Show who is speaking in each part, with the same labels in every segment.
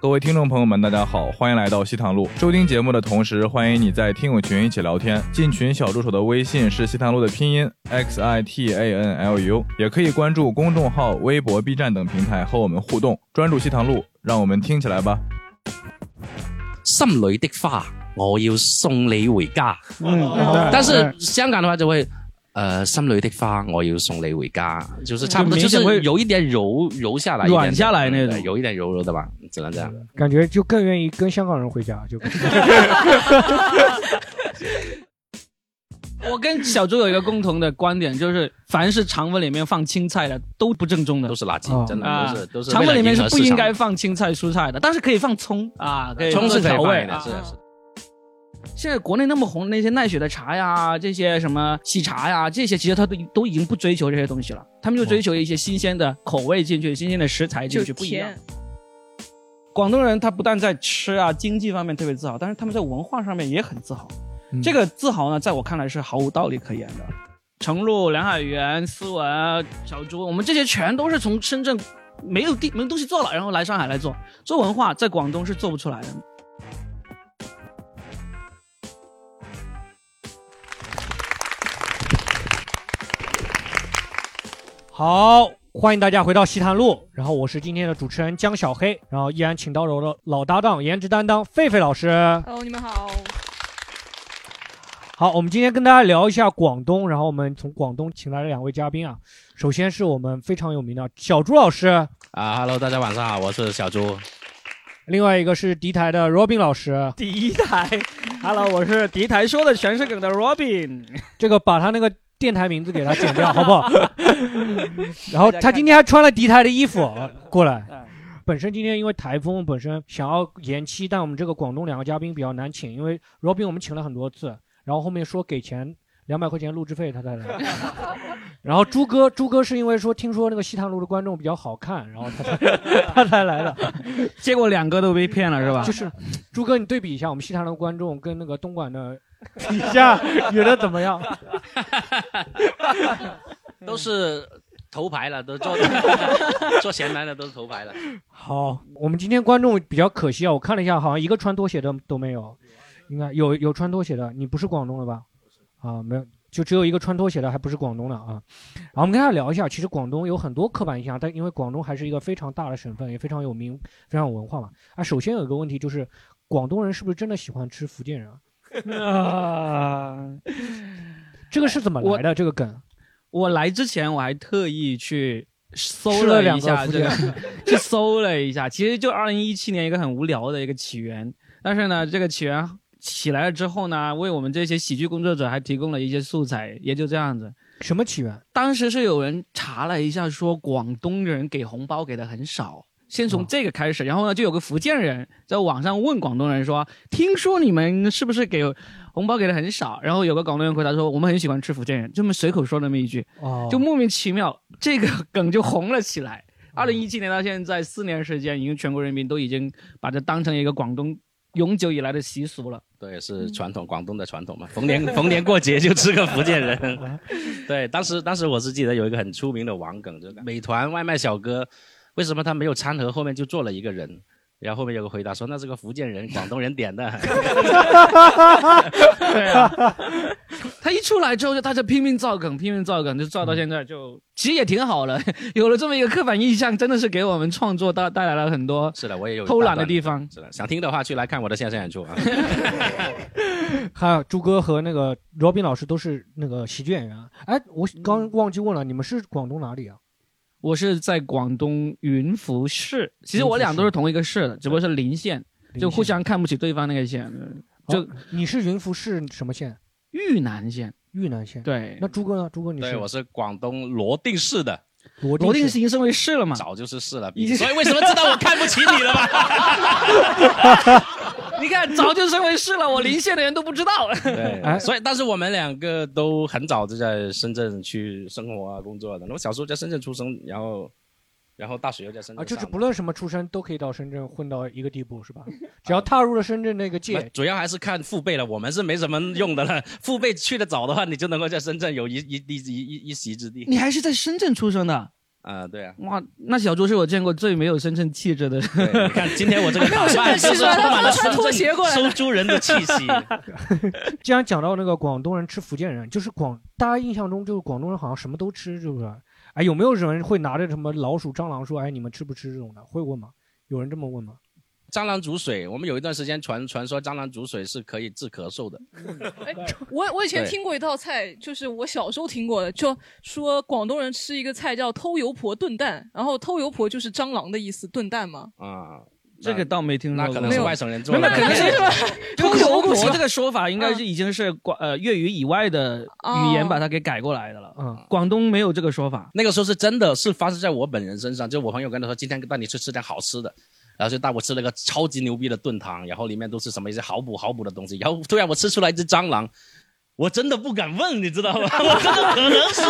Speaker 1: 各位听众朋友们，大家好，欢迎来到西塘路。收听节目的同时，欢迎你在听友群一起聊天。进群小助手的微信是西塘路的拼音 x i t a n l u，也可以关注公众号、微博、B 站等平台和我们互动。专注西塘路，让我们听起来吧。
Speaker 2: 心里的花，我要送你回家。
Speaker 3: 嗯，
Speaker 2: 但是香港的话就会，呃，心里的花，我要送你回家，就是差不多，就
Speaker 3: 就明显
Speaker 2: 是
Speaker 3: 会
Speaker 2: 有一点柔柔下来一点点，
Speaker 3: 软下来那种
Speaker 2: 对有一点柔柔的吧，只能这样。
Speaker 3: 感觉就更愿意跟香港人回家，就
Speaker 4: 我跟小猪有一个共同的观点，就是凡是肠粉里面放青菜的都不正宗的
Speaker 2: 都。是垃圾，
Speaker 3: 哦
Speaker 2: 真的
Speaker 4: 啊
Speaker 2: 都是、都，是为了迎合市场。
Speaker 4: 肠粉里面是不应该放青菜蔬菜的，但是可以放葱啊，可以
Speaker 2: 冲是
Speaker 4: 做
Speaker 2: 可以
Speaker 4: 调
Speaker 2: 放
Speaker 4: 味
Speaker 2: 一哎点，是的
Speaker 4: 啊
Speaker 2: 是的。
Speaker 4: 现在国内那么红的那些奈雪的茶呀，这些什么喜茶呀，这些其实他都都已经不追求这些东西了，他们就追求一些新鲜的口味进去，新鲜的食材进
Speaker 5: 就
Speaker 4: 去，不一样
Speaker 5: 甜。，
Speaker 4: 广东人他不但在吃啊经济方面特别自豪，但是他们在文化上面也很自豪。
Speaker 3: 嗯
Speaker 4: 这个自豪呢，在我看来是毫无道理可言的。程璐、梁海源、思文、小朱，我们这些全都是从深圳没有地没有东西做了，然后来上海来做做文化，在广东是做不出来的。
Speaker 3: 好，欢迎大家回到西坛路，然后我是今天的主持人江小黑，然后依然请到了我的老搭档、颜值担当狒狒老
Speaker 4: 啊
Speaker 3: 师。
Speaker 5: Hello，你们哦好。
Speaker 3: 好，我们今天跟大家聊一下广东，然后我们从广东请来了两位嘉宾啊，首先是我们非常有名的小朱老师，
Speaker 2: 啊，Hello，大家晚上好，我是小猪。
Speaker 3: 另外一个是敌台的 Robin 老师，
Speaker 4: 第一台 ，Hello，我是敌台，说的全是梗的 Robin。
Speaker 3: 这个把他那个电台名字给他剪掉，好不好？ 然后他今天还穿了敌台的衣服
Speaker 4: 嗯
Speaker 3: 过来。
Speaker 4: 哎
Speaker 3: 本身今天因为台风，本身想要延期，但我们这个广东两个嘉宾比较难请，因为 Robin 我们请了很多次，然后后面说给钱两百块钱录制费他才来。然后朱哥，朱哥是因为说听说那个西塘路的观众比较好看，然后他才 他才来的。
Speaker 4: 结果两个都被骗了是吧
Speaker 3: 就？是朱哥，你对比一下我们西塘路的观众跟那个东莞的比一下，觉得怎么样？
Speaker 2: 都是头牌了，都做 做闲男的都是头牌了。
Speaker 3: 好，我们今天观众比较可惜啊，我看了一下，好像一个穿拖鞋的都没有，应该有有穿拖鞋的，你不是广东的吧？啊，没有，就只有一个穿拖鞋的，还不是广东的啊。然后我们跟大家聊一下，其实广东有很多刻板印象，但因为广东还是一个非常大的省份，也非常有名，非常有文化嘛。啊，首先有一个问题就是，广东人是不是真的喜欢吃福建人啊？
Speaker 4: 啊
Speaker 3: 这个是怎么来的？这个梗
Speaker 4: 哎我来之前我还特意去搜
Speaker 3: 吃了两
Speaker 4: 一
Speaker 3: 个
Speaker 4: 下
Speaker 3: 福
Speaker 4: 这
Speaker 3: 建
Speaker 4: 个，
Speaker 3: 人，
Speaker 4: 去搜了一下，其实就二零一七年一个很无聊的一个起源，但是呢，这个起源起来了之后呢，为我们这些喜剧工作者还提供了一些素材，也就这样子。
Speaker 3: 什么起源？
Speaker 4: 当时是有人查了一下，说广东人给红包给的很少。先从
Speaker 3: 哦
Speaker 4: 这个开始，然后呢，就有个福建人在网上问广东人说：“听说你们是不是给红包给的很少？”然后有个广东人回答说：“我们很喜欢吃福建人。”这么随口说那么一句，
Speaker 3: 哦，
Speaker 4: 就莫名其妙，这个梗就红了起来。二零一七年到现在四年时间，已经全国人民都已经把这当成一个广东永久以来的习俗了。
Speaker 2: 对，
Speaker 4: 嗯
Speaker 2: 是传统广东的传统嘛，逢年逢年过节就吃个福建 人。 对，当时当时我是记得有一个很出名的网梗，就是美团外卖小哥，为什么他没有餐盒后面就坐了一个人？然后后面有个回答说那是个福建人，广东人点 的。
Speaker 4: 对啊，他一出来之后，就大家拼命造梗，拼命造梗，就造到现在就，其实也挺好了。 有了这么一个刻板印象，真的是给我们创作带带来了很多
Speaker 2: 是的，我也有
Speaker 4: 偷懒的地
Speaker 2: 方。
Speaker 4: 方。
Speaker 2: 是的，想听的话去来看我的线上演出啊。
Speaker 3: 还有朱哥和那个 Robin 老师都是那个喜剧演员啊。哎，我
Speaker 4: 嗯
Speaker 3: 刚忘记问了，你们是广东哪里啊？
Speaker 4: 我是在广东云浮市，其实
Speaker 3: 云浮
Speaker 4: 我俩都
Speaker 3: 市
Speaker 4: 是同一个市的，只不过是邻县，就互
Speaker 3: 邻县
Speaker 4: 相看不起对方那个县，就
Speaker 3: 哦你是云浮市什么县？
Speaker 4: 玉南县。
Speaker 3: 玉南县。
Speaker 4: 对
Speaker 3: 那，朱哥呢？朱哥你
Speaker 2: 对，
Speaker 3: 是
Speaker 2: 我是广东罗定市的，
Speaker 3: 罗
Speaker 4: 罗定
Speaker 3: 定
Speaker 4: 已经升为市了嘛？
Speaker 2: 早就是市了，
Speaker 4: 已经
Speaker 2: 所以为什么知道我看不起你了吧？
Speaker 4: 你看，早就升为市
Speaker 2: 哦
Speaker 4: 了，我邻县的人都不知道。
Speaker 2: 对，
Speaker 3: 哎
Speaker 2: 所以但是我们两个都很早就在深圳去生活啊、工作的。那么小时候在深圳出生，然后然后大学又在深圳
Speaker 3: 啊，就是
Speaker 2: 上
Speaker 3: 不
Speaker 2: 的。
Speaker 3: 论什么出身都可以到深圳混到一个地步，是 吧？只要踏入了深圳那个
Speaker 2: 那
Speaker 3: 界，
Speaker 2: 主要还是看父辈了，我们是没什么用的了。 父辈去的早的话，你就能够在深圳有一一一一一一席之地
Speaker 4: 你还是在深圳出生的？
Speaker 2: 啊，对啊，
Speaker 4: 哇，那小猪是我见过最没有深圳气质的。
Speaker 2: 对，你看今天我 这个打
Speaker 5: 深
Speaker 2: 扮就
Speaker 5: 圳气
Speaker 2: 是
Speaker 5: 质
Speaker 2: 充
Speaker 5: 了，
Speaker 2: 满
Speaker 5: 他
Speaker 2: 了
Speaker 5: 都穿
Speaker 2: 深
Speaker 5: 拖
Speaker 2: 圳
Speaker 5: 鞋过来
Speaker 2: 收
Speaker 5: 的。
Speaker 2: 猪人的气 息。
Speaker 3: 既然讲到那个广东人吃福建人，就是广大家印象中就是广东人好像什么都吃，是不是？哎，有没有人会拿着什么老鼠、蟑螂说，哎，你们吃不吃这种的？会问吗？有人这么问吗？
Speaker 2: 蟑螂煮水，我们有一段时间传传说蟑螂煮水是可以治咳嗽的。
Speaker 5: 哎我我以前
Speaker 2: 对
Speaker 5: 听过一道菜，就是我小时候听过的，就说广东人吃一个菜叫偷油婆炖蛋，然后偷油婆就是蟑螂的意思，炖蛋嘛。
Speaker 2: 啊，
Speaker 4: 这个倒没听说
Speaker 2: 那
Speaker 4: 过，
Speaker 2: 可能是外省人
Speaker 4: 没
Speaker 2: 做
Speaker 4: 有，
Speaker 2: 的，
Speaker 4: 那肯定是
Speaker 5: 偷
Speaker 4: 通
Speaker 5: 油
Speaker 4: 油婆
Speaker 5: 婆
Speaker 4: 这个说法，
Speaker 2: 嗯
Speaker 4: 应该是已经是广呃粤语以外的
Speaker 2: 哦
Speaker 4: 语言把它给改过来的了。
Speaker 3: 嗯，
Speaker 4: 广东没有这个说法，
Speaker 2: 那个时候是真的是发生在我本人身上，就我朋友跟他说今天带你去吃点好吃的，然后就带我吃了个超级牛逼的炖汤，然后里面都是什么一些好补好补的东西，然后突然我吃出来一只蟑螂。我真的不敢问，你知道吗？ 我真的可能是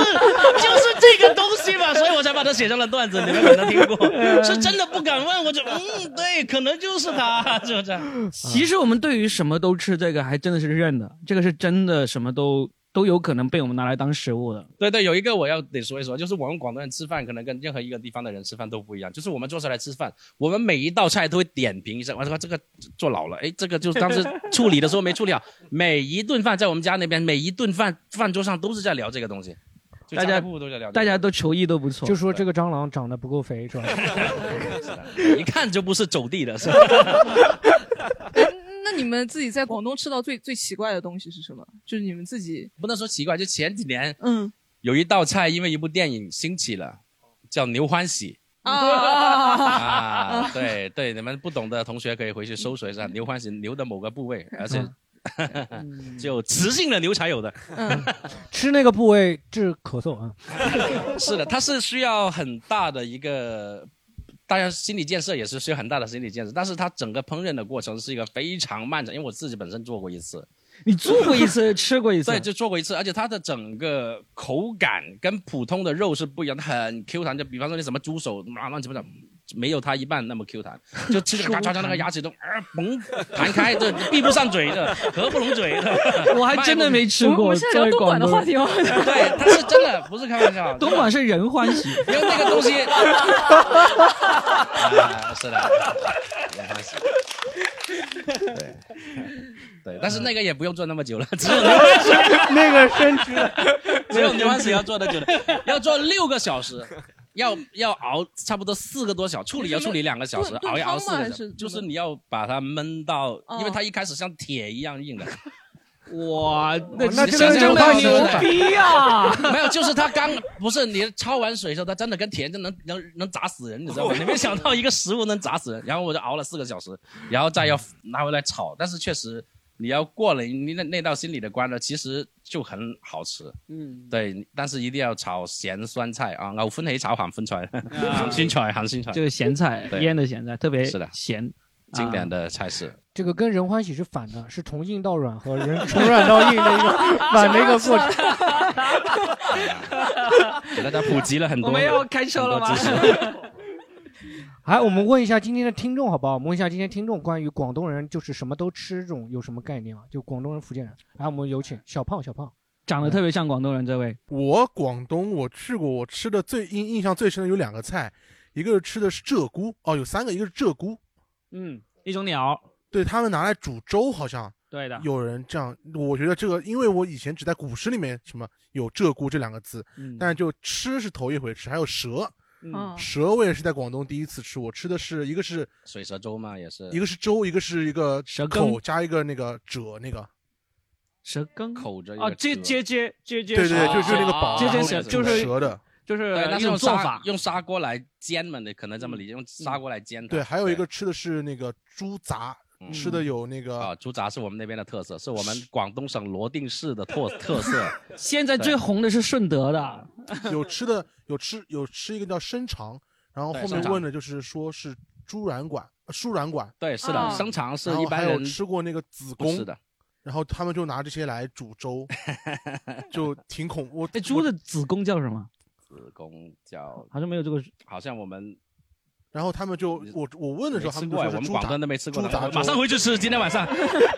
Speaker 2: 就是这个东西吧，所以我才把它写成了段子。你们可能听过，是真的不敢问，我就嗯，对，可能就是它，是不是？
Speaker 4: 其实我们对于什么都吃这个还真的是认的，这个是真的什么都都有可能被我们拿来当食物的。
Speaker 2: 对对，有一个我要得说一说，就是我们广东人吃饭可能跟任何一个地方的人吃饭都不一样，就是我们坐下来吃饭，我们每一道菜都会点评一下，我说这个做老了，哎，这个就当时处理的时候没处理好，每一顿饭在我们家那边，每一顿饭饭桌上都是在聊这个东西，就
Speaker 4: 大家
Speaker 2: 家家户户都在聊这个东西，
Speaker 4: 大家都厨艺都不错，
Speaker 3: 就说这个蟑螂长得不够 肥，是吧？
Speaker 2: 一看就不是走地的，是吧？
Speaker 5: 那你们自己在广东吃到最最奇怪的东西是什么？就是你们自己，
Speaker 2: 不能说奇怪，就前几年
Speaker 5: 嗯
Speaker 2: 有一道菜因为一部电影兴起了，叫牛欢喜。
Speaker 5: 啊，
Speaker 2: 哦 啊，对对，你们不懂的同学可以回去搜索一下牛欢喜牛的某个部位，而且嗯 就雌性的牛才有的。
Speaker 5: 嗯，
Speaker 3: 吃那个部位治咳嗽啊。
Speaker 2: 是的，它是需要很大的一个，当然心理建设也是需要很大的心理建设，但是它整个烹饪的过程是一个非常漫长，因为我自己本身做过一次，
Speaker 4: 你做过一次，吃过一次
Speaker 2: 对，，就做过一次，而且它的整个口感跟普通的肉是不一样，它很 Q 弹。就比方说你什么猪手，啊乱七八糟，没有它一半那么 Q 弹，就吃 着嘎嚓嚓，那个牙齿都啊嘣弹开，这闭不上嘴的， 合不拢嘴的。
Speaker 4: 我还真的没吃
Speaker 5: 我们
Speaker 4: 过。
Speaker 5: 我们现在
Speaker 4: 作为
Speaker 5: 聊东莞的
Speaker 4: 广
Speaker 5: 话
Speaker 4: 东
Speaker 5: 题吗？
Speaker 2: 对，它是真的，不是开玩 笑。
Speaker 4: 人，东莞是人欢 喜，
Speaker 2: 因为那个 东西，
Speaker 4: 哎
Speaker 2: 啊是的，没关系。对，对，但是那个也不用做那么 久了，只有牛
Speaker 3: 那个生吃，
Speaker 2: 只有牛丸子要做的久了，要做六个小时， 要要熬差不多四个多小时，处理要处理两个小时，
Speaker 5: 炖炖
Speaker 2: 熬一熬
Speaker 5: 汤
Speaker 2: 四
Speaker 5: 吗
Speaker 2: 个小
Speaker 5: 还
Speaker 2: 时，
Speaker 5: 是
Speaker 2: 就是
Speaker 5: 怎么
Speaker 2: 你要把它焖到，因为
Speaker 5: 哦
Speaker 2: 它一开始像铁一样硬的，
Speaker 4: 哇，
Speaker 3: 那
Speaker 2: 这
Speaker 3: 这
Speaker 2: 个
Speaker 3: 个
Speaker 2: 人
Speaker 3: 人
Speaker 2: 欢
Speaker 3: 欢
Speaker 2: 喜
Speaker 3: 喜
Speaker 2: 牛
Speaker 4: 逼啊呀！
Speaker 2: 没有，就是它刚不是你焯完水之后，它真的跟铁就能能能砸死人，你知
Speaker 4: 哦
Speaker 2: 道吗？你没想到一个食物能砸死人，然后我就熬了四个小时，然后再要拿回来炒，但是确实你要过了你那那道心理的关了，其实就很好吃。
Speaker 4: 嗯，
Speaker 2: 对，但是一定要炒咸酸菜啊！我分起炒鹹酸菜，
Speaker 4: 啊
Speaker 2: 鹹酸菜、鹹酸
Speaker 4: 这
Speaker 2: 菜，
Speaker 4: 个咸菜
Speaker 2: 对
Speaker 4: 腌的咸菜特别
Speaker 2: 是的
Speaker 4: 咸，啊
Speaker 2: 经典
Speaker 4: 的。
Speaker 2: 的菜 式。
Speaker 3: 这个跟人欢喜是反的，是从硬到软和人从软到硬的一 个反的一个过程。
Speaker 2: 给大家普及了很
Speaker 4: 我
Speaker 2: 多
Speaker 4: 啊们要开车了吗？
Speaker 2: 很多知识
Speaker 3: 哎，我们问一下今天的听众好不好？我们问一下今天听众关于广东人就是什么都吃这种有什么概念啊？就广东人、福建人。来，我们有请小胖，小胖，
Speaker 4: 长得特别像广东人这位，
Speaker 6: 嗯我广东我去过，我吃的最印印象最深的有两个菜，一个是吃的是鹧鸪，哦，有三个，一个是鹧鸪，
Speaker 4: 嗯，一种鸟，啊
Speaker 6: 对他们拿来煮粥，好像
Speaker 4: 对的，
Speaker 6: 有人这样。我觉得这个，因为我以前只在古诗里面什么有鹧鸪这两个字，
Speaker 4: 嗯
Speaker 6: 但是就吃是头一回吃，还有蛇，
Speaker 4: 嗯
Speaker 2: 哦
Speaker 5: 嗯
Speaker 6: 蛇我也是在广东第一次吃，我吃的是一个是
Speaker 2: 水蛇粥嘛，也是
Speaker 6: 一个是粥，一个是一个
Speaker 4: 蛇羹
Speaker 6: 口加一个那个褶那个，
Speaker 4: 蛇羹哦
Speaker 2: 口着一
Speaker 4: 啊，
Speaker 2: 个
Speaker 4: 接
Speaker 2: 折
Speaker 4: 接接接接，
Speaker 6: 对对，
Speaker 2: 啊
Speaker 6: 就是那个宝，
Speaker 4: 接
Speaker 6: 然
Speaker 4: 接
Speaker 6: 后
Speaker 4: 蛇
Speaker 2: 是
Speaker 4: 就是
Speaker 6: 蛇的，
Speaker 4: 就是
Speaker 2: 对，那
Speaker 4: 一
Speaker 2: 是用
Speaker 4: 种做
Speaker 2: 砂
Speaker 4: 法，嗯
Speaker 2: 用砂锅来煎嘛，你可能这么理解，用砂锅来煎它。
Speaker 6: 对，还有一个吃的是那个猪杂，
Speaker 2: 嗯
Speaker 6: 吃的有那
Speaker 2: 啊，
Speaker 6: 个
Speaker 2: 猪杂是我们那边的特色，是我们广东省罗定市 的特特色。
Speaker 4: 现在最红的是顺德的，
Speaker 6: 有吃的有吃有吃一个叫生肠，然后
Speaker 2: 对
Speaker 6: 后
Speaker 2: 生
Speaker 6: 面
Speaker 2: 肠
Speaker 6: 问的就是说是猪软管、呃输卵管，
Speaker 2: 对，是的，
Speaker 5: 啊
Speaker 2: 生肠是
Speaker 6: 然后
Speaker 2: 一
Speaker 6: 还
Speaker 2: 般
Speaker 6: 有
Speaker 2: 人
Speaker 6: 吃过那个子
Speaker 2: 不吃
Speaker 6: 宫，
Speaker 2: 的。
Speaker 6: 然后他们就拿这些来煮 粥，就挺恐我
Speaker 4: 哎，猪的子宫叫什么？
Speaker 2: 子宫叫
Speaker 4: 好像没有这个，
Speaker 2: 好像我们
Speaker 6: 然后他们就我我问的时候，他
Speaker 2: 吃
Speaker 6: 们就说
Speaker 2: 过，我
Speaker 6: 是
Speaker 2: 们
Speaker 6: 猪
Speaker 2: 广
Speaker 6: 杂
Speaker 2: 东都没吃过
Speaker 6: 猪
Speaker 2: 呢，
Speaker 6: 杂
Speaker 2: 马上
Speaker 6: 粥
Speaker 2: 回去吃，今天 晚上。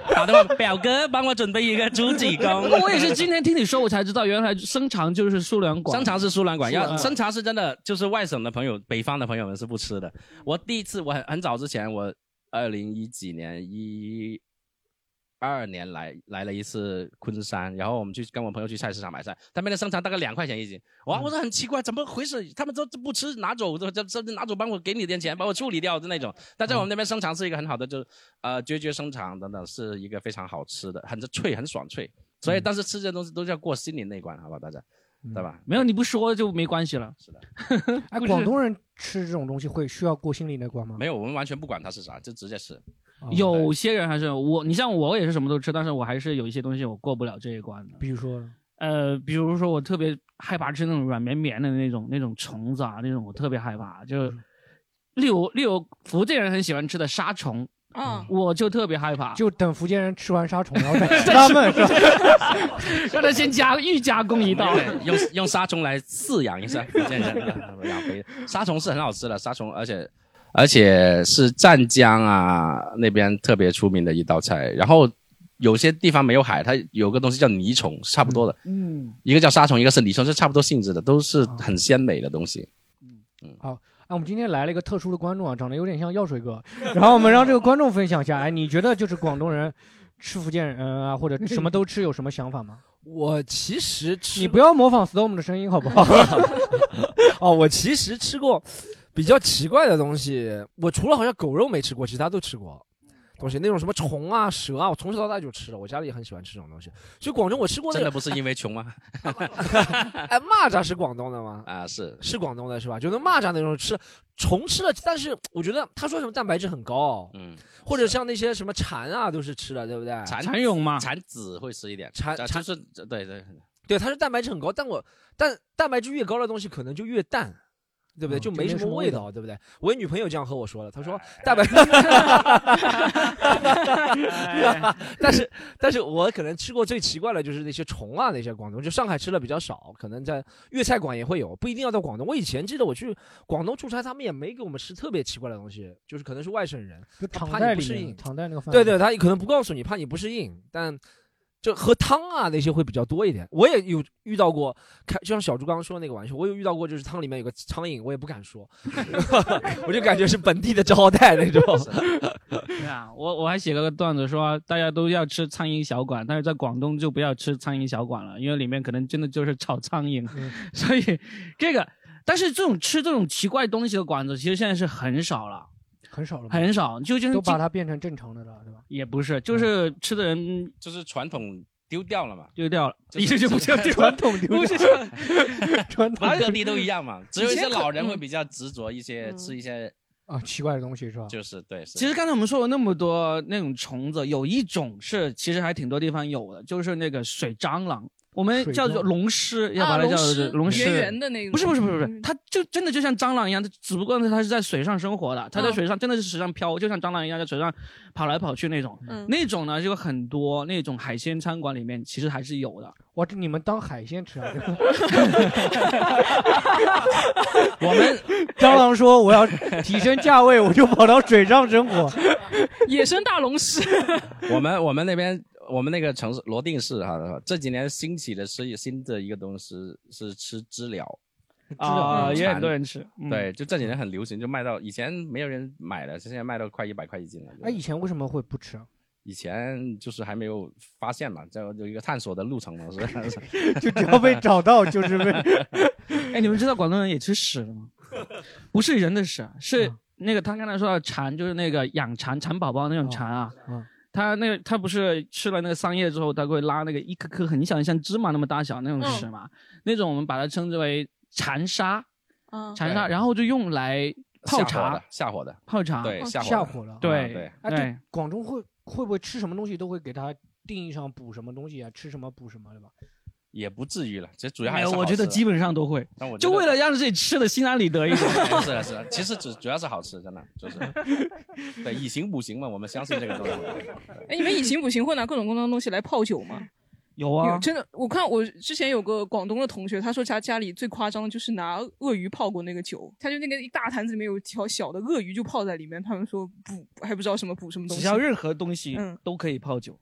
Speaker 2: 打电话，表哥帮我准备一个猪 几公。
Speaker 4: 我也是今天听你说，我才知道原来生肠就是苏粮馆。
Speaker 2: 生肠是输卵管，要
Speaker 4: 嗯
Speaker 2: 生肠是真的，就是外省的朋友、北方的朋友们是不吃的。我第一次，我很很早之前，我二零一几年一二年来来了一次昆山，然后我们去跟我朋友去菜市场买菜，他们的生肠大概两块钱一斤，哇，我说很奇怪，怎么回事？他们都不吃，拿走，这这这拿走，帮我给你点钱，把我处理掉的那种。但在我们那边生肠是一个很好的，就是呃绝绝生肠等等，是一个非常好吃的，很脆，很爽脆。所以，但是吃这些东西都是要过心理那一关，好吧，大家，对吧？
Speaker 4: 嗯没有你不说就没关系了。
Speaker 2: 是 的，
Speaker 3: 哎，
Speaker 4: 不是
Speaker 3: 广东人吃这种东西会需要过心理那关吗？
Speaker 2: 没有，我们完全不管它是啥，就直接吃。
Speaker 4: 哦有些人还是我，你像我也是什么都吃，但是我还是有一些东西我过不了这一关的。
Speaker 3: 比如说，
Speaker 4: 呃，比如说我特别害怕吃那种软绵绵的那种那种虫子啊，那种我特别害怕。就例如例如福建人很喜欢吃的沙虫，
Speaker 5: 啊，
Speaker 4: 我就特别害怕，
Speaker 3: 就等福建人吃完沙虫，然后 再吃他们，是吧？
Speaker 4: 让他先加预加工一道。
Speaker 2: 对，用用杀虫来饲养一下福建人，养 肥。杀虫是很好吃的，杀虫，而且而且是湛江啊那边特别出名的一道菜。然后有些地方没有海，它有个东西叫泥虫，差不多的，
Speaker 4: 嗯，
Speaker 2: 一个叫沙虫，一个是泥虫，是差不多性质的，都是很鲜美的东西。
Speaker 3: 啊，我们今天来了一个特殊的观众啊，长得有点像药水哥。然后我们让这个观众分享一下，哎，你觉得就是广东人吃福建人啊，或者什么都吃有什么想法吗？
Speaker 7: 我其实吃
Speaker 3: 你不要模仿 Storm 的声音好不好？
Speaker 7: 哦，我其实吃过比较奇怪的东西，我除了好像狗肉没吃过，其他都吃过。东西那种什么虫啊、蛇啊，我从小到大就吃了。我家里也很喜欢吃这种东西。就广州，我吃过那
Speaker 2: 真的
Speaker 7: 个，
Speaker 2: 不是因为穷 吗？
Speaker 7: 哎，蚂蚱是广东的吗？
Speaker 2: 啊，是
Speaker 7: 是广东的是吧？就那蚂蚱那种吃虫吃了，但是我觉得他说什么蛋白质很高哦，
Speaker 2: 嗯，
Speaker 7: 或者像那些什么蝉啊都是吃的，对不对？
Speaker 2: 蚕
Speaker 4: 蚕蛹嘛，
Speaker 2: 蚕子会吃一点，
Speaker 7: 蚕
Speaker 2: 这
Speaker 7: 蚕
Speaker 2: 就是对对，
Speaker 7: 对，它是蛋白质很高，但我但蛋白质越高的东西可能就越淡，对不对？
Speaker 3: 嗯
Speaker 7: 就
Speaker 3: 就
Speaker 7: 没
Speaker 3: 没
Speaker 7: 什
Speaker 3: 什
Speaker 7: 么
Speaker 3: 么
Speaker 7: 味
Speaker 3: 味道哎
Speaker 7: 道，对不对？我有女朋友这样和我说了，她说蛋 白，但是但是我可能吃过最奇怪的就是那些虫啊，那些广东就上海吃的比较少，可能在粤菜馆也会有，不一定要到广东。我以前记得我去广东出差，他们也没给我们吃特别奇怪的东西，就是可能是外省人，
Speaker 3: 就躺
Speaker 7: 怕你
Speaker 3: 在
Speaker 7: 不
Speaker 3: 里
Speaker 7: 适
Speaker 3: 面，
Speaker 7: 应
Speaker 3: 躺在那个饭。
Speaker 7: 对对，，他可能不告诉你，怕你不适应，但就喝汤啊那些会比较多一点。我也有遇到过，开就像小猪刚刚说的那个玩笑，我有遇到过，就是汤里面有个苍蝇，我也不敢说，我就感觉是本地的招待那 种。
Speaker 4: 对啊，我我还写了个段子说，大家都要吃苍蝇小馆，但是在广东就不要吃苍蝇小馆了，因为里面可能真的就是炒苍蝇，
Speaker 3: 嗯
Speaker 4: 所以这个，但是这种吃这种奇怪东西的馆子，其实现在是很少了，
Speaker 3: 很少了
Speaker 7: 嗯
Speaker 3: 吧，
Speaker 4: 很少，就就是
Speaker 3: 都把它变成正常的了，对吧？
Speaker 4: 也不是，就是吃的人
Speaker 2: 嗯就是传统丢掉了嘛。
Speaker 4: 丢掉了，
Speaker 2: 就是
Speaker 4: 一直就不叫丢了。
Speaker 3: 统
Speaker 4: 不是，
Speaker 3: 传统
Speaker 2: 哪各地都一样嘛，只有一些
Speaker 4: 以前可嗯
Speaker 2: 老人会比较执着一些，
Speaker 5: 嗯
Speaker 2: 吃一些
Speaker 3: 啊，奇怪的东西是吧？
Speaker 2: 就是对。是
Speaker 4: 其实刚才我们说了那么多那种虫子，有一种是其实还挺多地方有的，就是那个水蟑螂，我们
Speaker 3: 水
Speaker 4: 叫做
Speaker 3: 蟑
Speaker 4: 龙虱，要
Speaker 5: 啊，
Speaker 4: 把它
Speaker 5: 龙
Speaker 4: 叫
Speaker 5: 狮
Speaker 4: 龙虱。
Speaker 5: 圆圆的那个，
Speaker 4: 不是不是不是不是，
Speaker 5: 嗯
Speaker 4: 它就真的就像蟑螂一样，它只不过是它是在水上生活的，它在
Speaker 5: 嗯
Speaker 4: 水上真的是水上漂，就像蟑螂一样在水上跑来跑去那种。
Speaker 5: 嗯
Speaker 4: 那种呢，就很多那种海鲜餐馆里面其实还是有的。
Speaker 3: 哇，这你们当海鲜吃啊？
Speaker 2: 我们
Speaker 3: 蟑螂说我要提升价位，我就跑到水上生活。
Speaker 5: 野生大龙 狮，
Speaker 2: 我们我们那边我们那个城市罗定市哈，这几年兴起的是新的一个东西是吃知了，
Speaker 4: 啊，
Speaker 2: 嗯
Speaker 4: 也很
Speaker 2: 馋
Speaker 4: 多人吃。嗯，
Speaker 2: 对，就这几年很流行，就卖到以前没有人买的，现在卖到快一百块一斤了。就
Speaker 3: 哎，以前为什么会不吃啊？
Speaker 2: 以前就是还没有发现嘛，这有一个探索的路程嘛，是 吧
Speaker 3: 就只要被找到，就是被
Speaker 4: 哎，你们知道广东人也吃屎的吗？不是人的屎，啊
Speaker 2: 嗯
Speaker 4: 是那个他刚才说的蚕，就是那个养蚕蚕宝宝那
Speaker 2: 嗯
Speaker 4: 种蚕啊。
Speaker 3: 哦哦
Speaker 4: 他那个他不是吃了那个桑叶之后，他会拉那个一颗颗很小，像芝麻那么大小那种
Speaker 2: 嗯
Speaker 4: 屎嘛，那种我们把它称之为蚕沙，
Speaker 5: 嗯，
Speaker 4: 蚕沙，
Speaker 2: 对
Speaker 4: 然后就用来泡茶，
Speaker 2: 下火的，
Speaker 4: 泡茶。
Speaker 2: 下火的，对，下
Speaker 3: 哦吓
Speaker 2: 火
Speaker 3: 唬了。
Speaker 2: 的，
Speaker 4: 对
Speaker 2: 啊对，
Speaker 3: 哎，
Speaker 4: 对
Speaker 3: 对，广东会会不会吃什么东西都会给它定义上补什么东西啊，吃什么补什么，对吧？
Speaker 2: 也不至于了，其实主要还
Speaker 4: 没
Speaker 2: 是
Speaker 4: 有，
Speaker 2: 好
Speaker 4: 我觉得
Speaker 2: 吃的
Speaker 4: 基本上都会，
Speaker 2: 但我觉
Speaker 4: 就
Speaker 2: 得
Speaker 4: 为了让自己吃的心安理得一点。
Speaker 2: 是的，是的，其实主主要是好吃，真的就是，对，以形补形嘛，我们相信这个东西。
Speaker 5: 哎，你们以形补形会拿各种各样的东西来泡酒吗？
Speaker 4: 有啊，
Speaker 5: 真的，我看我之前有个广东的同学，他说他家里最夸张的就是拿鳄鱼泡过那个酒，他就那个一大坛子里面有一条小的鳄鱼就泡在里面，他们说补还不知道什么补什么东西，
Speaker 4: 只要任何东西
Speaker 5: 嗯
Speaker 4: 都可以泡 酒，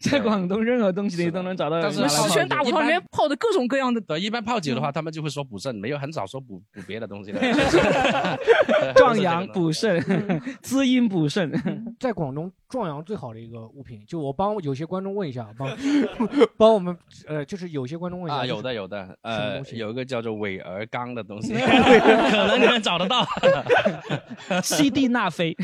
Speaker 4: 在广东任何东西你都能找到有
Speaker 2: 但是
Speaker 4: 拿来泡
Speaker 5: 十
Speaker 4: 酒。
Speaker 5: 全大补汤里面泡的各种各样的，嗯
Speaker 2: 对，一般泡酒的话，他们就会说补肾，没有很少说补补别的东西的。
Speaker 4: 壮阳补肾，滋阴补肾。
Speaker 3: 在广东壮阳最好的一个物品，就我帮有些观众问 一下，帮 帮我们呃，就是有些观众问一 下，
Speaker 2: 啊，
Speaker 3: 就是
Speaker 2: 有的有的，
Speaker 3: 什么
Speaker 2: 呃
Speaker 3: 东，西
Speaker 2: 有一个叫做伪儿纲的 东西，可能你们找得 到。
Speaker 4: 西地那 非，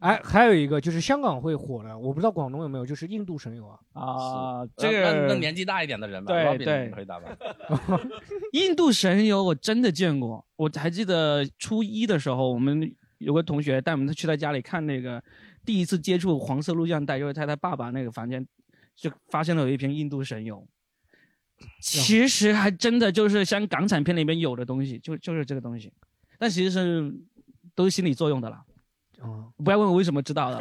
Speaker 3: 哎，还有一个就是香港会火的，我不知道广东有没有，就是印度神油啊，呃
Speaker 4: 啊，
Speaker 2: 那
Speaker 4: 这
Speaker 2: 那那
Speaker 4: 个
Speaker 2: 年纪大一点的人吧，
Speaker 4: 对
Speaker 2: Robin，
Speaker 4: 对
Speaker 2: 你回答 吧。
Speaker 4: 印度神油我真的见过，我还记得初一的时候，我们有个同学带我们去他家里看那个第一次接触黄色录像带，就是在他爸爸那个房间就发现了有一瓶印度神油。其实还真的就是像港产片里面有的东西，就就是这个东西，但其实是都是心理作用的啦。
Speaker 3: 嗯，
Speaker 4: 不要问我为什么知道 的，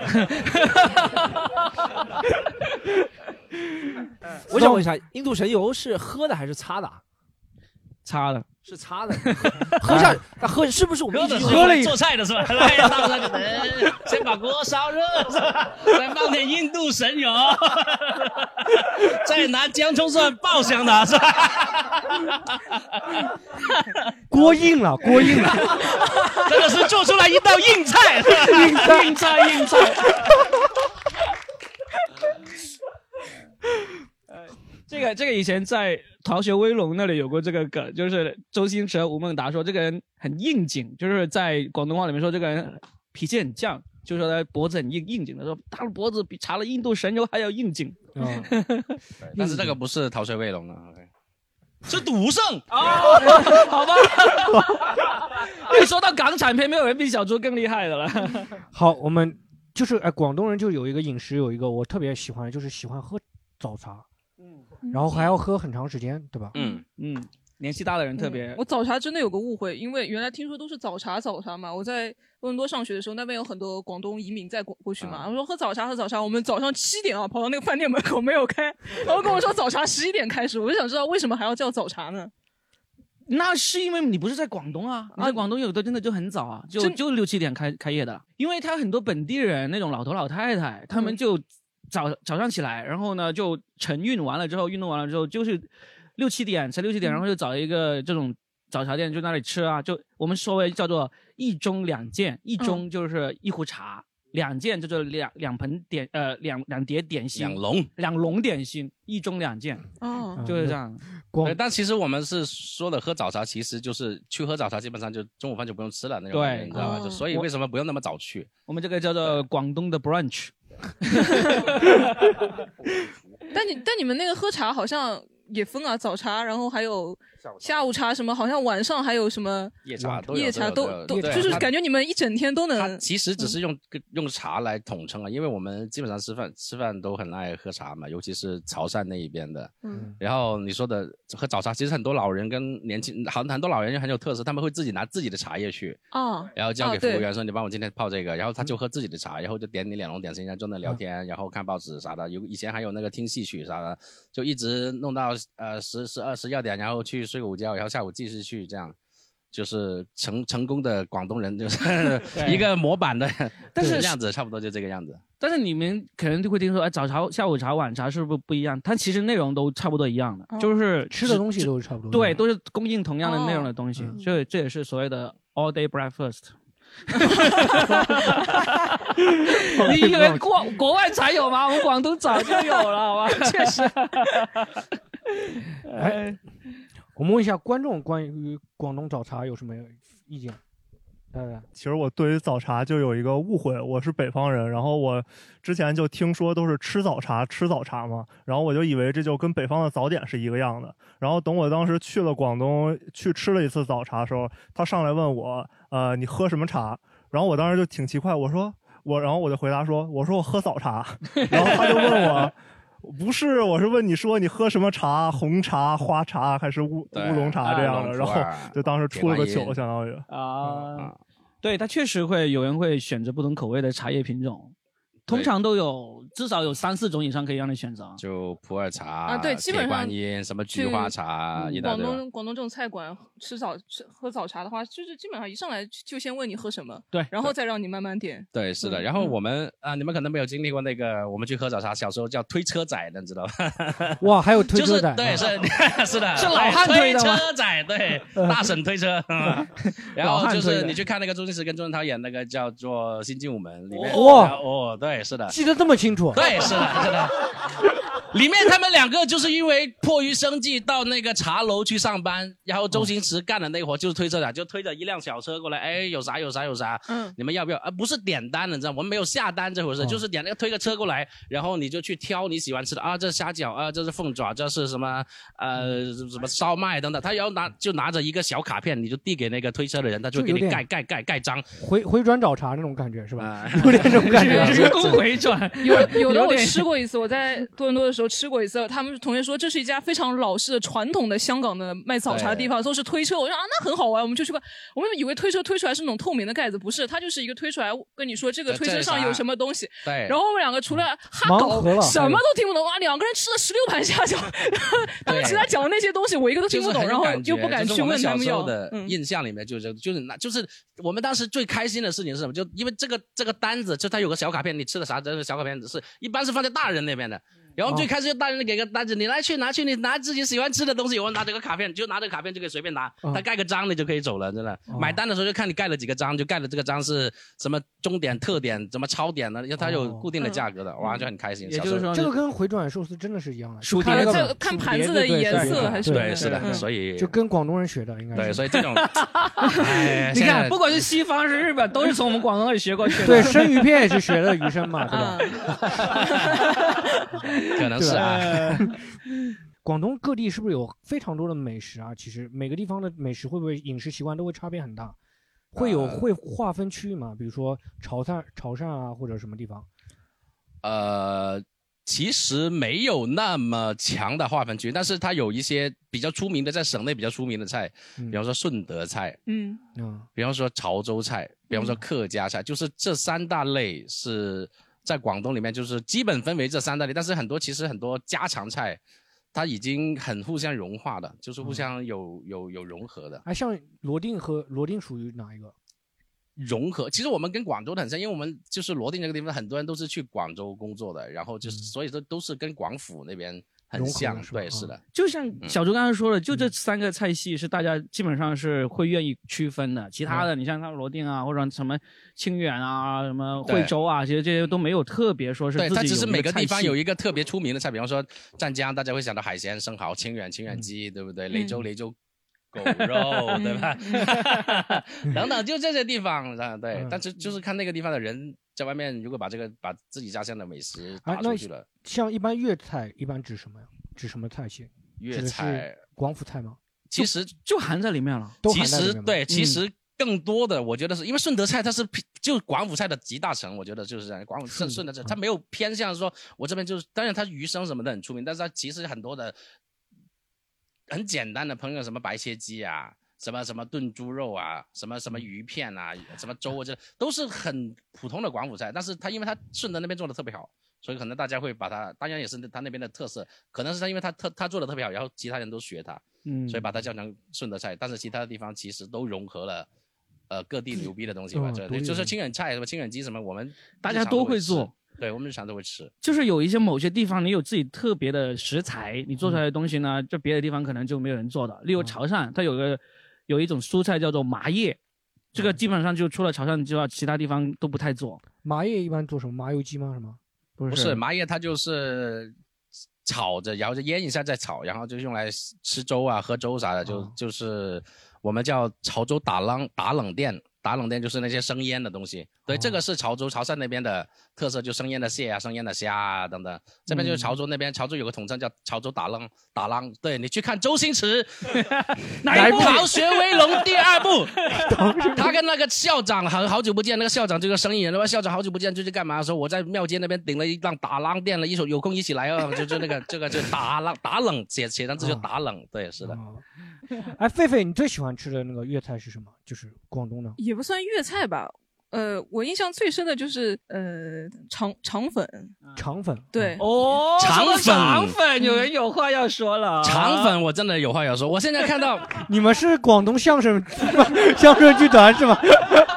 Speaker 7: 我想问一下，印度神油是喝的还是擦的啊？
Speaker 4: 擦的。
Speaker 7: 是擦的，喝下那喝是不是我们一直用
Speaker 3: 喝了一
Speaker 2: 做菜的 是吧？哎来，大哥，嗯先把锅烧热是吧？再放点印度神油， 再拿姜葱蒜爆香它是吧？
Speaker 3: 锅 硬了，锅硬了，
Speaker 2: 真的是做出来一道硬菜。
Speaker 4: 硬菜硬菜硬菜。这个这个以前在《逃学威龙》那里有过这个梗，就是周星驰和吴孟达说这个人很应景，就是在广东话里面说这个人脾气很犟，就说他脖子很硬应景的，说他的脖子比查了印度神油还要应景。
Speaker 3: 嗯，
Speaker 2: 但是这
Speaker 4: 嗯
Speaker 2: 个不是《逃学威龙》啊，是赌圣。
Speaker 4: 好吧，一哎说到港产片，没有人比小猪更厉害的了。
Speaker 3: 好，我们就是哎、广东人就有一个饮食，有一个我特别喜欢，就是喜欢喝早茶，嗯，然后还要喝很长时间，对吧？
Speaker 2: 嗯，
Speaker 4: 嗯，年纪大的人特别
Speaker 5: 嗯我早茶真的有个误会，因为原来听说都是早茶早茶嘛。我在多伦多上学的时候，那边有很多广东移民在过过去嘛。我说喝早茶喝早茶，我们早上七点啊跑到那个饭店门口没有开，然后跟我说早茶十一点开始，我就想知道为什么还要叫早茶呢？
Speaker 4: 那是因为你不是在广东啊，
Speaker 5: 你
Speaker 4: 啊，
Speaker 5: 在
Speaker 4: 广东有的真的就很早啊，就
Speaker 5: 真
Speaker 4: 就六七点开开业的了，因为他很多本地人那种老头老太太，他们
Speaker 5: 嗯
Speaker 4: 就早早上起来，然后呢就晨运完了之后，运动完了之后就是六七点才六七点，
Speaker 5: 嗯
Speaker 4: 然后就找一个这种早茶店就那里吃啊，就我们所谓叫做一盅两件，一盅
Speaker 5: 嗯
Speaker 4: 就是一壶茶，两件就是两两盆点呃两两碟点心
Speaker 2: 养，龙。
Speaker 4: 两笼点心，一盅两件
Speaker 5: 哦，
Speaker 3: 嗯
Speaker 4: 就是这。样。
Speaker 3: 广
Speaker 2: 对，但其实我们是说的喝早茶，其实就是去喝早茶，基本上就中午饭就不用吃了那种感觉，
Speaker 4: 对
Speaker 2: 你知道吧？
Speaker 5: 哦
Speaker 2: 就所以为什么不用那么早去？
Speaker 4: 我们这个叫做广东的 brunch。
Speaker 5: 但你但你们那个喝茶好像也分啊，早茶，然后还有下午茶什么，好像晚上还有什么
Speaker 2: 夜茶都有
Speaker 5: 夜茶
Speaker 2: 都
Speaker 5: 都
Speaker 2: 有
Speaker 5: 都，
Speaker 2: 对
Speaker 5: 就是
Speaker 2: 它
Speaker 5: 感觉你们一整天都
Speaker 2: 它
Speaker 5: 能。
Speaker 2: 其实只是用用茶来统称啊，因为我们基本上吃饭吃饭都很爱喝茶嘛，尤其是潮汕那一边的。
Speaker 5: 嗯
Speaker 2: 然后你说的喝早茶，其实很多老人跟年轻，很很多老人很有特色，他们会自己拿自己的茶叶去，
Speaker 5: 啊，
Speaker 2: 然后交
Speaker 5: 哦
Speaker 2: 给服务
Speaker 5: 对嗯
Speaker 2: 员说：“你帮我今天泡这个。”然后他就喝自己的茶，然后就点你两笼点心，然后就那聊天，然后看报纸啥的。有以前还有那个听戏曲啥的，就一直弄到呃十十二十一二点，然后去睡个午觉，然后下午继续去这样，就是成成功的广东人，就是 一个模板的，
Speaker 4: 但是
Speaker 2: 样子差不多就这个样子。
Speaker 4: 但是你们可能就会听说，哎，早茶、下午茶、晚茶是不是不一样？它其实内容都差不多一样的，
Speaker 5: 哦
Speaker 4: 就是
Speaker 3: 吃的东西
Speaker 4: 只
Speaker 3: 都是差不多的，
Speaker 4: 对，都是供应同样的内容的
Speaker 5: 哦
Speaker 4: 东西，
Speaker 3: 嗯
Speaker 4: 所以这也是所谓的 all day breakfast。你以为国国外才有吗？我们广东早就有了，好 吧？ 确 实，
Speaker 3: 哎，我们问一下观众关于广东早茶有什么意见？对对，
Speaker 8: 其实我对于早茶就有一个误会，我是北方人，然后我之前就听说都是吃早茶，吃早茶嘛，然后我就以为这就跟北方的早点是一个样的。然后等我当时去了广东去吃了一次早茶的时候，他上来问我，呃，你喝什么茶？然后我当时就挺奇怪，我说我，然后我就回答说，我说我喝早茶。然后他就问我。不是，我是问你说你喝什么茶，红茶、花茶还是乌
Speaker 2: 对 哎
Speaker 8: 乌龙茶这样
Speaker 2: 乌
Speaker 8: 的，
Speaker 2: 龙啊
Speaker 8: 然
Speaker 2: 普
Speaker 8: 后
Speaker 2: 洱
Speaker 8: 就当时出了个
Speaker 2: 铁观
Speaker 8: 糗，
Speaker 2: 音
Speaker 8: 相当于。嗯
Speaker 4: 啊，对，它确实会有人会选择不同口味的茶叶品种，通常都有至少有三四种以上可以让你选择。
Speaker 2: 就普洱茶
Speaker 5: 啊对基本
Speaker 2: 铁观
Speaker 5: 上嗯
Speaker 2: 音什么菊花茶一大
Speaker 5: 广
Speaker 2: 堆。
Speaker 5: 东广东这种菜馆吃早吃喝早茶的话，就是基本上一上来就先问你喝什么，
Speaker 4: 对
Speaker 5: 然后再让你慢慢点。
Speaker 2: 对，是的。
Speaker 5: 嗯
Speaker 2: 然后
Speaker 5: 嗯
Speaker 2: 我们啊，你们可能没有经历过那个，我们去喝早茶，小时候叫推车仔的，你知道吧？
Speaker 3: 哇，还有推车 仔，
Speaker 2: 就是 对，是是的，
Speaker 4: 啊是老汉推
Speaker 2: 推
Speaker 4: 的吗
Speaker 2: 车仔，对，大婶推车。
Speaker 4: 啊
Speaker 2: 嗯然
Speaker 4: 老
Speaker 2: 后
Speaker 4: 汉
Speaker 2: 就
Speaker 4: 推
Speaker 2: 是
Speaker 4: 的
Speaker 2: 你去看那个周星驰跟周润发演那个叫做《新精武门》里面，
Speaker 3: 哇
Speaker 2: 哦，对，是的，
Speaker 3: 记得这么清楚。
Speaker 2: 对，是的，是 的。里面他们两个就是因为迫于生计到那个茶楼去上班，然后周星驰干的那活就是推车仔，就推着一辆小车过来，哎，有啥有啥有啥，
Speaker 5: 嗯
Speaker 2: 你们要不要？啊，不是点单的，你知道，我们没有下单这回
Speaker 3: 嗯
Speaker 2: 事，就是点那个推个车过来，然后你就去挑你喜欢吃的啊，这虾饺啊，这是凤爪，这是什么呃什么烧麦等等，他然后拿就拿着一个小卡片，你就递给那个推车的人，他就
Speaker 3: 就
Speaker 2: 给
Speaker 3: 有
Speaker 2: 你
Speaker 3: 点
Speaker 2: 盖盖盖盖章，
Speaker 3: 回回转找茬那种感觉是吧？
Speaker 2: 啊、
Speaker 3: 有点这种感觉。
Speaker 4: 人工 回转，
Speaker 5: 有有的我
Speaker 4: 点
Speaker 5: 吃过一次，我在多伦多的时候吃过一次，他们同学说这是一家非常老式的传统的香港的卖早茶的地方，说是推车，我说啊那很好玩，我们就去看，我们以为推车推出来是那种透明的盖子，不是，它就是一个推出来跟你说这个
Speaker 2: 这
Speaker 5: 推车
Speaker 2: 是
Speaker 5: 上
Speaker 2: 啥
Speaker 5: 有什么东西，
Speaker 2: 对，嗯
Speaker 5: 然后我们两个除了哈
Speaker 3: 盲盒了
Speaker 5: 狗什么都听不懂，哇，两个人吃了十六盘虾 饺，他们其他讲的那些东西我一个都听
Speaker 2: 就是
Speaker 5: 不懂，
Speaker 2: 很有
Speaker 5: 然后
Speaker 2: 感
Speaker 5: 就
Speaker 2: 觉
Speaker 5: 不敢
Speaker 2: 就是
Speaker 5: 去
Speaker 2: 我们
Speaker 5: 问他
Speaker 2: 小
Speaker 5: 们
Speaker 2: 时
Speaker 5: 要
Speaker 2: 候的
Speaker 5: 嗯
Speaker 2: 印象里面就是就是那就是我们当时最开心的事情是什么？就因为这个这个单子，就它有个小卡片，你吃的啥？这个小卡片是一般是放在大人那边的。
Speaker 5: 嗯
Speaker 2: 然后最
Speaker 4: 哦
Speaker 2: 开始就大人给个单子，你来去拿去，你拿自己喜欢吃的东西，我拿这个卡片，你就拿这个卡片就可以随便拿，
Speaker 4: 哦
Speaker 3: 嗯
Speaker 2: 他盖个章你就可以走了，真的。买单的时候就看你盖了几个章，就盖了这个章是什么终点、特点、什么超点的，因为它有
Speaker 3: 哦
Speaker 2: 固
Speaker 5: 嗯
Speaker 2: 定的价格的，哇，就很开心。
Speaker 4: 也
Speaker 2: 小
Speaker 4: 就
Speaker 2: 时
Speaker 4: 是
Speaker 2: 候
Speaker 4: 说
Speaker 3: 这个跟回转寿司真的是一样的，
Speaker 4: 数
Speaker 3: 就看
Speaker 4: 碟
Speaker 3: 那
Speaker 5: 这
Speaker 3: 个
Speaker 5: 个看
Speaker 3: 数
Speaker 5: 盘
Speaker 3: 碟
Speaker 5: 子的
Speaker 3: 对
Speaker 5: 颜
Speaker 3: 对
Speaker 5: 色
Speaker 3: 对
Speaker 5: 还是
Speaker 3: 对
Speaker 2: 对，是的，
Speaker 5: 嗯
Speaker 2: 所以
Speaker 3: 就跟广东人学的应该
Speaker 2: 对，
Speaker 3: 是。
Speaker 2: 所以 这种，哎，
Speaker 4: 你
Speaker 2: 现在
Speaker 4: 看，不管是西方是日本，都是从我们广东那里学过去的。
Speaker 3: 对，生鱼片也是学的鱼 生嘛，对吧？
Speaker 5: 嗯。
Speaker 4: 嗯
Speaker 2: 可能是啊，
Speaker 3: 广东各地是不是有非常多的美食啊？其实每个地方的美食会不会饮食习惯都会差别很大？会有
Speaker 2: 呃
Speaker 3: 会划分区域嘛？比如说潮汕、潮汕啊，或者什么地方？
Speaker 2: 呃，其实没有那么强的划分区，但是它有一些比较出名的，在省内比较出名的菜，
Speaker 3: 嗯
Speaker 2: 比方说顺德菜，
Speaker 5: 嗯
Speaker 3: 嗯，
Speaker 2: 比方说潮州菜，比方说客家菜，就是这三大类是在广东里面就是基本分为这三大类，但是很多其实很多家常菜。它已经很互相融化的，就是互
Speaker 3: 嗯
Speaker 2: 相有、有有融合的
Speaker 3: 哎，像罗定和罗定属于哪一个？
Speaker 2: 融合。其实我们跟广州的很像，因为我们就是罗定这个地方，很多人都是去广州工作的，然后就是、所以说都是跟广府那边很
Speaker 3: 嗯融合
Speaker 2: 像
Speaker 3: 了，是吧嗯
Speaker 2: 对，是的。
Speaker 4: 就像小周刚才说的，就这三个菜系是大家基本上是会愿意区分的，其他的你像他罗定啊，或者什么清远啊、什么惠州啊，其实这些都没有特别说是
Speaker 2: 对，
Speaker 4: 自
Speaker 2: 它
Speaker 4: 己
Speaker 2: 只是
Speaker 4: 有一
Speaker 2: 每个地方有
Speaker 4: 一
Speaker 2: 一个特别出名的菜，比方说湛江，大家会想到海鲜、生蚝、清远、清
Speaker 3: 嗯
Speaker 2: 远鸡，对不对？雷州、雷州狗肉，对吧？
Speaker 4: 嗯
Speaker 2: 等等，就这些地方，啊，对
Speaker 3: 嗯。
Speaker 2: 但是就是看那个地方的人在外面，如果把这个把自己家乡的美食
Speaker 3: 哎
Speaker 2: 打
Speaker 3: 那
Speaker 2: 出去了，
Speaker 3: 像一般粤菜一般指什么呀？指什么菜系？
Speaker 2: 粤
Speaker 3: 指的是
Speaker 2: 菜
Speaker 3: 广府菜吗？
Speaker 2: 其实
Speaker 4: 就含在里面了。
Speaker 3: 都
Speaker 2: 其
Speaker 3: 含在里
Speaker 2: 实
Speaker 3: 面吗
Speaker 2: 对，其
Speaker 4: 嗯
Speaker 2: 实更多的我觉得是因为顺德菜它是偏就广府菜的集大成，我觉得就是这样。广府
Speaker 3: 是
Speaker 2: 顺
Speaker 3: 的
Speaker 2: 顺德菜
Speaker 3: 嗯
Speaker 2: 它没有偏向说，我这边就是当然它鱼生什么的很出名，但是它其实很多的很简单的烹饪，什么白切鸡啊。什么什么炖猪肉啊，什么
Speaker 4: 嗯
Speaker 2: 什么鱼片啊，什么粥啊，这都是很普通的广府菜。但是它因为它顺德那边做的特别好，所以可能大家会把它，当然也是它那边的特色，可能是它因为它特它做的特别好，然后其他人都学它，
Speaker 4: 嗯，
Speaker 2: 所以把它叫成顺德菜，但是其他的地方其实都融合了。呃，各地牛逼的东西
Speaker 4: 哦
Speaker 2: 吧，
Speaker 3: 嗯
Speaker 2: 这
Speaker 3: 独立
Speaker 2: 就是
Speaker 3: 的
Speaker 2: 清远菜什么清远鸡什么，我们
Speaker 4: 大家
Speaker 2: 日常都
Speaker 4: 都会
Speaker 2: 吃
Speaker 4: 做，
Speaker 2: 对我们日常都会吃。
Speaker 4: 就是有一些某些地方你有自己特别的食材，你做出来的东西呢，就别的地方可能就没有人做的。例如潮汕，它有个有一种蔬菜叫做麻叶，这个基本上就除了潮汕之外，其他地方都不太做。
Speaker 3: 麻叶一般做什么？麻油鸡吗？什么？
Speaker 4: 不
Speaker 2: 不是麻叶，它就是炒着，然后就腌一下再炒，然后就用来吃粥啊、喝粥啥的，就、
Speaker 3: 哦
Speaker 2: 就是我们叫潮州打浪打冷店。打冷店就是那些生腌的东西，对，这个是潮州、潮汕那边的特色，就生腌的蟹啊、生腌的虾啊等等。这边就是潮州那边，潮州有个统称叫潮州打浪打浪。对你去看周星驰哪一部《逃学威龙》 第二部，他跟那个校长好好久不见，那个校长就是个生意人，那个校长好久不见，最近干嘛？说我在庙街那边顶了一浪打浪店了，一手有空一起来哦，就就那个这个就打浪打冷写写上字就打冷，对，是的。
Speaker 3: 哦哎，狒狒，你最喜欢吃的那个粤菜是什么？就是广东的。
Speaker 5: 也不算粤菜吧。呃，我印象最深的就是呃肠肠粉，
Speaker 2: 啊
Speaker 3: 肠粉
Speaker 5: 对
Speaker 4: 哦
Speaker 2: 肠粉
Speaker 4: 肠粉，有人有话要说了。
Speaker 2: 肠粉我真的有话要说，我现在看 到
Speaker 3: 你们是广东相声 相声剧团是吗？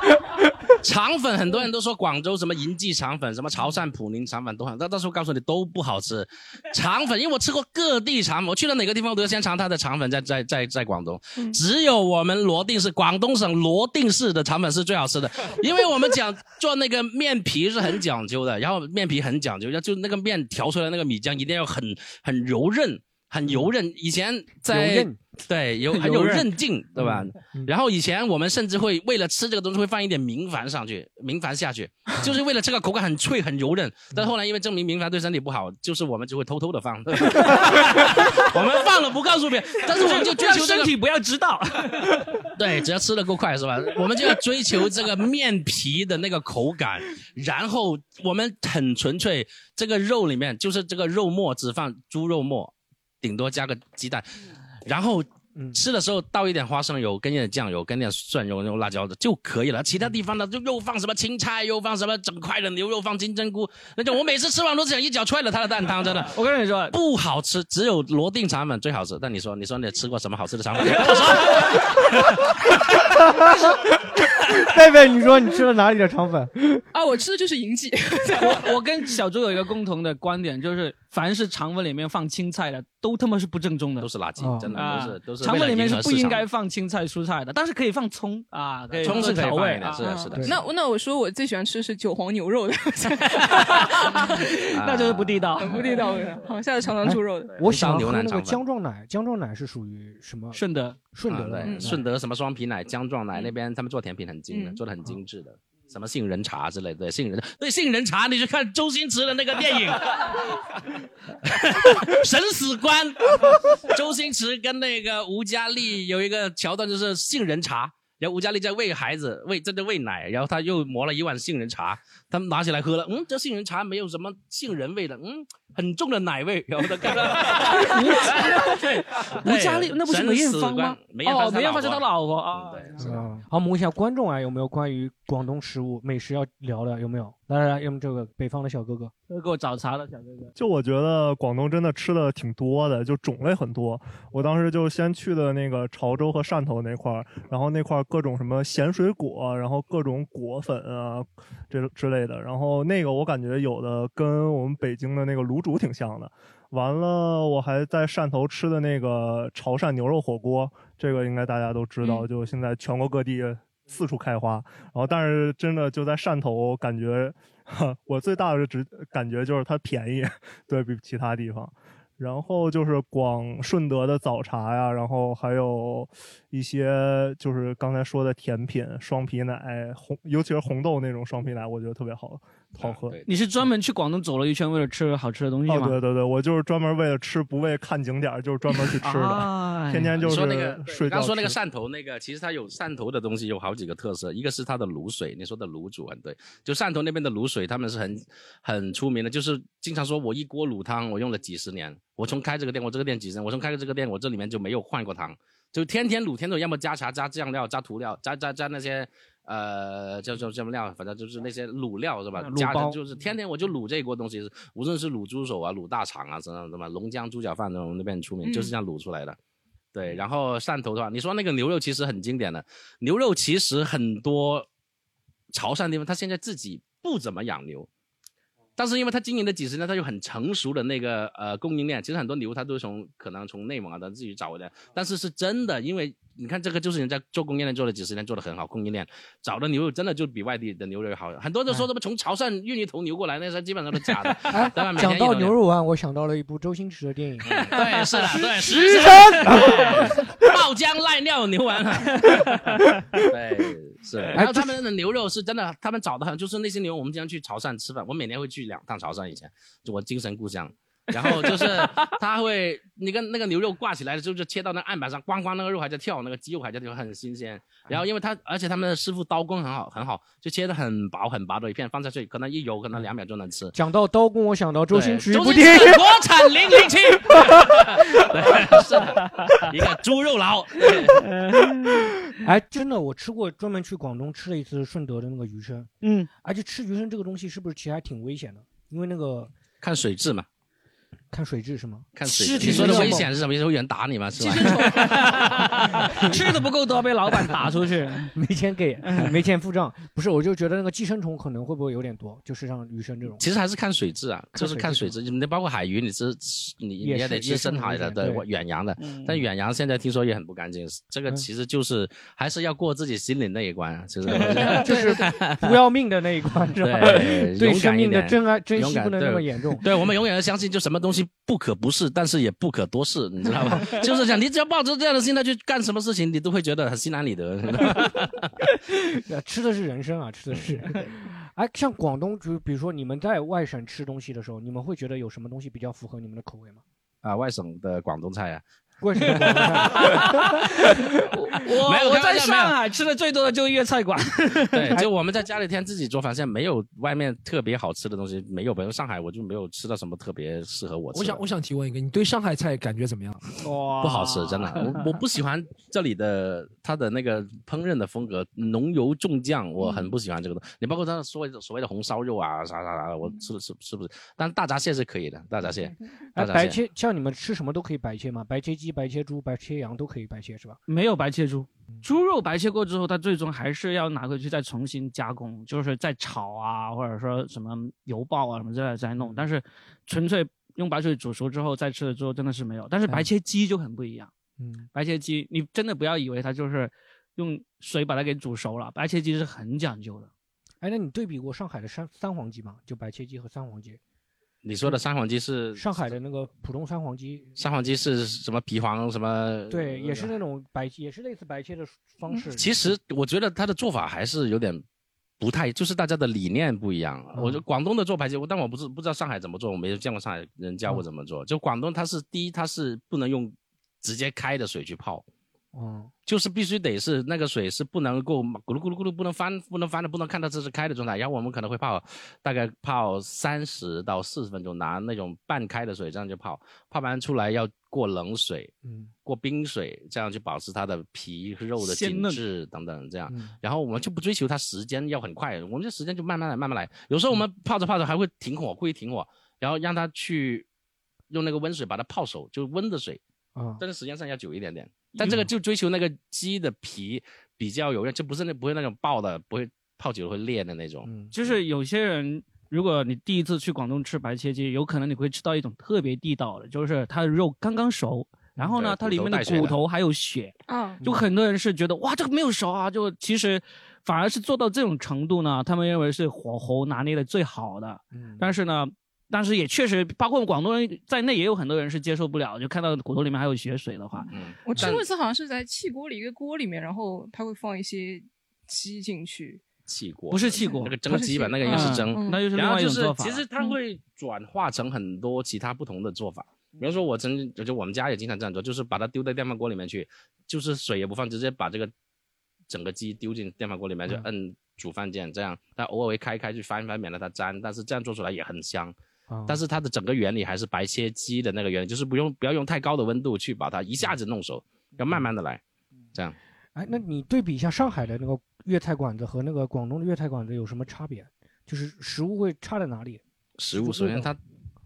Speaker 2: 肠粉，很多人都说广州什么银记肠粉、什么潮汕普宁肠粉都很，但到时候告诉你都不好吃。肠粉，因为我吃过各地肠粉，我去了哪个地方我都要先尝它的肠粉，在在在在广东，只有我们罗定市广东省罗定市的肠粉是最好吃的，因为我们讲做那个面皮是很讲究的，然后面皮很讲究，要就那个面调出来那个米浆一定要很很柔韧。很柔韧，以前
Speaker 7: 柔
Speaker 2: 在
Speaker 7: 韧
Speaker 2: 对有很
Speaker 7: 柔
Speaker 2: 有
Speaker 7: 韧
Speaker 2: 韧劲，对吧？然后以前我们甚至会为了吃这个东西会放一点明矾上去，明矾下去，就是为了这个口感很脆很柔韧。但后来因为证明明矾对身体不好，就是我们就会偷偷的放，我们放了不告诉别人，但是我们就追求这
Speaker 4: 身
Speaker 2: 个
Speaker 4: 体不要知道，
Speaker 2: 对，只要吃的够快是吧？我们就要追求这个面皮的那个口感，然后我们很纯粹，这个肉里面就是这个肉末只放猪肉末，顶多加个鸡蛋，然后。吃的时候倒一点花生油，跟一点酱油，跟一点蒜蓉、用辣椒的就可以了。其他地方的就又放什么青菜，又放什么整块的牛肉，放金针菇那种。我每次吃完都想一脚踹了他的蛋汤，真的。
Speaker 4: 我跟你说，
Speaker 2: 不好吃，只有罗定肠粉最好吃。但你说，你说你吃过什么好吃的肠粉？
Speaker 3: 贝贝，你说你吃了哪里的肠粉？
Speaker 5: 啊，我吃的就是银记，
Speaker 4: 我我跟小周有一个共同的观点，就是凡是肠粉里面放青菜的，都他妈是不正宗的，
Speaker 2: 都是垃圾，
Speaker 3: 哦
Speaker 2: 真的
Speaker 4: 啊
Speaker 2: 都是都是为了
Speaker 4: 肠粉里面是
Speaker 2: 迎合
Speaker 4: 不
Speaker 2: 市
Speaker 4: 应
Speaker 2: 场
Speaker 4: 该放青菜蔬菜的，但是可以放葱啊，可以
Speaker 2: 葱是可以
Speaker 4: 调
Speaker 2: 放
Speaker 4: 味
Speaker 2: 一点，是的，
Speaker 4: 啊
Speaker 2: 是的
Speaker 3: 对，
Speaker 5: 那那我说我最喜欢吃的是韭黄牛肉的，
Speaker 2: 啊
Speaker 4: 那就是不地道。哎
Speaker 5: 很 不地道的，好像是长长猪肉的。
Speaker 3: 我想
Speaker 2: 牛
Speaker 3: 喝
Speaker 2: 腩
Speaker 3: 那个
Speaker 2: 肠
Speaker 3: 姜撞奶，姜撞奶是属于什么？
Speaker 4: 顺德嗯
Speaker 3: 顺德
Speaker 2: 啊
Speaker 3: 的
Speaker 2: 对，
Speaker 3: 嗯
Speaker 2: 顺德什么双皮奶、姜撞奶那边，他们做甜品很精的，
Speaker 5: 嗯
Speaker 2: 做的很精致的。什么杏仁茶之类的，对杏仁 对杏仁茶，你去看周星驰的那个电影
Speaker 4: 哎
Speaker 2: 《审死官》， 周星驰跟那个吴佳丽有一个桥段，就是杏仁茶，然后吴佳丽在喂孩子喂正在喂奶，然后他又磨了一碗杏仁茶，他们拿起来喝了，嗯，这杏仁茶没有什么杏仁味的，嗯，很重的奶味， 然后他看到，对，
Speaker 4: 哎吴佳丽那不是梅艳芳吗？
Speaker 2: 梅艳
Speaker 4: 哦，
Speaker 2: 芳，
Speaker 4: 梅艳芳是他。老婆啊。
Speaker 2: 嗯对
Speaker 3: 啊，好，我们问一下观众啊，有没有关于广东食物美食要聊的？有没有？来来来，要么这个北方的小哥哥，
Speaker 4: 都给我找茬了，小哥哥。
Speaker 8: 就我觉得广东真的吃的挺多的，就种类很多。我当时就先去的那个潮州和汕头那块儿，然后那块儿各种什么咸水果，然后各种果粉啊，这之类的。然后那个我感觉有的跟我们北京的那个卤煮挺像的。完了，我还在汕头吃的那个潮汕牛肉火锅，这个应该大家都知道，
Speaker 5: 嗯
Speaker 8: 就现在全国各地四处开花。然后，但是真的就在汕头，感觉 我最大的直感觉就是它便宜， 对比其他地方。然后就是广顺德的早茶呀，然后还有一些就是刚才说的甜品，双皮奶红，尤其是红豆那种双皮奶，我觉得特别好
Speaker 2: 啊
Speaker 8: 好喝。
Speaker 4: 你是专门去广东走了一圈，为了吃好吃的东西
Speaker 8: 哦，
Speaker 4: 吗？
Speaker 8: 对对对，我就是专门为了吃，不为看景点儿，就是专门去吃的，
Speaker 3: 啊
Speaker 4: 哎
Speaker 8: 天天就
Speaker 2: 你
Speaker 8: 是
Speaker 2: 说那个，
Speaker 8: 睡
Speaker 2: 你
Speaker 8: 觉
Speaker 2: 刚
Speaker 8: 吃。
Speaker 2: 说那个汕头那个，其实它有汕头的东西有好几个特色，一个是它的卤水，你说的卤煮很对，就汕头那边的卤水，他们是很很出名的，就是经常说我一锅卤汤我用了几十年，我从开这个店，我这个店几十年，我从开这个店，我这里面就没有换过汤，就天天卤，天天卤，要么加茶加酱料加涂料加加加那些。呃，叫叫什么料？反正就是那些卤料是吧？
Speaker 4: 嗯卤
Speaker 2: 加的
Speaker 4: 包
Speaker 2: 就是天天我就卤这一锅东西，无论是卤猪手啊、卤大肠啊，什么什么龙江猪脚饭那种那边很出名，就是这样卤出来的。对，然后汕头的话，你说那个牛肉其实很经典的，牛肉其实很多潮汕地方，他现在自己不怎么养牛，但是因为他经营了几十年，他有很成熟的那个呃供应链。其实很多牛他都是从可能从内蒙啊等自己找的，但是是真的，因为你看这个就是人家做供应链做了几十年，做的很好，供应链找的牛肉真的就比外地的牛肉好。很多人都说什么从潮汕运一头牛过来，那是基本上都是假的。
Speaker 3: 哎
Speaker 2: 当然每天
Speaker 3: 讲到
Speaker 2: 一头
Speaker 3: 牛肉丸，我想到了一部周星驰的电影，
Speaker 2: 对，是的，对，
Speaker 3: 食
Speaker 2: 时
Speaker 3: 神
Speaker 2: 爆浆赖尿牛丸。啊对，是。
Speaker 4: 哎
Speaker 7: 哎
Speaker 2: 然后他们的牛肉是真的，他们找的很，就是那些牛，我们经常去潮汕吃饭，我每年会去两趟潮汕，以前就我精神故乡。然后 就是它会那个那个牛肉挂起来之后就切到那案板上，咣咣那个肉还在跳，那个鸡肉还在跳，很新鲜。然后因为它而且他们的师傅刀工很好很好，就切的很薄很薄的一片放下去，可能一油可能两秒就能吃。
Speaker 4: 嗯
Speaker 3: 讲到刀工，我想到周星驰一
Speaker 2: 周
Speaker 3: 部
Speaker 2: 星
Speaker 3: 电
Speaker 2: 驰
Speaker 3: 影，
Speaker 2: 国产零零 七，对，是的， 一个猪肉佬。对
Speaker 3: 哎，真的，我吃过，专门去广东吃了一次顺德的那个鱼生，
Speaker 4: 嗯，
Speaker 3: 而且吃鱼生这个东西是不是其实还挺危险的？因为那个
Speaker 2: 看水质嘛，
Speaker 3: 看水质是吗？
Speaker 2: 看水
Speaker 3: 尸
Speaker 2: 质。
Speaker 3: 体
Speaker 2: 你说的
Speaker 3: 是
Speaker 2: 危
Speaker 3: 吗
Speaker 2: 险是什么？有人打你吗？是吧？
Speaker 4: 吃的不够多啊 被老板打出去。 嗯
Speaker 3: 没钱给，没钱付账，不是，我就觉得那个寄生虫可能会不会有点多，就是像鱼生这 种。
Speaker 2: 其实还是看水质啊，
Speaker 3: 看
Speaker 2: 就是看水
Speaker 3: 水
Speaker 2: 质。你包括海鱼，你吃你你
Speaker 3: 也是
Speaker 2: 得吃
Speaker 3: 也是
Speaker 2: 深
Speaker 3: 很
Speaker 2: 海
Speaker 3: 危
Speaker 2: 的，
Speaker 3: 险
Speaker 2: 对
Speaker 3: 对
Speaker 2: 远洋的。
Speaker 4: 嗯
Speaker 2: 但远洋现在听说也很不干净，这个
Speaker 3: 嗯
Speaker 2: 其实就是还是要过自己心里那一关啊，就是
Speaker 3: 就是不要命的那一关是吧？
Speaker 2: 对
Speaker 3: 对
Speaker 2: 勇
Speaker 3: 生
Speaker 2: 敢一
Speaker 3: 命的
Speaker 2: 点。
Speaker 3: 珍爱珍
Speaker 2: 勇
Speaker 3: 惜
Speaker 2: 敢
Speaker 3: 不能那
Speaker 2: 对
Speaker 3: 么严重。
Speaker 2: 对我们永远要相信，就什么东西不可不试，但是也不可多试，你知道吧？ 就是讲，你只要抱着这样的心态去干什么事情，你都会觉得很心安理得。
Speaker 3: 呃，吃的是人参啊，吃的是。
Speaker 2: 嗯
Speaker 3: 哎，像广东，就比如说你们在外省吃东西的时候，你们会觉得有什么东西比较符合你们的口味 吗？
Speaker 2: 啊，外省的广东菜啊，
Speaker 3: 为什么广东菜？
Speaker 4: 我
Speaker 2: 没有
Speaker 4: 我
Speaker 2: 开玩笑没
Speaker 4: 在
Speaker 2: 有
Speaker 4: 上海吃的最多的就是粤菜馆，
Speaker 2: 对，就我们在家里天自己做饭，现在没有外面特别好吃的东西，没有。比如上海，我就没有吃到什么特别适合我吃的。
Speaker 7: 我想，我想提问一个，你对上海菜感觉怎么样？
Speaker 4: 哇
Speaker 2: 不好吃， 真的，我我不喜欢这里的它的那个烹饪的风格，浓油重酱，我
Speaker 3: 嗯
Speaker 2: 很不喜欢这个东西。你包括它所谓的所谓的红烧肉啊，啥啥啥的，我吃了吃吃不是？但大闸蟹是可以的，大闸蟹，大
Speaker 3: 哎，
Speaker 2: 闸
Speaker 3: 白
Speaker 2: 蟹。
Speaker 3: 切，像你们吃什么都可以白切吗？白切鸡、白切猪、白切羊都可以白切是吧？
Speaker 4: 没有白切猪，猪肉白切过之后，它最终还是要拿回去再重新加工，就是再炒啊，或者说什么油爆啊什么之类的再
Speaker 2: 嗯
Speaker 4: 弄。但是纯粹用白水煮熟之后再吃了之后，真的是没有。但是
Speaker 2: 嗯
Speaker 4: 白切鸡就很不一样，
Speaker 7: 嗯，
Speaker 4: 白切鸡你真的不要以为它就是用水把它给煮熟了，白切鸡是很讲究的。
Speaker 3: 哎，那你对比过上海的三三黄鸡吗？就白切鸡和三黄鸡，
Speaker 2: 你说的三黄鸡是
Speaker 3: 上海的那个普通三黄鸡，
Speaker 2: 三黄鸡是什么皮黄什么？
Speaker 3: 对，也是那种白，也是类似白切的方式。
Speaker 2: 嗯其实我觉得他的做法还是有点不太，就是大家的理念不一样。啊我觉
Speaker 3: 嗯
Speaker 2: 得广东的做白切，但我不是不知道上海怎么做，我没有见过上海人教
Speaker 3: 嗯
Speaker 2: 我怎么做。就广东，它是第一，它是不能用直接开的水去泡。
Speaker 3: 嗯，
Speaker 2: 就是必须得是那个水是不能够咕噜咕噜咕噜不能翻不能翻的不能看到这是开的状态，然后我们可能会泡大概泡三十到四十分钟，拿那种半开的水这样去泡，泡完出来要过冷水，
Speaker 3: 嗯，
Speaker 2: 过冰水，这样去保持它的皮肉的
Speaker 4: 鲜
Speaker 2: 紧
Speaker 4: 嫩
Speaker 2: 致等等这样。
Speaker 3: 嗯
Speaker 2: 然后我们就不追求它时间要很快，我们这时间就慢慢来，慢慢来。有
Speaker 3: 嗯
Speaker 2: 时候我们泡着泡着还会停火，故意停火，然后让它去用那个温水把它泡熟，就温的水，
Speaker 3: 啊，哎
Speaker 2: 但是时间上要久一点点。但这个就追求那个鸡的皮比较有用，就不是那不会那种爆的，不会泡久了会裂的那种。
Speaker 3: 嗯，
Speaker 4: 就是有些人，如果你第一次去广东吃白切鸡，有可能你会吃到一种特别地道的，就是它的肉刚刚熟，然后呢，
Speaker 2: 对
Speaker 4: 它里面
Speaker 2: 嗯骨头带
Speaker 4: 的
Speaker 2: 血的
Speaker 4: 骨头还有血，
Speaker 5: 啊，
Speaker 2: 嗯
Speaker 4: 就很多人是觉得哇，这个没有熟啊，就其实反而是做到这种程度呢，他们认为是火候拿捏的最好的，
Speaker 3: 嗯
Speaker 4: 但是呢。但是也确实，包括广东人在内，也有很多人是接受不了，就看到骨头里面还有血水的话，
Speaker 2: 嗯，
Speaker 5: 我吃
Speaker 2: 但
Speaker 5: 过一次，好像是在汽锅里一个锅里面，然后它会放一些鸡进去，
Speaker 2: 气锅
Speaker 4: 不是气锅
Speaker 2: 那个蒸鸡吧，那个应该是蒸。
Speaker 5: 嗯
Speaker 4: 那就是另
Speaker 2: 然后
Speaker 4: 外一
Speaker 2: 就
Speaker 4: 种
Speaker 2: 是
Speaker 4: 做法
Speaker 2: 其
Speaker 4: 了。嗯
Speaker 2: 实它会转化成很多其他不同的做法。比如说我曾就就我们家也经常这样做，就是把它丢在电饭锅里面去，就是水也不放，直接把这个整个鸡丢进电饭锅里面，
Speaker 4: 嗯
Speaker 2: 就摁煮饭键这样。但偶尔会开一开去翻一翻，免得它粘。但是这样做出来也很香。
Speaker 4: 哦嗯
Speaker 3: 啊
Speaker 2: 但是它的整个原理还是白切鸡的那个原理，就是不用不要用太高的温度去把它一下子弄熟，要慢慢的来。
Speaker 4: 嗯
Speaker 2: 这样，
Speaker 3: 哎，那你对比一下上海的那个粤菜馆子和那个广东的粤菜馆子有什么差别？就是食物会差在哪里？
Speaker 2: 食物首先它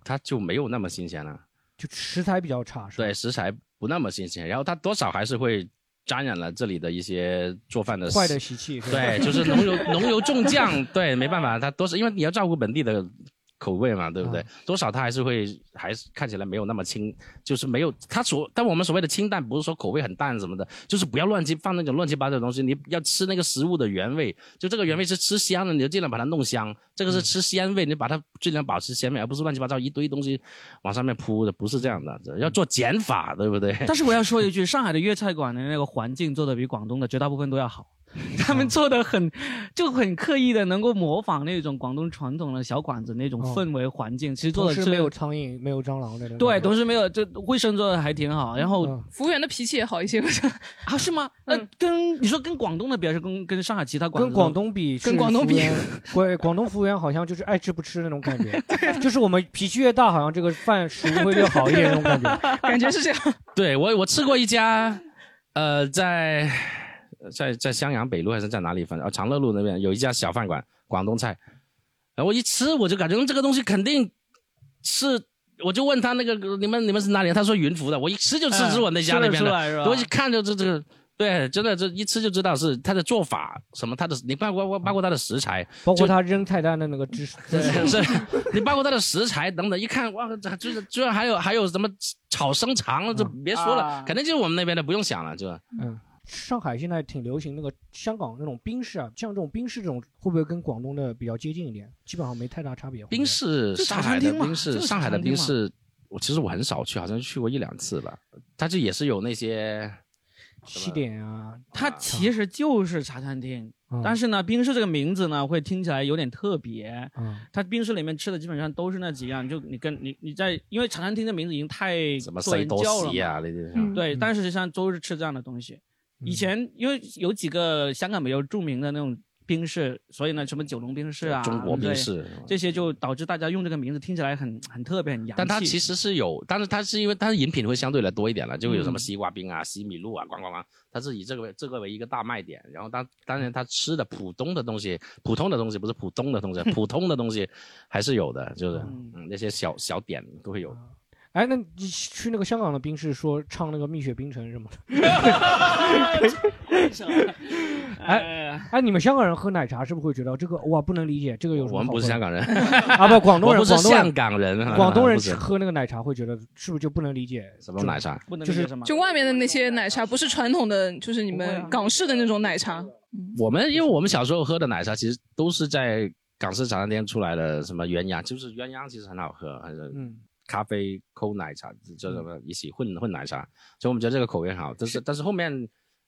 Speaker 2: 它就没有那么新鲜了，
Speaker 3: 就食材比较差，是吧？
Speaker 2: 对，食材不那么新鲜，然后它多少还是会沾染了这里的一些做饭的
Speaker 3: 坏的习气，是吧
Speaker 2: 对，就是浓油 浓油重酱，对，没办法，它多少因为你要照顾本地的口味嘛，对不对？多少它还是会还是看起来没有那么清，就是没有它所，但我们所谓的清淡，不是说口味很淡什么的，就是不要乱七放那种乱七八糟的东西，你要吃那个食物的原味，就这个原味是吃香的，你就尽量把它弄香；这个是吃鲜味，你把它尽量保持鲜味，而不是乱七八糟一堆东西往上面铺的，不是这样的，要做减法，对不对？
Speaker 4: 但是我要说一句，上海的粤菜馆的那个环境做的比广东的绝大部分都要好。
Speaker 3: 嗯
Speaker 4: 他们做的很就很刻意的能够模仿那种广东传统的小馆子那种
Speaker 3: 哦
Speaker 4: 氛围环境，其实做
Speaker 3: 同
Speaker 4: 的
Speaker 3: 时
Speaker 4: 是
Speaker 3: 没有苍蝇，没有蟑螂的那种。
Speaker 4: 对，同时没有，这卫生做的还挺好。然后
Speaker 3: 嗯
Speaker 5: 服务员的脾气也好一些，我想
Speaker 4: 啊，是吗？那跟你说跟广东的比，还是跟跟上海其他馆子
Speaker 3: 跟
Speaker 4: 都
Speaker 3: 广东比，
Speaker 5: 跟广东比，
Speaker 3: 广广东服务员好像就是爱吃不吃那种感觉，就是 我们脾气越大，好像这个 饭食物会越好一点那种感觉。
Speaker 5: 感觉是这样。
Speaker 2: 对我，我吃过一家，呃，在在在襄阳北路还是在哪里，反正啊长乐路那边有一家小饭馆，广东菜。然后我一吃，我就感觉嗯这个东西肯定是，我就问他那个你们你们是哪里的？他说云浮的。我一吃就
Speaker 5: 嗯
Speaker 2: 吃出我那家那边
Speaker 4: 吃得出
Speaker 2: 的，
Speaker 4: 来是吧
Speaker 2: 我一看就这这个。对，真的，这一吃就知道是他的做法，什么他的，你包括包括他的食材，
Speaker 3: 包括他扔菜单的那个姿势，姿势
Speaker 2: 是，你包括它的食材等等，一看哇，这就是居然还有还有什么炒生肠，这别说了
Speaker 4: 啊，
Speaker 2: 肯定就是我们那边的，不用想了，就是。
Speaker 3: 嗯，上海现在挺流行那个香港那种冰室啊，像这种冰室这种会不会跟广东的比较接近一点？基本上没太大差别。
Speaker 2: 冰室，
Speaker 4: 就
Speaker 2: 上
Speaker 4: 茶
Speaker 2: 海
Speaker 4: 餐
Speaker 2: 的
Speaker 4: 厅嘛
Speaker 2: 冰室，
Speaker 4: 就是
Speaker 2: 上
Speaker 4: 茶
Speaker 2: 海的
Speaker 4: 餐厅
Speaker 2: 冰
Speaker 4: 嘛
Speaker 2: 室，我其实我很少去，好像去过一两次吧。它就也是有那些，
Speaker 3: 西点啊，
Speaker 4: 它其实就是茶餐厅，
Speaker 3: 嗯
Speaker 4: 但是呢，冰室这个名字呢，会听起来有点特别。
Speaker 3: 嗯
Speaker 4: 它冰室里面吃的基本上都是那几样，就你跟你你在，因为茶餐厅的名字已经太
Speaker 2: 什么
Speaker 4: 多
Speaker 2: 西
Speaker 4: 人
Speaker 2: 多
Speaker 4: 叫了
Speaker 2: 士
Speaker 4: 嘛。
Speaker 2: 啊那些。
Speaker 5: 嗯
Speaker 4: 对，
Speaker 3: 嗯
Speaker 4: 但是实际上都是吃这样的东西。以前因为有几个香港比较著名的那种冰室，所以呢，什么九龙冰室啊，
Speaker 2: 中国冰
Speaker 4: 对
Speaker 2: 室，
Speaker 4: 这些，就导致大家用这个名字听起来很很特别、很洋气。
Speaker 2: 但它其实是有，但是它是因为它的饮品会相对来多一点了，就会有什么
Speaker 4: 嗯
Speaker 2: 西瓜冰啊、西米露啊，咣咣咣，它是以这个为这个为一个大卖点。然后当当然它吃的普通的东西，普通的东西不是普通的东西，普通的东西还是有的，就是
Speaker 4: 嗯
Speaker 2: 嗯那些小小点都会有。
Speaker 3: 哎，那你去那个香港的冰室说唱那个蜜雪冰 城什么的？
Speaker 4: 哎，
Speaker 3: 哎，你们香港人喝奶茶是不是会觉得这个哇不能理解？这个有什么
Speaker 2: 我
Speaker 3: 好喝
Speaker 2: 们
Speaker 3: 的？
Speaker 2: 不是香港人，
Speaker 3: 啊，不，广东
Speaker 2: 我
Speaker 3: 人，
Speaker 2: 不是
Speaker 3: 广东
Speaker 2: 香
Speaker 3: 人，
Speaker 2: 港人，
Speaker 3: 广东人
Speaker 2: 不是
Speaker 3: 喝那个奶茶会觉得是不是就不能理解
Speaker 2: 什么奶茶？
Speaker 4: 不能
Speaker 3: 就
Speaker 4: 理
Speaker 3: 是
Speaker 4: 解什么。
Speaker 5: 就外面的那些奶茶，不是传统的，就是你
Speaker 4: 不会啊
Speaker 5: 们港式的那种奶茶。
Speaker 2: 我们因为我们小时候喝的奶茶，其实都是在港式茶餐厅出来的，什么鸳鸯，就是鸳鸯其实很好喝，还是
Speaker 3: 嗯，
Speaker 2: 咖啡抠奶茶，这什么一起混混奶茶，所以我们觉得这个口味很好。但是但是后面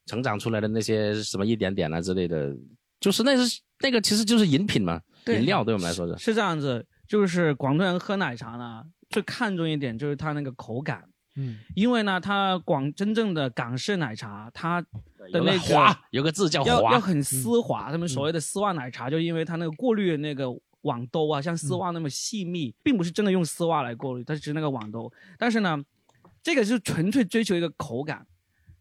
Speaker 2: 成长出来的那些什么一点点啊之类的，就是那是那个其实就是饮品嘛，
Speaker 5: 对
Speaker 2: 饮料对我们来说是。
Speaker 4: 是这样子，就是广东人喝奶茶呢，最看重一点就是它那个口感。
Speaker 3: 嗯，
Speaker 4: 因为呢，它广真正的港式奶茶，它的
Speaker 2: 有
Speaker 4: 那
Speaker 2: 个
Speaker 4: 个
Speaker 2: 滑，有个字叫
Speaker 4: 要要
Speaker 2: 滑，嗯
Speaker 4: 很丝滑。他们所谓的丝袜奶茶，就因为它那个过滤的那个网兜啊，像丝
Speaker 2: 嗯
Speaker 4: 袜那么细密，并不是真的用丝袜来过滤，它只是那个网兜。但是呢，这个是纯粹追求一个口感，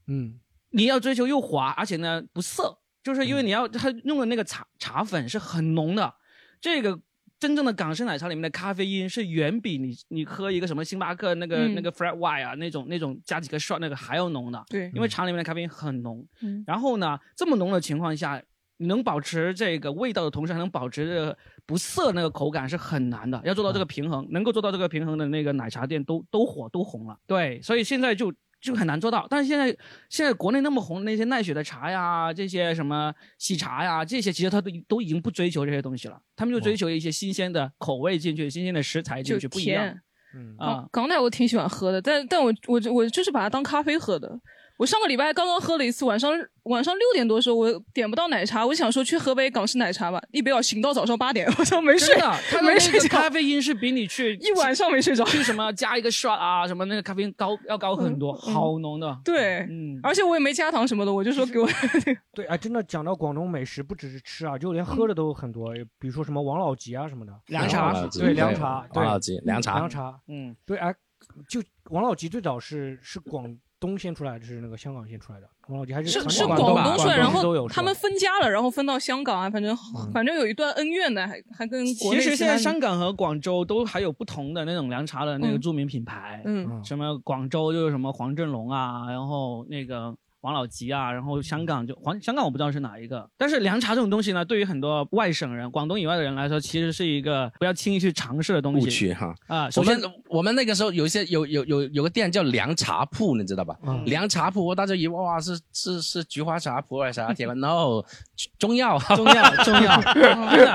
Speaker 3: 嗯
Speaker 4: 你要追求又滑，而且呢不涩，就是
Speaker 5: 嗯
Speaker 4: 因为你要它用的那个茶茶粉是很浓的，这个。真正的港式奶茶里面的咖啡因是远比你你喝一个什么星巴克那个、
Speaker 5: 嗯
Speaker 4: 那个 flat white 啊那种那种加几个 shot 那个还要浓的，
Speaker 5: 对，
Speaker 4: 因为茶里面的咖啡因很浓。
Speaker 5: 嗯
Speaker 4: 然后呢，这么浓的情况下，你能保持这个味道的同时，还能保持这个不涩那个口感是很难的。要做到
Speaker 5: 嗯
Speaker 4: 这个平衡，能够做到这个平衡的那个奶茶店都都火都红了。对，所以现在就。就很难做到，但是现在现在国内那么红的那些奈雪的茶呀，这些什么喜茶呀，这些其实他都都已经不追求这些东西了，他们就追求一些新鲜的口味进去，新鲜的食材进
Speaker 5: 就
Speaker 4: 去，不一样
Speaker 5: 甜。
Speaker 3: 嗯
Speaker 4: 啊
Speaker 5: 港。港奶我挺喜欢喝的，但但我我我就是把它当咖啡喝的。我上个礼拜刚刚喝了一次，晚上晚上六点多的时候，我点不到奶茶，我想说去喝杯港式奶茶吧，一杯要醒到早上八点， 我想没睡
Speaker 4: 真的，它，的
Speaker 5: 没
Speaker 4: 那
Speaker 5: 睡
Speaker 4: 个
Speaker 5: 着，
Speaker 4: 咖啡因是比你去
Speaker 5: 一晚上没睡着。
Speaker 4: 去什么加一个 shot 啊，什么那个咖啡因高要高很多，
Speaker 5: 嗯
Speaker 4: 好浓的。
Speaker 5: 对，
Speaker 4: 嗯，
Speaker 5: 而且我也没加糖什么 的，我就说给我。
Speaker 3: 对，哎，真的讲到广东美食，不只是吃啊，就连喝的都很多，比如说什么王老吉啊什么的，
Speaker 4: 凉茶
Speaker 2: 王老吉
Speaker 3: 对凉茶对
Speaker 2: 王老吉凉茶
Speaker 3: 凉，茶，
Speaker 4: 嗯，
Speaker 3: 对，哎，就王老吉最早是是广东先出来的，是那个香港先出来的，王老吉还是
Speaker 5: 是
Speaker 3: 传
Speaker 5: 是
Speaker 3: 广
Speaker 5: 广
Speaker 3: 东
Speaker 5: 东出来，然
Speaker 3: 都有
Speaker 5: 后
Speaker 3: 是吧嗯
Speaker 5: 他们分家了，然后分到香港啊，反正反正有一段恩怨呢，还还跟
Speaker 4: 其
Speaker 5: 国内
Speaker 4: 实
Speaker 5: 其
Speaker 4: 现
Speaker 5: 他
Speaker 4: 在香港和广州都还有不同的那种凉茶的那个著名品牌，
Speaker 5: 嗯
Speaker 3: 嗯
Speaker 4: 什么广州就是什么黄振龙啊，然后那个。王老吉啊，然后香港就黄香港我不知道是哪一个，但是凉茶这种东西呢，对于很多外省人、广东以外的人来说，其实是一个不要轻易去尝试的东
Speaker 2: 误
Speaker 4: 西
Speaker 2: 区哈。
Speaker 4: 啊。
Speaker 2: 我
Speaker 4: 首先
Speaker 2: 们，我们那个时候有一些有有有有个店叫凉茶铺，你知道吧？
Speaker 3: 嗯
Speaker 2: 凉茶铺，大家以为哇是是是菊花茶、普洱茶、铁观，no，中药。
Speaker 4: 嗯 中药，中 药，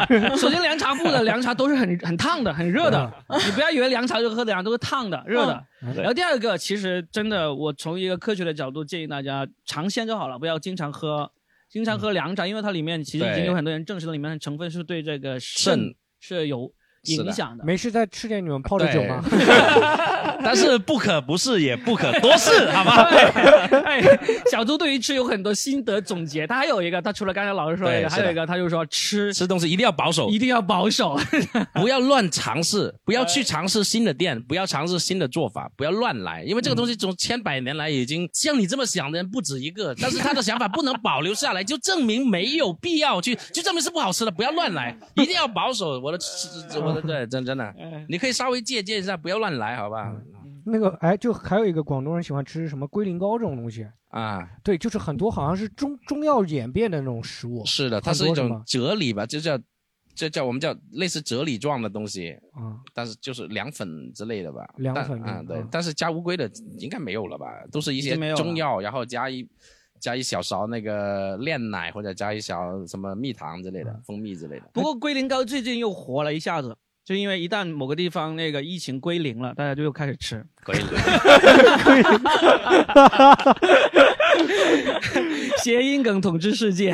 Speaker 4: 真 的。首先，凉茶铺的凉茶都是很很烫的，很热的。
Speaker 3: 嗯
Speaker 4: 你不要以为凉茶就喝凉，都是烫的、热的。
Speaker 2: 嗯
Speaker 4: 然后第二个，其实真的，我从一个科学的角度建议大家尝鲜就好了，不要经常喝经常喝凉茶，因为它里面其实已经
Speaker 2: 对
Speaker 4: 有很多人证实了，里面的成分是对这个
Speaker 2: 肾
Speaker 4: 肾是有
Speaker 2: 是的
Speaker 4: 影响的。
Speaker 3: 没事再吃点你们泡的酒吗？
Speaker 2: 但是不可不是，也不可多是，好吧？
Speaker 4: 哎，小猪对于吃有很多心得总结，他还有一个，他除了刚才老师说的一
Speaker 2: 对
Speaker 4: 个，
Speaker 2: 是
Speaker 4: 还
Speaker 2: 的
Speaker 4: 有一个，他就说吃
Speaker 2: 吃东西一定要保守
Speaker 4: 一，定要 保守。
Speaker 2: 不要乱尝试，不要去尝试新的店，不要尝试新的做法，不要乱来，因为这个东西从千百年来已经像你这么想的人不止一个，但是他的想法不能保留下 来，就证明没有必要去，就证明是不好吃的，不要乱 来，一定要保守。我的，我的，对，真真 的，你可以稍微借鉴一下，不要乱来，好吧？
Speaker 3: 那个哎，就还有一个广东人喜欢吃什么龟苓膏这种东西，
Speaker 2: 啊，
Speaker 3: 对，就是很多好像是中中药演变的那种食物
Speaker 2: 是的，它
Speaker 3: 很
Speaker 2: 是
Speaker 3: 多
Speaker 2: 一
Speaker 3: 是
Speaker 2: 种
Speaker 3: 吗
Speaker 2: 啫喱吧，就叫，这叫我们叫类似啫喱状的东西，
Speaker 3: 啊。
Speaker 2: 但是就是凉粉之类的吧，
Speaker 3: 凉
Speaker 2: 但
Speaker 3: 粉
Speaker 2: 啊，对，
Speaker 3: 嗯
Speaker 2: 但是加乌龟的应该没有了吧？都是一
Speaker 4: 已
Speaker 2: 些
Speaker 4: 经没有了
Speaker 2: 中药，然后加一加一小勺那个炼奶，或者加一小什么蜜糖之类
Speaker 4: 嗯
Speaker 2: 的，蜂蜜之类的。
Speaker 4: 不过龟苓膏最近又火了一下子，就因为一旦某个地方那个疫情归零了，大家就又开始吃。
Speaker 2: 可以，
Speaker 4: 谐音梗统治世 界，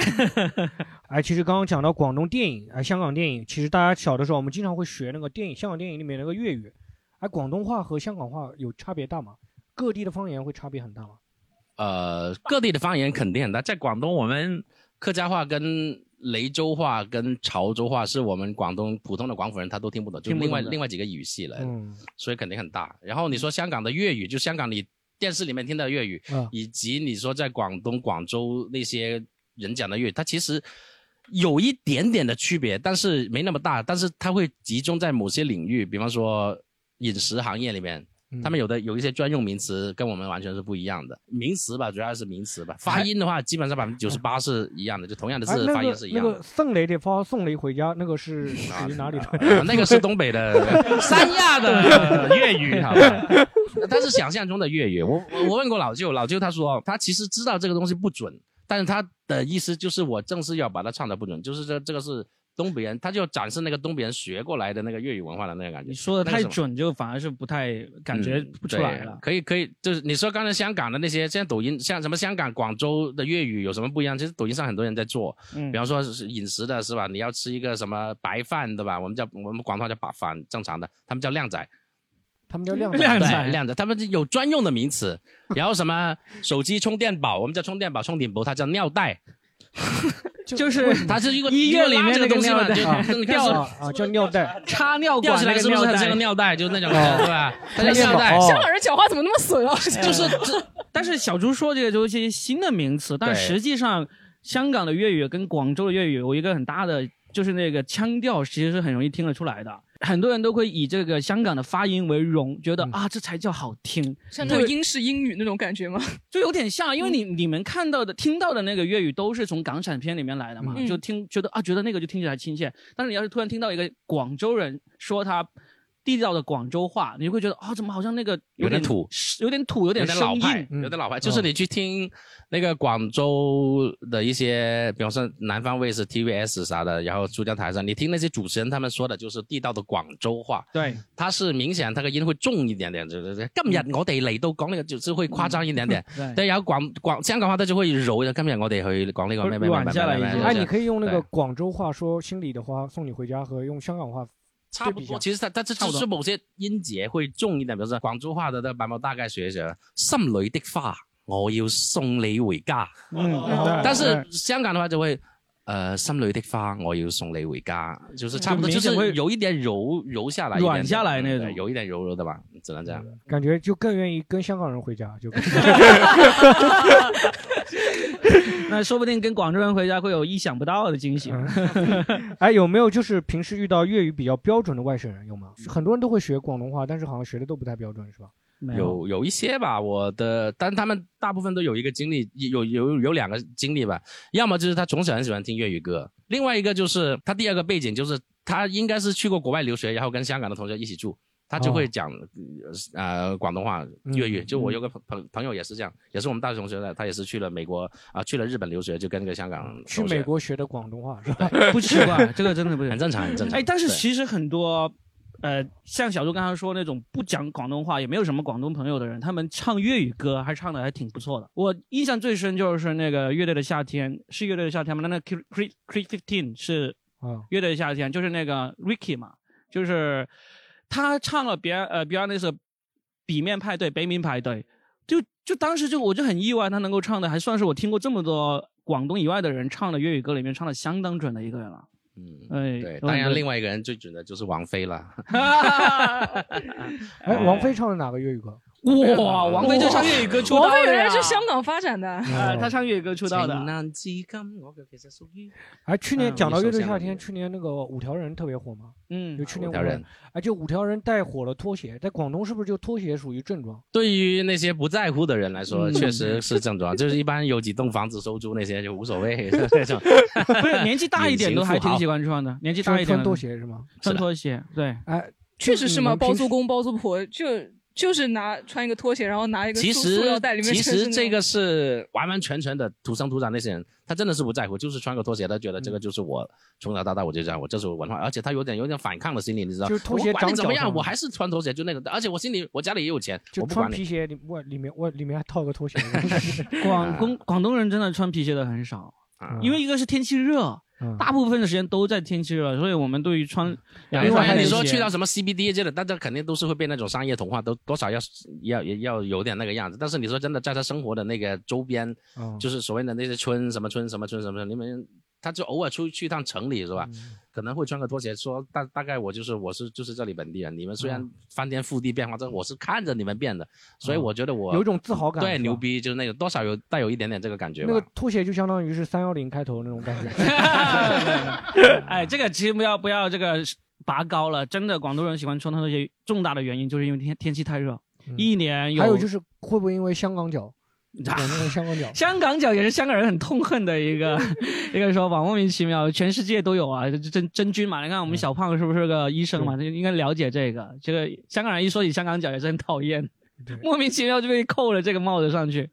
Speaker 3: 哎，其实刚刚讲到广东电影，哎，香港电影，其实大家小的时候我们经常会学那个电影，香港电影里面那个粤语，哎，广东话和香港话有差别大吗？各地的方言会差别很大吗？
Speaker 2: 呃，各地的方言肯定很大，在广东我们客家话跟。雷州话跟潮州话是我们广东普通的广府人他都听不懂，就
Speaker 4: 听不
Speaker 2: 另外
Speaker 4: 懂的
Speaker 2: 另外几个语系来的。
Speaker 3: 嗯，
Speaker 2: 所以肯定很大。然后你说香港的粤语，就香港你电视里面听到的粤语，
Speaker 3: 嗯
Speaker 2: 以及你说在广东、广州那些人讲的粤语，它其实有一点点的区别，但是没那么大。但是它会集中在某些领域，比方说饮食行业里面。
Speaker 3: 嗯
Speaker 2: 他们有的有一些专用名词跟我们完全是不一样的，名词吧，主要是名词吧。发音的话，基本上百分之九十八是一样的，就同样的
Speaker 3: 哎，
Speaker 2: 字
Speaker 3: 那
Speaker 2: 发音
Speaker 3: 个
Speaker 2: 是一
Speaker 3: 那
Speaker 2: 样的。
Speaker 3: 个送雷的发送雷回家，那个 是属于哪里的？
Speaker 2: 啊那个是东北 的三 亚的粤语，好吧？他是想象中的粤语。我我我问过老舅，老舅他说哦他其实知道这个东西不准，但是他的意思就是我正是要把它唱的不准，就是这这个是东北人，他就展示那个东北人学过来的那个粤语文化的那个感觉
Speaker 4: 你。说的
Speaker 2: 那
Speaker 4: 太
Speaker 2: 个什么
Speaker 4: 准，就反而是不太感觉
Speaker 2: 嗯
Speaker 4: 不出来了
Speaker 2: 对。可以可以，就是你说刚才香港的那些，现在抖音像什么香港、广州的粤语有什么不一样？其实抖音上很多人在做，
Speaker 4: 嗯
Speaker 2: 比方说是饮食的是吧？你要吃一个什么白饭对吧？我们叫我们广东话叫把饭，正常的，他们叫靓仔，
Speaker 3: 他们叫靓仔
Speaker 4: 靓
Speaker 2: 对
Speaker 4: 仔
Speaker 2: 靓仔，他们有专用的名词。然后什 么手机充电宝，我们叫充电宝、充电宝，它叫尿袋，
Speaker 4: 就是
Speaker 2: 它是一个
Speaker 4: 医院里面
Speaker 2: 一个拉这个
Speaker 4: 那个
Speaker 2: 东西嘛，就
Speaker 4: 尿
Speaker 3: 啊
Speaker 2: 就你看
Speaker 3: 啊
Speaker 2: 是
Speaker 3: 啊，叫尿袋，
Speaker 4: 插尿
Speaker 2: 吊
Speaker 4: 管
Speaker 2: 起
Speaker 4: 那
Speaker 2: 来
Speaker 4: 个
Speaker 2: 是不是
Speaker 4: 尿
Speaker 2: 很像
Speaker 4: 袋
Speaker 2: 个。尿袋？就是那种
Speaker 3: 哦
Speaker 2: 对吧？它叫
Speaker 3: 充电
Speaker 2: 尿袋
Speaker 3: 宝，
Speaker 5: 香港人讲话怎么那么损 啊？
Speaker 2: 就是 这
Speaker 4: 但是小猪说这个就是一些新的名词，但
Speaker 2: 对
Speaker 4: 实际上香港的粤语跟广州的粤语有一个很大的，就是那个腔调，其实是很容易听得出来的。很多人都会以这个香港的发音为荣，觉得、
Speaker 3: 嗯
Speaker 4: 啊这才叫好听，
Speaker 5: 像那种英式英语那种感觉吗？
Speaker 4: 就有点像，因为你你们看到的、听到的那个粤语都是从港产片里面来的嘛，
Speaker 5: 嗯
Speaker 4: 就听觉得啊觉得那个就听起来亲切，但是你要是突然听到一个广州人说他。地道的广州话，你会觉得啊、怎么好像那个
Speaker 2: 有点土，
Speaker 4: 有点土，有
Speaker 2: 有
Speaker 4: 点
Speaker 2: 点老
Speaker 4: 生
Speaker 2: 派
Speaker 4: 硬，，
Speaker 3: 嗯
Speaker 2: 有点老派。就是你去听那个广州的一些，比方说南方卫视、TVS 啥的，然后珠江台上，你听那些主持人他们说的，就是地道的广州话。
Speaker 4: 对，
Speaker 2: 它是明显它个音会重一点点，就是今日
Speaker 3: 嗯
Speaker 2: 我哋嚟到講呢個，就是會誇張一點點。
Speaker 4: 对
Speaker 2: 但然後廣廣香港話，它就會柔一點。今日我哋去講呢個咩咩咩咩
Speaker 3: 哎，
Speaker 2: 咩
Speaker 3: 你
Speaker 2: 咩。
Speaker 3: 可以用那
Speaker 2: 对
Speaker 3: 个广州话说心里的话送你回家，和用香港话
Speaker 2: 差不多，其實它它就是某些音節會重一點，比如說廣州話的，那版本大概學一學。心裏的花，我要送你回家。
Speaker 3: 嗯
Speaker 2: 但是香港的話就會，呃，心裏的花，我要送你回家，就是差不多，
Speaker 4: 就
Speaker 2: 就
Speaker 4: 明显
Speaker 2: 是
Speaker 4: 會
Speaker 2: 有一點柔柔下來一點點，
Speaker 4: 軟下來那種
Speaker 2: 對有一點柔柔的吧，只能這樣。
Speaker 3: 感觉就更愿意跟香港人回家， 就
Speaker 4: 那说不定跟广州人回家会有意想不到的惊喜。
Speaker 3: 哎，有没有就是平时遇到粤语比较标准的外省人有吗？很多人都会学广东话，但是好像学的都不太标准，是吧？
Speaker 4: 没，
Speaker 2: 有有一些吧，我的，但他们大部分都有一个经历，有有有两个经历吧，要么就是他从小很喜欢听粤语歌，另外一个就是他第二个背景就是他应该是去过国外留学，然后跟香港的同学一起住，他就会
Speaker 4: 哦
Speaker 2: 讲、呃广东话、
Speaker 4: 嗯
Speaker 2: 粤语。就我有个朋朋朋友也是这样，也是我们大学同学的，他也是去了美国啊、去了日本留学，就跟那个香港
Speaker 3: 去
Speaker 2: 同学
Speaker 3: 美国学的广东话是 吧？
Speaker 4: 啊不奇怪，这个真的不奇
Speaker 2: 很
Speaker 4: 怪。
Speaker 2: 正常，很正常。
Speaker 4: 哎哎，但是
Speaker 2: 对
Speaker 4: 其实很多呃，像小猪刚刚说那种不讲广东话，也没有什么广东朋友的人，他们唱粤语歌还唱的还挺不错的。我印象最深就是那个乐队的夏天，是乐队的夏天吗？那那 Cre Cre Cre Fifteen 是
Speaker 3: 啊
Speaker 4: 乐队的夏天，就是那个 Ricky 嘛，就是他唱了别呃 Beyond 那首《比面派对》《北面派对》，就就当时就我就很意外，他能够唱的还算是我听过这么多广东以外的人唱的粤语歌里面唱的相当准的一个人了。嗯，哎，
Speaker 2: 对，
Speaker 4: 我
Speaker 2: 当然
Speaker 4: 觉得
Speaker 2: 另外一个人最准的就是王菲了。
Speaker 3: 哎，王菲唱的哪个粤语歌？
Speaker 4: 哇，王菲就唱粤语歌出道
Speaker 5: 王
Speaker 4: 的呀
Speaker 5: 菲原来是香港发展的，
Speaker 2: 嗯
Speaker 4: 呃，他唱粤语歌出道的。
Speaker 2: 情难至今，我嘅其實屬於
Speaker 3: 哎，去年
Speaker 4: 嗯
Speaker 3: 讲到乐
Speaker 2: 一首
Speaker 3: 队夏
Speaker 2: 相当于
Speaker 3: 天，去年那个五条人特别火嘛，
Speaker 4: 嗯
Speaker 3: 就，去年
Speaker 2: 五条人。
Speaker 3: 而且五条人带火了拖鞋，在广东是不是就拖鞋属于症状？
Speaker 2: 对于那些不在乎的人来说，
Speaker 3: 嗯
Speaker 2: 确实是症状，就是一般有几栋房子收租那些就无所 谓那种。
Speaker 4: 不是年纪大一点都还
Speaker 2: 隐形富
Speaker 4: 挺
Speaker 2: 豪
Speaker 4: 喜欢穿的，年纪大
Speaker 3: 穿
Speaker 4: 一点
Speaker 3: 穿
Speaker 4: 的
Speaker 3: 拖，鞋是吗？
Speaker 2: 是
Speaker 4: 穿
Speaker 2: 的
Speaker 4: 拖鞋，对，
Speaker 3: 哎，
Speaker 5: 确实是嘛，
Speaker 3: 你们平
Speaker 5: 包
Speaker 3: 时
Speaker 5: 租公包租婆就就是拿穿一个拖鞋，然后拿一个
Speaker 2: 其
Speaker 5: 塑塑料
Speaker 2: 实
Speaker 5: 袋里面
Speaker 2: 其
Speaker 5: 全是那
Speaker 2: 实
Speaker 5: 种
Speaker 2: 这个是完完全全的土生土长那些人，他真的是不在乎，就是穿个拖鞋，他觉得
Speaker 3: 嗯
Speaker 2: 这个就是我从小到大我就这样，我这是我文化，而且他有点有点反抗的心理，你知道？
Speaker 3: 就是拖鞋
Speaker 2: 我管你
Speaker 3: 长
Speaker 2: 怎么
Speaker 3: 脚
Speaker 2: 样，
Speaker 3: 上
Speaker 2: 我还是穿拖鞋，就那个，而且我心里我家里也有钱，
Speaker 3: 就
Speaker 2: 我不
Speaker 3: 穿
Speaker 2: 管你。
Speaker 3: 皮鞋里外里面外里面还套个拖鞋，
Speaker 4: 广东广东人真的穿皮鞋的很少，
Speaker 2: 啊
Speaker 4: 因为一个是天气热，
Speaker 3: 嗯
Speaker 4: 大部分的时间都在天气热，所以我们对于穿
Speaker 2: 因
Speaker 4: 凉
Speaker 2: 为
Speaker 4: 鞋
Speaker 3: 另外还有
Speaker 2: 哎你
Speaker 3: 一
Speaker 2: 说
Speaker 4: 些
Speaker 2: 去到什么 CBD 这类，大家肯定都是会被那种商业同化，都多少要要也要有点那个样子。但是你说真的，在他生活的那个周边，
Speaker 3: 嗯
Speaker 2: 就是所谓的那些村什么村什么村什么村，你们他就偶尔出去一趟城里是吧？
Speaker 3: 嗯
Speaker 2: 可能会穿个拖鞋，说大大概我就是我是就是这里本地人，你们虽
Speaker 3: 嗯
Speaker 2: 然翻天覆地变化，但我是看着你们变的，所以我觉得我
Speaker 3: 有一种自豪感，
Speaker 2: 对
Speaker 3: 是吧
Speaker 2: 牛。逼，就是那个多少有带有一点点这个感觉
Speaker 3: 那个
Speaker 2: 吧。
Speaker 3: 拖鞋就相当于是三幺零开头那种感觉，
Speaker 4: 哎，这个其实不要不要这个拔高了，真的广东人喜欢穿拖鞋，重大的原因就是因为天天气太热，一年有
Speaker 3: 还有就是会不会因为香港脚，
Speaker 4: 啊，
Speaker 3: 广东的香港脚
Speaker 4: 香港脚也是香港人很痛恨的 一个一个说法，莫名其妙，全世界都有啊，这真真菌嘛。你看我们
Speaker 2: 嗯
Speaker 4: 小胖是不是个医生嘛？他就应该了解这个。这个香港人一说起香港脚也是很讨厌
Speaker 3: 对，
Speaker 4: 莫名其妙就被扣了这个帽子上去。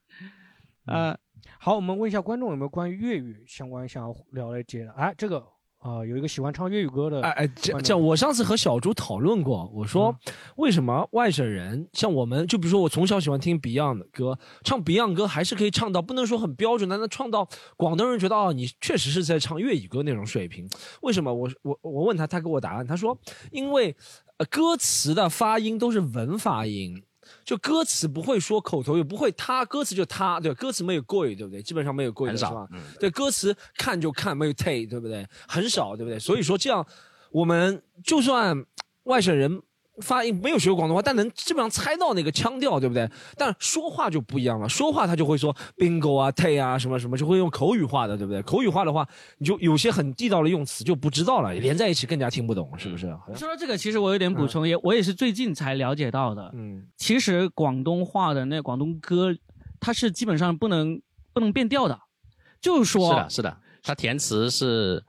Speaker 4: 呃，
Speaker 3: 好，我们问一下观众有没有关于粤语相关想要聊的接的？哎，这个啊、有一个喜欢唱粤语歌的，
Speaker 7: 哎哎，这
Speaker 3: 观
Speaker 7: 这，
Speaker 3: 众嗯
Speaker 7: 我上次和小猪讨论过，我说为什么外省人像我们，就比如说我从小喜欢听 Beyond 的歌，唱 Beyond 歌还是可以唱到，不能说很标准，但能唱到广东人觉得哦，你确实是在唱粤语歌那种水平。为什么？我我我问他，他给我答案，他说因为、呃、歌词的发音都是文发音。就歌词不会说口头语，不会他歌词就他，对，歌词没有过语，对不对？基本上没有过语的
Speaker 2: 很
Speaker 7: 是
Speaker 2: 少
Speaker 7: 吧？
Speaker 3: 嗯
Speaker 7: 对，歌词看就看，没有 take，对不对？很少，对不对？所以说这样，我们就算外省人发音没有学过广东话，但能基本上猜到那个腔调，对不对？但说话就不一样了，说话他就会说 bingo 啊、take 啊什么什么，就会用口语化的，对不对？口语化的话，你就有些很地道的用词就不知道了，连在一起更加听不懂，是不是？
Speaker 2: 嗯
Speaker 7: 好像
Speaker 4: 说到这个，其实我有点补充，也我也是最近才了解到的。
Speaker 7: 嗯，
Speaker 4: 其实广东话的那广东歌，它是基本上不能不能变调的，就是说
Speaker 2: 是的，是的，他填词是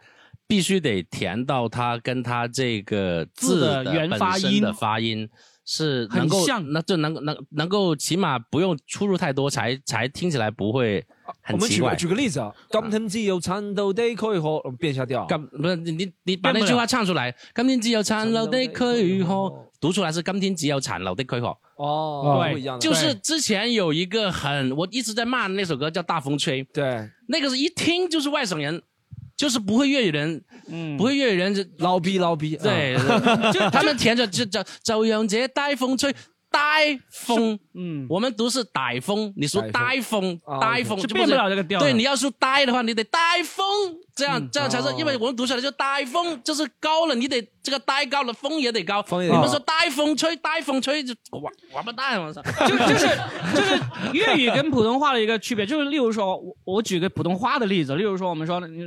Speaker 2: 必须得填到他跟他这个
Speaker 4: 字
Speaker 2: 字
Speaker 4: 的原
Speaker 2: 本
Speaker 4: 发
Speaker 2: 身
Speaker 4: 音
Speaker 2: 的发音是
Speaker 4: 很
Speaker 2: 能够
Speaker 4: 像
Speaker 2: 那就能能能够起码不用出入太多，才才听起来不会很
Speaker 7: 我们
Speaker 2: 奇
Speaker 7: 举个
Speaker 2: 怪。
Speaker 7: 举个例子啊，今天只有餐到地可以喝，我们变一下调。
Speaker 2: 咁不是你你你把
Speaker 4: 变不
Speaker 2: 那
Speaker 4: 了
Speaker 2: 句话唱出来，今天只有残留的躯壳，读出来是今天只有残留的躯壳，
Speaker 7: 哦，
Speaker 4: 对
Speaker 7: 不一样的，
Speaker 2: 就是之前有一个很我一直在骂的那首歌叫《大风吹》，
Speaker 7: 对
Speaker 2: 那个是一听就是外省人，就是不会粤语人，
Speaker 4: 嗯
Speaker 2: 不会粤语人就
Speaker 7: 捞逼捞逼，啊
Speaker 2: 对，就他们填着就就就让这呆风吹。呆风，
Speaker 4: 嗯，
Speaker 2: 我们读是歹风，你说呆风
Speaker 7: 风，
Speaker 2: 呆风
Speaker 4: 就
Speaker 2: 就
Speaker 4: 变不了这个调了。
Speaker 2: 对，你要说呆的话，你得呆风，这样这样才是
Speaker 7: 哦，
Speaker 2: 因为我们读起来就呆风，就是高了，你得这个呆高了，风也得高。
Speaker 7: 风也
Speaker 2: 你
Speaker 7: 得
Speaker 2: 们
Speaker 7: 高
Speaker 2: 说呆风吹，呆风吹就王王八蛋，我操！
Speaker 4: 就就是就是 粤语跟普通话的一个区别，就是例如说，我我举个普通话的例子，例如说我们说你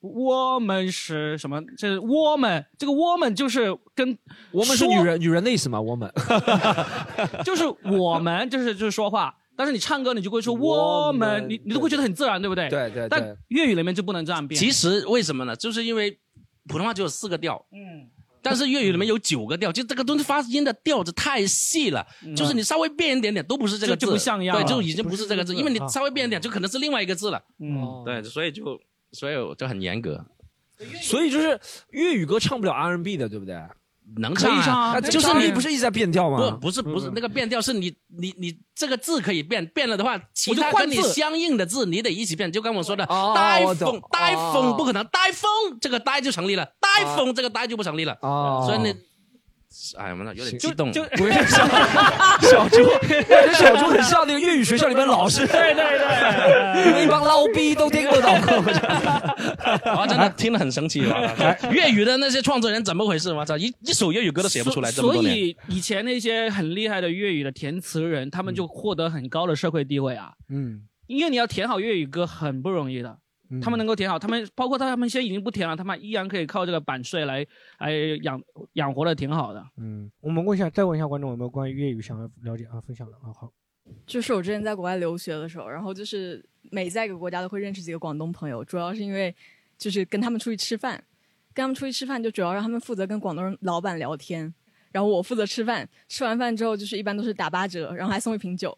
Speaker 4: 我们是什么？这是我们这个我们就是跟
Speaker 7: 我们是
Speaker 4: 说
Speaker 7: 女人，女人的意思嘛？我们
Speaker 4: 就是我们就是就是说话，但是你唱歌你就会说
Speaker 7: 我
Speaker 4: 我
Speaker 7: 们
Speaker 4: 们，你你都会觉得 很自然，对不对？。
Speaker 7: 对对对
Speaker 4: 但，粤语里面就不能这样变。
Speaker 2: 其实为什么呢？就是因为普通话只有四个调，嗯，但是粤语里面有九个调，就这个东西发音的调子太细了，就是你稍微变一点点都不是这个字，
Speaker 4: 就就不像样了
Speaker 2: 对，就已经不是这个字，
Speaker 3: 不是这个字
Speaker 2: 因为你
Speaker 3: 啊
Speaker 2: 稍微变一点就可能是另外一个字了，
Speaker 4: 嗯，
Speaker 7: 哦，
Speaker 2: 对，所以就所以我就很严格。
Speaker 7: 所以就是粤语歌唱不了 R&B 的，对不对？
Speaker 2: 能
Speaker 7: 可以
Speaker 2: 唱
Speaker 7: 唱
Speaker 2: 啊
Speaker 7: 啊，就是嗯你不是一直在变调吗
Speaker 2: 不，不是，不是那个变调，是你你你这个字可以变，变了的话，其
Speaker 7: 我就
Speaker 2: 他
Speaker 7: 换
Speaker 2: 跟你
Speaker 7: 字
Speaker 2: 相应的字你得一起变。就跟我说的，
Speaker 7: 哦
Speaker 2: 呆
Speaker 7: 我
Speaker 2: 风
Speaker 7: 懂，
Speaker 2: 呆
Speaker 7: 哦
Speaker 2: 风不可能，呆风这个呆就成立了，呆
Speaker 7: 啊
Speaker 2: 风这个呆就不成立了。呃
Speaker 7: 哦
Speaker 2: 所以你，哎呀，我那有点激动。
Speaker 4: 就
Speaker 7: 不是小 小猪，感觉小猪很像那个粤语学校里面老师，对对对， 那帮捞逼都听不懂。
Speaker 2: 我
Speaker 7: 哎
Speaker 2: 真的听得很生气。我哎粤语的那些创作人怎么回事？我操，一一首粤语歌都写不出来，这么
Speaker 4: 所
Speaker 2: 多
Speaker 4: 所
Speaker 2: 年。
Speaker 4: 以以前那些很厉害的粤语的填词人，他们就获得很高的社会地位啊。
Speaker 7: 嗯，
Speaker 4: 因为你要填好粤语歌很不容易的，他们能够填好，他们包括他们现在已经不填了，他们依然可以靠这个版税来来养养活的挺好的。
Speaker 7: 嗯，
Speaker 3: 我们问一下，再问一下观众有没有关于粤语想要了解啊、分享的啊？好，
Speaker 9: 就是我之前在国外留学的时候，然后就是每在一个国家都会认识几个广东朋友，主要是因为就是跟他们出去吃饭，跟他们出去吃饭就主要让他们负责跟广东人老板聊天，然后我负责吃饭，吃完饭之后就是一般都是打八折，然后还送一 瓶酒，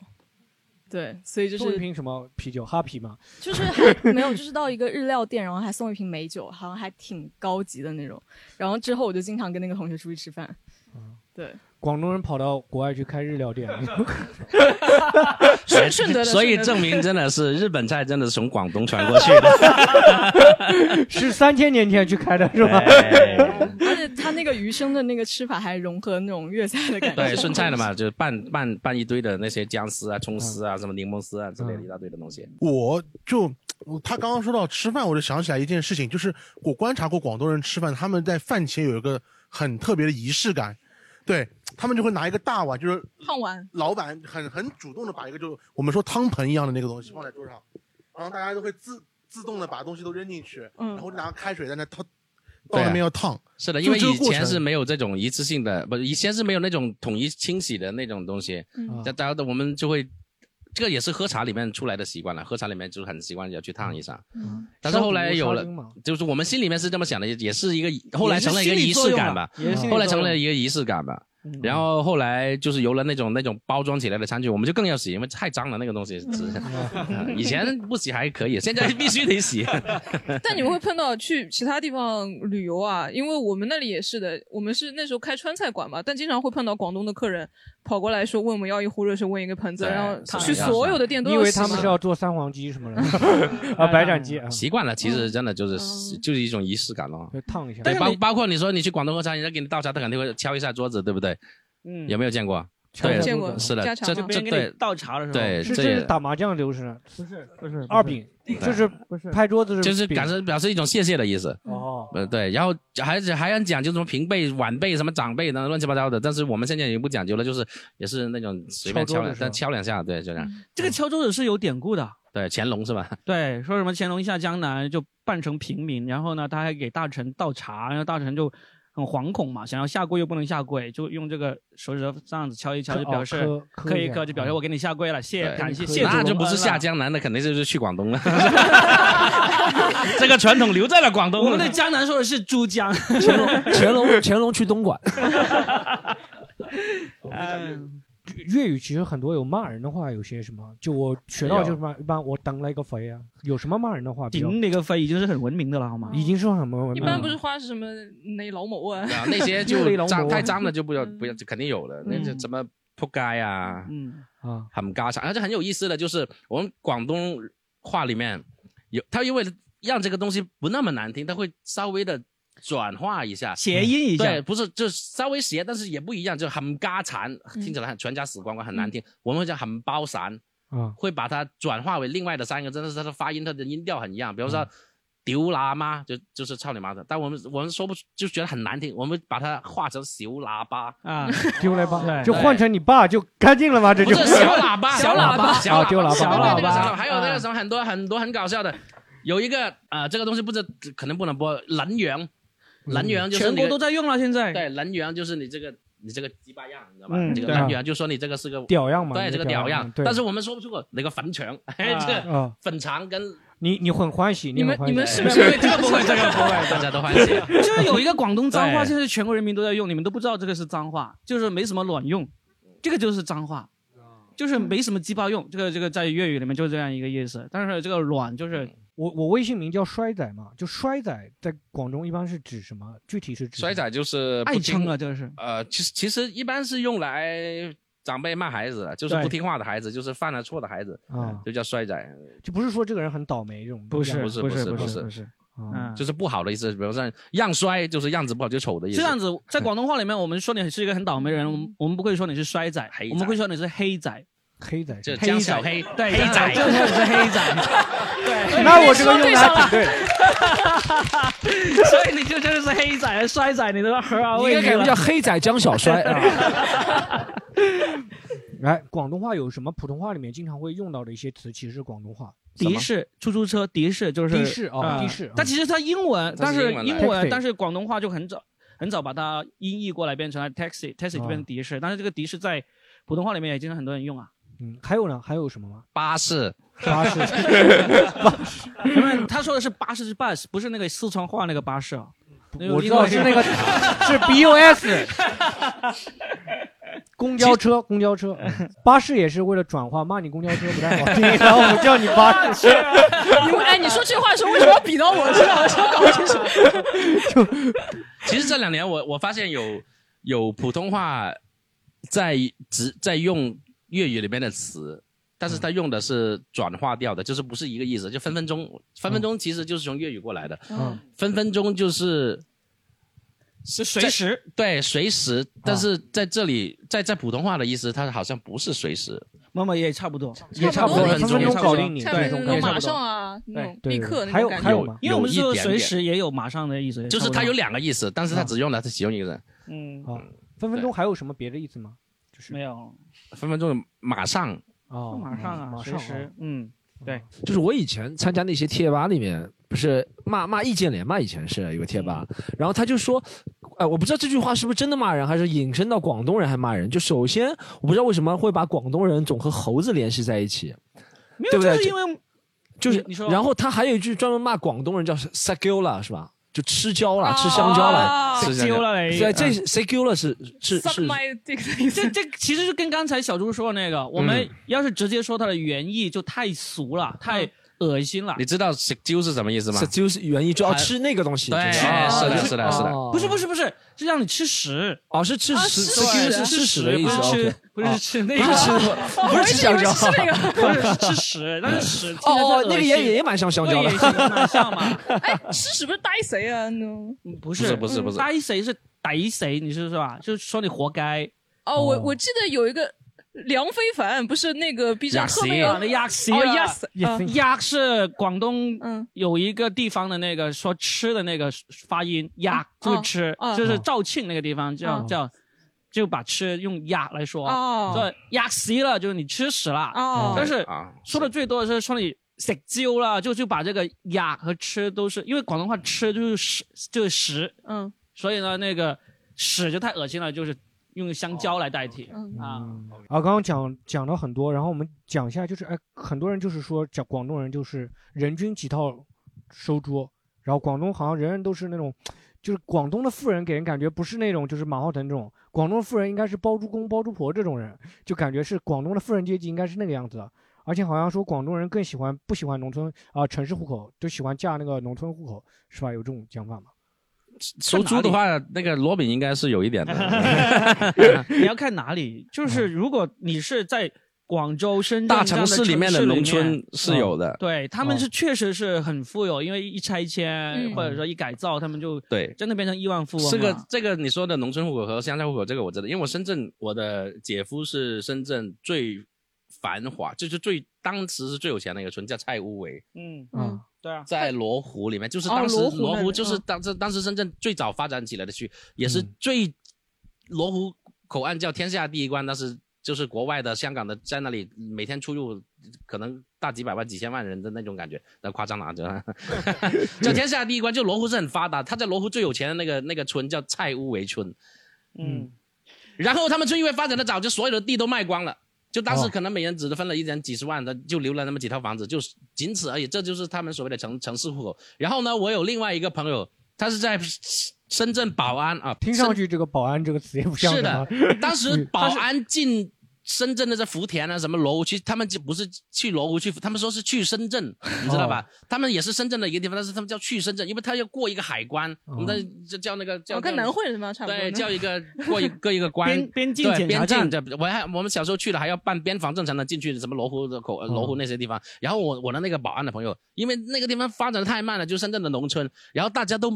Speaker 9: 对，所以就
Speaker 3: 送一
Speaker 9: 是
Speaker 3: 瓶什么啤酒？哈啤吗？
Speaker 9: 就是还没有就是到一个日料店，然后还送一瓶美酒，好像还挺高级的那种，然后之后我就经常跟那个同学出去吃饭，
Speaker 2: 嗯
Speaker 9: 对。
Speaker 3: 广东人跑到国外去开日料 店，
Speaker 2: 所以
Speaker 5: 顺德的
Speaker 2: 所以
Speaker 5: 顺德的
Speaker 2: 证明真的是日本菜真的是从广东传过去的。
Speaker 3: 是三千年前去开的是吧？
Speaker 2: 哎
Speaker 9: 而且他那个鱼生的那个吃法还融合那种粤菜的 感 觉。
Speaker 2: 对，顺菜的嘛，就是拌拌拌一堆的那些姜丝啊、葱丝啊、什么柠檬丝啊之类的一大堆的东西。
Speaker 6: 我就他刚刚说到吃饭，我就想起来一件事情，就是我观察过广东人吃饭，他们在饭前有一个很特别的仪式感，对他们就会拿一个大碗，就是
Speaker 5: 烫完
Speaker 6: 老板很很主动的把一个就我们说汤盆一样的那个东西放在桌上，然后大家都会自自动的把东西都扔进去，
Speaker 9: 嗯
Speaker 6: 然后拿开水在那烫，到
Speaker 2: 对啊
Speaker 6: 那边要烫，
Speaker 2: 是的，
Speaker 6: 就
Speaker 2: 因为
Speaker 6: 这个
Speaker 2: 以
Speaker 6: 过
Speaker 2: 前
Speaker 6: 程
Speaker 2: 是没有这种一次性的，不，以前是没有那种统一清洗的那种东西。
Speaker 9: 嗯
Speaker 2: 大大家我们就会，这个也是喝茶里面出来的习惯了。喝茶里面就是很习惯要去烫一下，
Speaker 9: 嗯
Speaker 2: 但是后来有
Speaker 3: 烧
Speaker 2: 了
Speaker 3: 饼烧，饼
Speaker 2: 就是我们心里面是这么想的，也也是一个后来成了一个仪式感吧。
Speaker 3: 也是心理作用啊
Speaker 2: 后来成了一个仪式感吧。
Speaker 3: 嗯
Speaker 2: 然后后来就是有了那种那种包装起来的餐具，我们就更要洗，因为太脏了那个东西是。 啊以前不洗还可以，现在必须得洗。
Speaker 5: 但你们会碰到去其他地方旅游啊，因为我们那里也是的，我们是那时候开川菜馆嘛，但经常会碰到广东的客人跑过来说问我们要一壶热水，问一个盆子，
Speaker 2: 对
Speaker 5: 然后
Speaker 2: 是的
Speaker 5: 去所有的店都
Speaker 3: 你
Speaker 5: 要
Speaker 3: 以为
Speaker 5: 洗
Speaker 3: 他们
Speaker 5: 嘛
Speaker 3: 是要做三黄鸡什么 的 啊？白斩鸡啊，
Speaker 2: 习惯了，其实真的就是
Speaker 5: 嗯
Speaker 2: 就是一种仪式感了。
Speaker 3: 就烫一下。
Speaker 2: 对，包包括你说你去广东喝茶，人家给你倒茶，他肯定会敲一下桌子，对不对？
Speaker 4: 嗯，
Speaker 2: 有没有见过？
Speaker 3: 敲一下
Speaker 2: 对
Speaker 5: 见过
Speaker 2: 是的，
Speaker 5: 家
Speaker 2: 这
Speaker 5: 常
Speaker 2: 这
Speaker 5: 嘛
Speaker 4: 别人给你
Speaker 2: 对
Speaker 4: 倒茶的时候，
Speaker 2: 对，
Speaker 3: 是
Speaker 2: 哎这
Speaker 3: 这是
Speaker 2: 也
Speaker 3: 打麻将流程，
Speaker 7: 不是不是
Speaker 3: 二饼就是
Speaker 7: 不是
Speaker 3: 拍桌子
Speaker 2: 就是
Speaker 3: 饼
Speaker 2: 表示表示一种谢谢的意思。
Speaker 3: 哦，
Speaker 2: 呃，对，然后还是还要讲究什么平辈、晚辈、什么长辈的乱七八糟的，但是我们现在也不讲究了，就是也是那种随便
Speaker 3: 敲
Speaker 2: 敲两，
Speaker 3: 桌子是吧
Speaker 2: 但敲两下，对，就这样。
Speaker 4: 嗯这个敲桌子是有典故的。
Speaker 2: 对，乾隆是吧？
Speaker 4: 对，说什么乾隆下江南就扮成平民，然后呢，他还给大臣倒茶，然后大臣就很惶恐嘛，想要下跪又不能下跪，就用这个手指头这样子敲一敲，就表示
Speaker 3: 哦
Speaker 4: 磕一磕，
Speaker 3: 下
Speaker 4: 就表示我给你下嗯跪了，谢
Speaker 2: 对
Speaker 4: 感谢
Speaker 3: 磕一
Speaker 4: 谢
Speaker 3: 下
Speaker 4: 主啊
Speaker 2: 那就
Speaker 4: 隆
Speaker 2: 不
Speaker 4: 恩
Speaker 2: 是下
Speaker 4: 了。
Speaker 2: 江南的，肯定就是去广东了。 这个传统留在了广
Speaker 4: 我
Speaker 2: 东了
Speaker 4: 们对。江南说的是珠 江，
Speaker 7: 乾隆 乾隆乾隆去东 莞，
Speaker 4: 嗯
Speaker 3: 粤语其实很多有骂人的话，有些什么，就我学到就是嘛，一般我等了一个肥啊，有什么骂人的话比较
Speaker 4: 顶那个肺已经是很文明的了，好啊吗？
Speaker 3: 已经是很文
Speaker 5: 一
Speaker 3: 明
Speaker 5: 般
Speaker 3: 了
Speaker 5: 不。是花是什么那老某啊，
Speaker 2: 啊，那 些
Speaker 3: 因为
Speaker 2: 就
Speaker 3: 龙
Speaker 2: 脏
Speaker 3: 膜
Speaker 2: 太脏了就不要不要，就肯定有了。那
Speaker 4: 嗯
Speaker 2: 这什么扑街啊、
Speaker 4: 嗯，
Speaker 3: 啊，
Speaker 2: 很嘎啥，而且很有意思的就是我们广东话里面有，他因为让这个东西不那么难听，他会稍微的转化一下。
Speaker 4: 谐音一下，
Speaker 2: 对，不是，就是稍微斜，但是也不一样，就是很嘎残，听起来很全家死光光，很难听。我们会讲很包散，
Speaker 3: 啊，
Speaker 2: 会把它转化为另外的三个字，但是它的发音、它的音调很一样。比如说“丢喇嘛”，就就是操你妈的，但我们我们说不出，就觉得很难听，我们把它化成“小喇叭
Speaker 4: 啊，
Speaker 3: 丢 了吧，
Speaker 4: 对
Speaker 3: 就换成你爸就干净了吗？”，这
Speaker 2: 不
Speaker 3: 就是
Speaker 2: 小喇叭，
Speaker 4: 小喇叭
Speaker 2: 小
Speaker 3: 啊丢喇叭
Speaker 2: 小喇
Speaker 3: 小喇叭
Speaker 2: 小喇还有那个什么很多很多很搞笑的，有一个啊，这个东西不知可能不能播，南洋，南洋就是
Speaker 4: 全
Speaker 2: 你
Speaker 4: 国
Speaker 2: 的
Speaker 4: 都在用了，现在
Speaker 2: 对南洋就是你这个你这个鸡巴样，你知道吧？
Speaker 3: 嗯
Speaker 2: 这个
Speaker 3: 对啊
Speaker 2: 南洋就说你这个是个
Speaker 3: 屌样嘛，
Speaker 2: 对这个屌
Speaker 3: 屌
Speaker 2: 样，
Speaker 3: 对，
Speaker 2: 但是我们说不出口那个坟场，哎，这个
Speaker 3: 啊，
Speaker 2: 粉肠跟
Speaker 3: 你你很欢喜，
Speaker 5: 你
Speaker 3: 很
Speaker 5: 们
Speaker 3: 欢
Speaker 5: 你
Speaker 3: 喜
Speaker 5: 们是不
Speaker 2: 对
Speaker 5: 是
Speaker 2: 这个不会，这个不会，大家都欢喜。
Speaker 4: 就是有一个广东脏话，
Speaker 2: 对
Speaker 4: 现在全国人民都在用，你们都不知道这个是脏话，就是没什么卵用，这个就是脏话，
Speaker 2: 啊
Speaker 4: 就是没什么鸡巴用。这个这个在粤语里面就是这样一个意思，但是这个卵就是
Speaker 3: 我我微信名叫衰仔嘛，就衰仔在广东一般是指什么？具体是指什么
Speaker 2: 摔仔就是不
Speaker 3: 爱
Speaker 2: 听
Speaker 3: 称啊这是
Speaker 2: 呃，其实其实一般是用来长辈骂孩子的，就是
Speaker 3: 对
Speaker 2: 不听话的孩子，就是犯了错的孩子，
Speaker 3: 啊
Speaker 2: 就叫摔仔。
Speaker 3: 就不是说这个人很倒霉这种，啊
Speaker 2: 不是不是不是不是不是
Speaker 4: 嗯
Speaker 2: 就是不好的意思，比如说样衰，就是样子不好，就丑的意思。
Speaker 4: 这样子，在广东话里面，我们说你是一个很倒霉的人，我们我们不会说你是衰仔，我们会说你是黑仔。
Speaker 3: 黑仔
Speaker 2: 就江小黑
Speaker 4: 对，
Speaker 2: 黑仔
Speaker 4: 江小黑就是黑仔。对，
Speaker 3: 那我这个用的还挺对的。
Speaker 4: 所以你就真的是黑仔、衰仔，你都合而
Speaker 7: 你应
Speaker 4: 为
Speaker 7: 该
Speaker 4: 一
Speaker 7: 改名
Speaker 4: 了
Speaker 7: 叫黑仔江小衰啊。
Speaker 3: 来，哎广东话有什么普通话里面经常会用到的一些词，其实是广东话。
Speaker 4: 的士、出租车、的士就是
Speaker 3: 的士哦
Speaker 4: 呃
Speaker 3: 的士
Speaker 4: 但其实它英文，
Speaker 3: 它
Speaker 4: 但
Speaker 3: 是
Speaker 4: 是英
Speaker 3: 英文来的
Speaker 4: 文
Speaker 3: Taxi，
Speaker 4: 但是广东话就很早很早把它音译过来，变成了 taxi，taxi 就变成的士，但是这个的士在普通话里面也经常很多人用啊。
Speaker 3: 嗯，还有呢？还有什么吗？
Speaker 2: 巴士，
Speaker 3: 巴士
Speaker 4: 巴士， 因为他说的是巴士是 bus，不是那个四川话那个巴士啊。那个
Speaker 3: 我知道是那个是 BUS，公交车，公交 车，嗯巴士也是为了转化，骂你公交车不太好听，然后我叫你巴士。
Speaker 5: 你哎，你说这话的时候为什么要比到我这？我想搞清楚。
Speaker 2: 其实这两年我我发现有有普通话在只在用粤语里面的词，但是他用的是转化掉的，就是不是一个意思，就分分钟分分钟其实就是从粤语过来的，
Speaker 3: 嗯
Speaker 2: 分分钟就是
Speaker 4: 是随时
Speaker 2: 对随时，
Speaker 4: 嗯
Speaker 2: 但是在这里在在普通话的意思，它好像不是随时，
Speaker 4: 妈妈也差不多，
Speaker 3: 也差不多
Speaker 2: 分
Speaker 3: 分分钟
Speaker 2: 也差不多
Speaker 3: 搞定你
Speaker 2: 差
Speaker 3: 这
Speaker 2: 不多
Speaker 3: 种感觉。
Speaker 5: 马上啊，那种
Speaker 3: 对
Speaker 5: 立
Speaker 3: 对
Speaker 5: 刻
Speaker 3: 对
Speaker 5: 那
Speaker 3: 还有
Speaker 5: 种感
Speaker 3: 还有
Speaker 5: 觉。
Speaker 3: 吗？
Speaker 4: 因为我们
Speaker 2: 有一
Speaker 4: 说
Speaker 2: 点
Speaker 4: 随
Speaker 2: 点
Speaker 4: 时也有马上的意思，
Speaker 2: 就是
Speaker 4: 他
Speaker 2: 它有两个意思，但是它只用了它其中一个人，
Speaker 4: 嗯
Speaker 3: 啊，分分钟还有什么别的意思吗？
Speaker 4: 没有
Speaker 2: 分分钟马上
Speaker 3: 哦，
Speaker 4: 马上啊，
Speaker 3: 马
Speaker 4: 随
Speaker 3: 上
Speaker 4: 时
Speaker 3: 啊
Speaker 4: 嗯对。
Speaker 7: 就是我以前参加那些贴吧里面，不是骂骂意见联嘛，以前是有个贴吧，然后他就说，哎，我不知道这句话是不是真的骂人，还是引申到广东人还骂人。就首先，我不知道为什么会把广东人总和猴子联系在一起，
Speaker 4: 没
Speaker 7: 对
Speaker 4: 有，
Speaker 7: 不对
Speaker 4: 就是因为
Speaker 7: 就是
Speaker 4: 你你说，
Speaker 7: 然后他还有一句专门骂广东人叫 s a g u l a 是吧？就吃椒了，吃香蕉了。
Speaker 2: 是这
Speaker 4: 丢
Speaker 2: 样。
Speaker 4: 了嘞，
Speaker 7: 对，这
Speaker 4: 嗯
Speaker 7: s a g u l a 是是是
Speaker 5: Suck my dick 的意思
Speaker 4: 这这其实就跟刚才小猪说的那
Speaker 3: 嗯
Speaker 4: 个，我们要是直接说它的原意就太俗了，太恶心了
Speaker 2: 你。知道“食鸠”是什么意思吗
Speaker 7: s？a 是原意就要吃那个东西，
Speaker 2: 对，
Speaker 7: 哦就是
Speaker 2: 是的，是的，是的。
Speaker 4: 不是不是不是，是让你吃屎，
Speaker 7: 哦，是吃屎 s a
Speaker 4: 对
Speaker 7: g u 是吃屎的
Speaker 4: 不
Speaker 7: 意思
Speaker 4: 是
Speaker 7: ，OK，
Speaker 4: 吃哦不是吃那
Speaker 7: 不是吃
Speaker 4: 个，
Speaker 7: 不是吃香蕉。
Speaker 4: 不是是吃屎，但是 屎
Speaker 7: 哦哦，那个也也
Speaker 4: 也
Speaker 7: 也蛮像香蕉的
Speaker 4: 也。行蛮像嘛，
Speaker 5: 哎，吃屎不是逮谁啊？no
Speaker 4: 不
Speaker 2: 不
Speaker 4: 是
Speaker 2: 是不嗯是不是
Speaker 4: 逮谁是逮谁，你是是吧？就是说你活该。
Speaker 5: 哦，我我记得有一个梁非凡，不是那个 B 站
Speaker 2: 雅
Speaker 5: 特
Speaker 2: 琪
Speaker 5: 别有
Speaker 4: 啊，那鸭屎
Speaker 5: 哦
Speaker 4: 啊
Speaker 5: 鸭屎
Speaker 3: 也
Speaker 5: 嗯
Speaker 3: 分
Speaker 4: 鸭是广东
Speaker 5: 嗯
Speaker 4: 有一个地方的那个说吃的那个发音，鸭就是吃
Speaker 5: 哦，
Speaker 4: 就是肇庆那个地方叫
Speaker 5: 哦
Speaker 4: 叫就把吃用鸭来说，
Speaker 5: 哦
Speaker 4: 说鸭屎了就是你吃屎了，
Speaker 5: 哦
Speaker 4: 但是
Speaker 2: 啊，
Speaker 4: 说的最多的是说你。食蕉啦，就就把这个鸭和吃都是，因为广东话吃就是屎，就是屎，
Speaker 5: 嗯
Speaker 4: 所以呢，那个屎就太恶心了，就是用香蕉来代替、
Speaker 5: 嗯
Speaker 4: 啊。
Speaker 3: 啊，刚刚讲讲到很多，然后我们讲一下，就是哎，很多人就是说讲广东人就是人均几套收桌，然后广东好像人人都是那种，就是广东的富人给人感觉不是那种就是马化腾这种，广东的富人应该是包租公包租婆这种人，就感觉是广东的富人阶级应该是那个样子的，而且好像说广东人更喜欢不喜欢农村啊、城市户口，就喜欢嫁那个农村户口，是吧？有这种讲法吗？
Speaker 2: 收租的话，那个罗饼应该是有一点的，
Speaker 4: 你要看 哪里，就是如果你是在广州、深圳
Speaker 2: 嗯大
Speaker 4: 这样
Speaker 2: 城
Speaker 4: 的
Speaker 2: 市里面
Speaker 4: 的
Speaker 2: 的农村是有的。
Speaker 4: 嗯
Speaker 2: 嗯
Speaker 4: 对他们是确实是很富有，因为一拆迁
Speaker 5: 嗯
Speaker 4: 或者说一改造，他们就
Speaker 2: 对，
Speaker 4: 真的变成亿万富翁了。
Speaker 2: 这个这个你说的农村户口和乡下户口，这个我知道，因为我深圳，我的姐夫是深圳最繁华，就是最当时是最有钱的一个村，叫蔡屋围，
Speaker 4: 嗯，
Speaker 5: 嗯，
Speaker 4: 对啊，
Speaker 2: 在罗湖里面，就是
Speaker 5: 哦
Speaker 2: 当时
Speaker 5: 罗湖那
Speaker 2: 罗湖
Speaker 5: 里
Speaker 2: 就是
Speaker 5: 嗯
Speaker 2: 当时当时深圳最早发展起来的区，也是最罗湖口岸叫天下第一关，当时就是国外的香港的在那里每天出入可能大几百万几千万人的那种感觉，那夸张了啊， 这叫天下第一关，就罗湖是很发达，他在罗湖最有钱的那个那个村叫蔡屋围村，
Speaker 4: 嗯，
Speaker 2: 然后他们村因为发展的早，就所有的地都卖光了。就当时
Speaker 3: 哦
Speaker 2: 可能每人只分了一人几十万的，就留了那么几套房子，就是仅此而已。这就是他们所谓的城城市户口。然后呢，我有另外一个朋友，他是在深圳宝安啊，
Speaker 3: 听上去这个保安这个词也不像
Speaker 2: 是
Speaker 3: 什么嗯
Speaker 2: 的，当时保安进深圳的这福田啊，什么罗湖区，他们就不是去罗湖去，他们说是去深圳，
Speaker 3: 哦
Speaker 2: 你知道吧？他们也是深圳的一个地方，但是他们叫去深圳，因为他要过一个海关，我
Speaker 3: 哦
Speaker 2: 们的这叫那个叫
Speaker 5: 我哦跟南汇什么差不多嗯呢。
Speaker 2: 对，叫一个过 一过一个关
Speaker 4: 边边境
Speaker 2: 对
Speaker 4: 检查
Speaker 2: 边境
Speaker 4: 站
Speaker 2: 这我还我们小时候去了还要办边防证才能进去，什么罗湖的口
Speaker 4: 哦
Speaker 2: 呃罗湖那些地方。然后我我的那个保安的朋友，因为那个地方发展的太慢了，就深圳的农村，然后大家都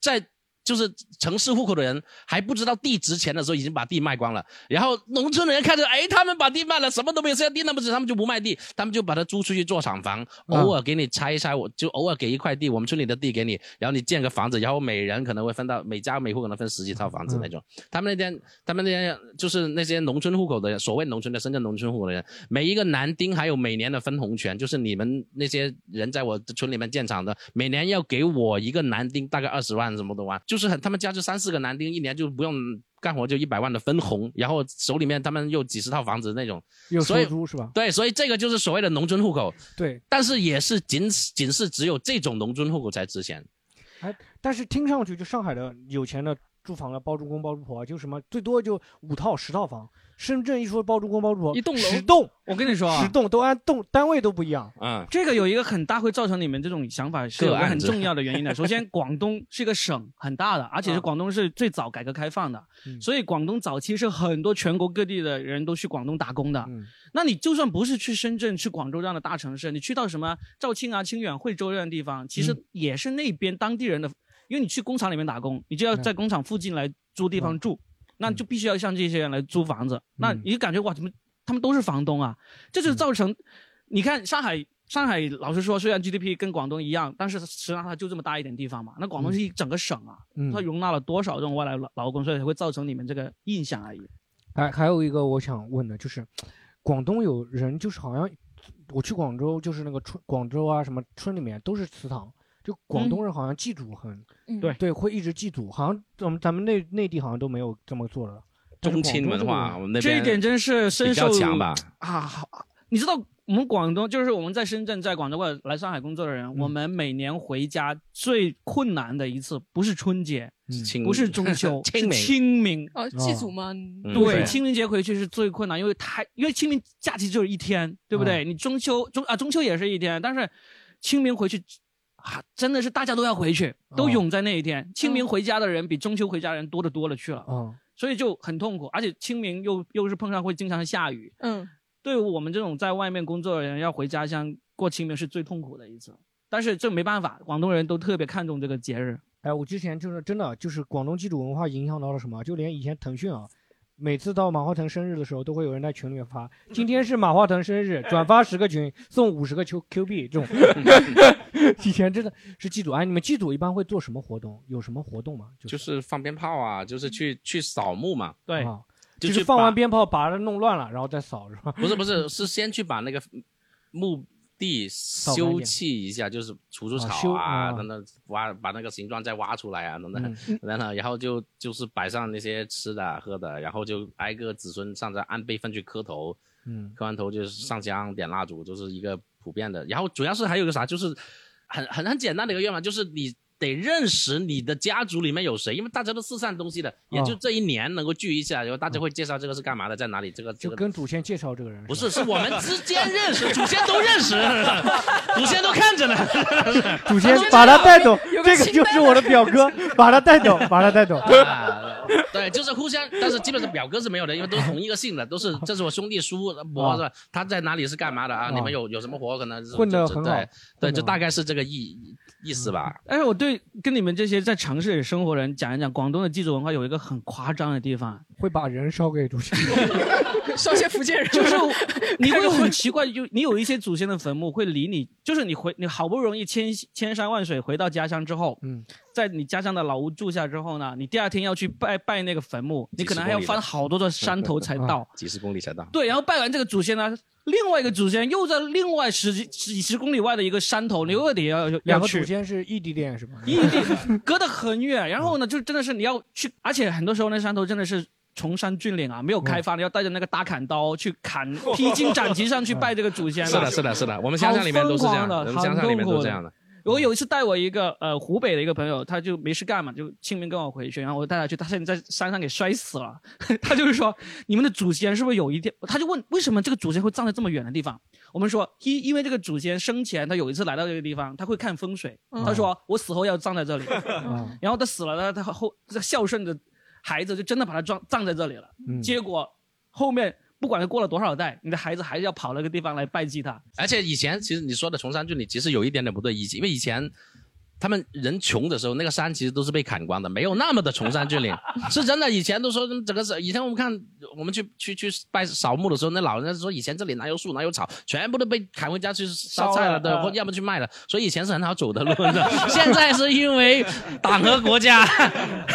Speaker 2: 在。就是城市户口的人还不知道地值钱的时候，已经把地卖光了。然后农村的人看着，哎，他们把地卖了，什么都没有，剩下地那么值，他们就不卖地，他们就把它租出去做厂房，偶
Speaker 4: 哦
Speaker 2: 尔给你拆一拆，我就偶尔给一块地，我们村里的地给你，然后你建个房子，然后每人可能会分到每家每户可能分十几套房子那种。他们那天，他们那天就是那些农村户口的人，所谓农村的深圳农村户口的人，每一个男丁还有每年的分红权，就是你们那些人在我村里面建厂的，每年要给我一个男丁大概二十万什么的万，就是很他们家就三四个男丁，一年就不用干活就一百万的分红，然后手里面他们又几十套房子那种，
Speaker 3: 有
Speaker 2: 所
Speaker 3: 收
Speaker 2: 以
Speaker 3: 租是吧？
Speaker 2: 对，所以这个就是所谓的农村户口，
Speaker 3: 对，
Speaker 2: 但是也是仅仅是只有这种农村户口才值钱。
Speaker 3: 但是听上去就上海的有钱的住房的包租公包租婆啊，就什么最多就五套十套房。深圳一说包租公包租婆，
Speaker 4: 一栋楼
Speaker 3: 十栋，
Speaker 4: 我跟你说啊
Speaker 3: 十栋都按栋单位都不一样。
Speaker 2: 嗯，
Speaker 4: 这个有一个很大会造成你们这种想法是有
Speaker 2: 个
Speaker 4: 个
Speaker 2: 案
Speaker 4: 很
Speaker 2: 子
Speaker 4: 重要的 原因的。首先，广东是一个省很大的，而且
Speaker 2: 啊
Speaker 4: 是广东是最早改革开放的，
Speaker 2: 嗯
Speaker 4: 所以广东早期是很多全国各地的人都去广东打工的。
Speaker 2: 嗯
Speaker 4: 那你就算不是去深圳、去广州这样的大城市，你去到什么肇庆啊、清远、惠州这样的地方，其实
Speaker 2: 嗯
Speaker 4: 也是那边当地人的，因为你去工厂里面打工，你就要在工厂附近来租地方
Speaker 2: 嗯
Speaker 4: 住，那就必须要向这些人来租房子。那你就感觉哇，怎么他们都是房东啊？这
Speaker 2: 嗯
Speaker 4: 就造成，你看上海。上海老实说，虽然 GDP 跟广东一样，但是实际上它就这么大一点地方嘛。那广东是一整个省啊，
Speaker 3: 嗯
Speaker 4: 它容纳了多少这种外来劳劳工，所以才会造成你们这个印象而已。
Speaker 3: 哎还还有一个我想问的就是，广东有人就是好像我去广州就是那个村广州啊什么村里面都是祠堂，就广东人好像祭祖很、
Speaker 5: 嗯
Speaker 4: 对
Speaker 3: 对会一直祭祖，好像咱们咱们内内地好像都没有这么做的。但是
Speaker 2: 宗
Speaker 3: 广
Speaker 2: 亲
Speaker 3: 东
Speaker 2: 文
Speaker 3: 这个
Speaker 2: 化，我们那
Speaker 4: 这
Speaker 2: 边
Speaker 4: 一点真是深
Speaker 2: 比较
Speaker 4: 受
Speaker 2: 强吧？
Speaker 4: 啊！好你知道我们广东，就是我们在深圳、在广州或者来上海工作的
Speaker 2: 嗯
Speaker 4: 人，我们每年回家最困难的一次，不是春节，
Speaker 2: 嗯清，
Speaker 4: 不是中秋是
Speaker 2: 清明
Speaker 4: 清明。
Speaker 5: 哦，祭祖嘛，
Speaker 2: 嗯
Speaker 4: 对，
Speaker 2: 对
Speaker 4: 清明节回去是最困难，因为太因为清明假期就是一天，对不
Speaker 3: 嗯
Speaker 4: 对？你中秋中啊中秋也是一天，但是清明回去啊，真的是大家都要回去，都
Speaker 3: 哦
Speaker 4: 涌在那一天。清明回家的人比中秋回家的人多得多了去了，
Speaker 3: 嗯
Speaker 4: 所以就很痛苦，而且清明又又是碰上会经常下雨，
Speaker 5: 嗯，
Speaker 4: 对于我们这种在外面工作的人，要回家乡过清明是最痛苦的一次。但是这没办法，广东人都特别看重这个节日。
Speaker 3: 哎，我之前就是真的就是广东祭祖文化影响到了什么，就连以前腾讯啊，每次到马化腾生日的时候，都会有人在群里面发，今天是马化腾生
Speaker 4: 嗯
Speaker 3: 日，转发十个群送五十个 Q Q 币 这种。以前真的是祭祖，哎，你们祭祖一般会做什么活动？有什么活动吗？就
Speaker 2: 就是是放鞭炮啊，就是去去扫墓嘛，
Speaker 4: 对，
Speaker 3: 啊，
Speaker 2: 就
Speaker 3: 就是
Speaker 2: 去
Speaker 3: 放完
Speaker 2: 把
Speaker 3: 鞭炮把它弄乱了，然后再扫是吧？
Speaker 2: 不是不是，是先去把那个墓地
Speaker 3: 干
Speaker 2: 修
Speaker 3: 净
Speaker 2: 葺一 下，就是除除
Speaker 3: 啊
Speaker 2: 草
Speaker 3: 修
Speaker 2: 啊，
Speaker 3: 啊
Speaker 2: 等等，挖把那个形状再挖出来啊，等等
Speaker 3: 嗯，
Speaker 2: 等等， 然后就就是摆上那些吃的啊喝的，然后就挨个子孙上在按辈分去磕头，
Speaker 3: 嗯，
Speaker 2: 磕完头就是上香点蜡烛，就是一个普遍的。然后主要是还有一个啥，就是很很很简单的一个愿望，就是你得认识你的家族里面有谁，因为大家都四散东西的，也就这一年能够聚一下，然后大家会介绍这个是干嘛的，在哪里，这个这
Speaker 3: 就
Speaker 2: 个
Speaker 3: 跟祖先介绍这个人
Speaker 2: 不
Speaker 3: 是吧
Speaker 2: 是，是我们之间认识，祖先都认识，祖先都看着呢。
Speaker 3: 祖先
Speaker 5: 中间
Speaker 3: 把他
Speaker 5: 有
Speaker 3: 带
Speaker 5: 个
Speaker 3: 走，
Speaker 5: 有个
Speaker 3: 这个
Speaker 5: 清
Speaker 3: 就是我的表哥，把他带走，把他带 走。
Speaker 2: 啊对，就是互相，但是基本上表哥是没有的，因为都是同一个姓的，都是这是我兄弟叔伯是吧？他在哪里是干嘛的啊？
Speaker 3: 啊
Speaker 2: 你们有有什么活可能是
Speaker 3: 混得很
Speaker 2: 对
Speaker 3: 好
Speaker 2: 对，
Speaker 3: 混得
Speaker 2: 就
Speaker 3: 好
Speaker 2: 大概是这个意意思吧。
Speaker 4: 但哎是我对跟你们这些在城市里生活的人讲一讲，广东的祭祖文化有一个很夸张的地方，
Speaker 3: 会把人烧给祖先。
Speaker 5: 烧些福建人，
Speaker 4: 就是 你会很奇怪，就你有一些祖先的坟墓会离你，就是你回你好不容易千千山万水回到家乡之后，
Speaker 3: 嗯，
Speaker 4: 在你家乡的老屋住下之后呢，你第二天要去拜拜那个坟墓，你可能还要翻好多座山头才到。
Speaker 2: 几十公里才到。
Speaker 4: 对，然后拜完这个祖先呢，另外一个祖先又在另外十几几十公里外的一个山头，你又得要要
Speaker 3: 两
Speaker 4: 要
Speaker 3: 个祖
Speaker 4: 去。
Speaker 3: 先是异地恋是吧？
Speaker 4: 异地 隔得很远，然后呢，就真的是你要去，而且很多时候那山头真的是崇山峻岭啊，没有开发，你要带着那个大砍刀去砍， 披荆斩棘上去拜这个祖先。啊
Speaker 2: 是的，是的，是的，我们乡下里面都是这样
Speaker 4: 好疯狂的
Speaker 2: 我们乡下里面都是这样的。
Speaker 4: 我有一次带我一个呃湖北的一个朋友，他就没事干嘛，就清明跟我回去，然后我带他去，他现在在山上给摔死了。 他就是说，你们的祖先是不是有一天？他就问为什么这个祖先会葬在这么远的地方？我们说，因因为这个祖先生前他有一次来到这个地方，他会看风水，
Speaker 3: 嗯
Speaker 4: 他说我死后要葬在这里。然后他死了，他他后这个孝顺的孩子就真的把他葬葬在这里了。
Speaker 2: 嗯
Speaker 4: 结果后面不管是过了多少代，你的孩子还是要跑那个地方来拜祭他。
Speaker 2: 而且以前其实你说的崇山峻岭，其实有一点点不对，以因为以前。他们人穷的时候，那个山其实都是被砍光的，没有那么的崇山峻 岭，是真的。以前都说嗯整个是，以前我们看我们去去去拜扫墓的时候，那老人家说以前这里哪有树哪有草，全部都被砍回家去烧菜了
Speaker 4: 烧了
Speaker 2: 的，或
Speaker 4: 嗯
Speaker 2: 要么去卖了。所以以前是很好走的路的， 现在是因为 党和国家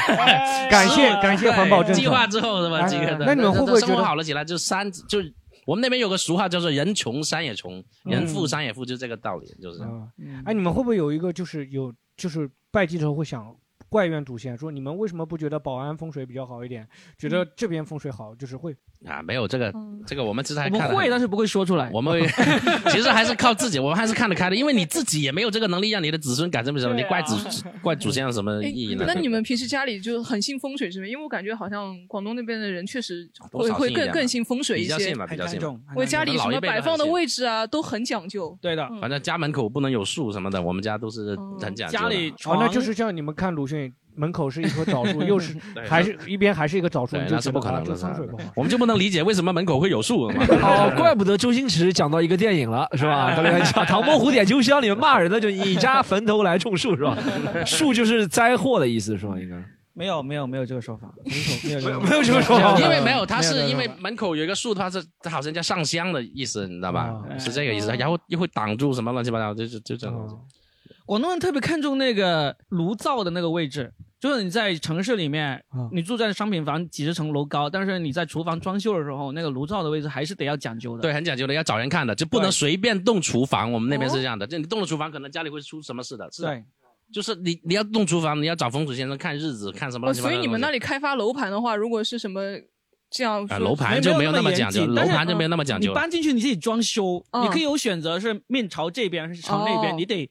Speaker 3: 感谢感谢环保政策
Speaker 2: 计划之后是吧？
Speaker 3: 哎
Speaker 2: 几个的
Speaker 3: 那你们会不会
Speaker 2: 生
Speaker 3: 觉
Speaker 2: 活
Speaker 3: 得
Speaker 2: 好了起来？就山就我们那边有个俗话叫做“人穷山也穷，人富
Speaker 3: 嗯
Speaker 2: 山也富”，就这个道理，就是这样。
Speaker 3: 哎，你们会不会有一个就是有就是拜祭的时候会想怪怨祖先，说你们为什么不觉得保安风水比较好一点，觉
Speaker 2: 嗯
Speaker 3: 得这边风水好，就是会
Speaker 2: 啊，没有这个，这个我们其实还
Speaker 3: 我们
Speaker 2: 看得
Speaker 3: 会
Speaker 2: 很
Speaker 3: 但
Speaker 4: 是不会说出来。
Speaker 2: 我们 会其实还是靠自己，我们还是看得开的，因为你自己也没有这个能力让你的子孙改正什么，你怪祖怪祖先有什么
Speaker 5: 哎
Speaker 2: 意义呢？
Speaker 5: 那你们平时家里就很信风水是吗？因为我感觉好像广东那边的人确实
Speaker 2: 多
Speaker 5: 会
Speaker 2: 少信
Speaker 5: 会
Speaker 2: 一
Speaker 5: 更
Speaker 2: 点
Speaker 5: 更
Speaker 2: 吧
Speaker 5: 信风水一
Speaker 2: 比较
Speaker 5: 些
Speaker 2: 信吧，，比较信吧。
Speaker 5: 我家里
Speaker 2: 老
Speaker 5: 什
Speaker 2: 一
Speaker 5: 么
Speaker 2: 辈都
Speaker 5: 摆
Speaker 2: 很
Speaker 5: 放的
Speaker 2: 信
Speaker 5: 位置啊都很讲究。
Speaker 4: 对的，
Speaker 2: 反正家门口不能有树什么的，我们家都是很讲究的。啊
Speaker 3: 哦，那就是像你们看鲁迅门口是一棵枣 树，又是
Speaker 2: 对
Speaker 3: 还是一边还是一个枣树，
Speaker 2: 对
Speaker 3: 你，就
Speaker 2: 那是
Speaker 3: 觉
Speaker 2: 不
Speaker 3: 得
Speaker 2: 可
Speaker 3: 啊
Speaker 2: 能
Speaker 3: 这
Speaker 2: 的事
Speaker 3: 风水
Speaker 2: 儿
Speaker 3: 不好。，
Speaker 2: 我们就不能理解为什么门口会有树嘛？
Speaker 7: 哦，怪不得周星驰讲到一个电影了，是吧？他那个叫《唐伯虎点秋香》里面骂人的，就你家坟头来种树，是吧？树就是灾祸的意思，是吧？应该。
Speaker 4: 没有没有没有这个说法，没有没有
Speaker 7: 没有这个说法
Speaker 2: 因为没有，它是因为门口有一个树，它是它好像叫上香的意思，你知道吧？是这个意思，然后又会挡住什么乱七八糟，就就就这种东西。
Speaker 4: 广东人特别看重那个炉灶的那个位置，就是你在城市里面，
Speaker 2: 啊
Speaker 4: 你住在商品房几十层楼高，但是你在厨房装修的时候，那个炉灶的位置还是得要讲究的。
Speaker 2: 对，很讲究的，要找人看的，就不能随便动厨房。我们那边
Speaker 4: 哦
Speaker 2: 是这样的，就你动了厨房，可能家里会出什么事的。是的
Speaker 4: 对，
Speaker 2: 就是你你要动厨房，你要找风水先生看日子，看什么
Speaker 5: 哦，
Speaker 2: 乱七八
Speaker 5: 所
Speaker 2: 糟的东
Speaker 5: 以
Speaker 2: 西。
Speaker 5: 你们那里开发楼盘的话，如果是什么这样
Speaker 2: 啊
Speaker 5: 说
Speaker 2: 楼盘就没有那么讲究
Speaker 4: 严谨
Speaker 2: 楼盘
Speaker 4: 但是
Speaker 2: 就没有那么讲究了
Speaker 4: 你搬进去你自己装修，
Speaker 5: 嗯
Speaker 4: 你可以有选择是面朝这边还是朝那边，
Speaker 5: 哦
Speaker 4: 你得。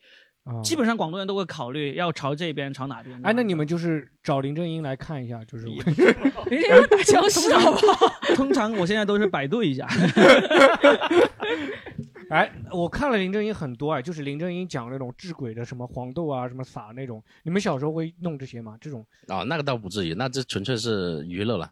Speaker 4: 基本上广东人都会考虑要朝这边朝哪边。
Speaker 3: 哎，那你们就是找林正英来看一下， 就是
Speaker 5: 林
Speaker 3: 哎
Speaker 5: 正 英打僵尸好不好？
Speaker 4: 通常我现在都是百度一下。
Speaker 3: 哎，我看了林正英很多啊，就是林正英讲那种治鬼的，什么黄豆啊，什么撒那种。你们小时候会弄这些吗？这种
Speaker 2: 哦，那个倒不至于，那这纯粹是娱乐了。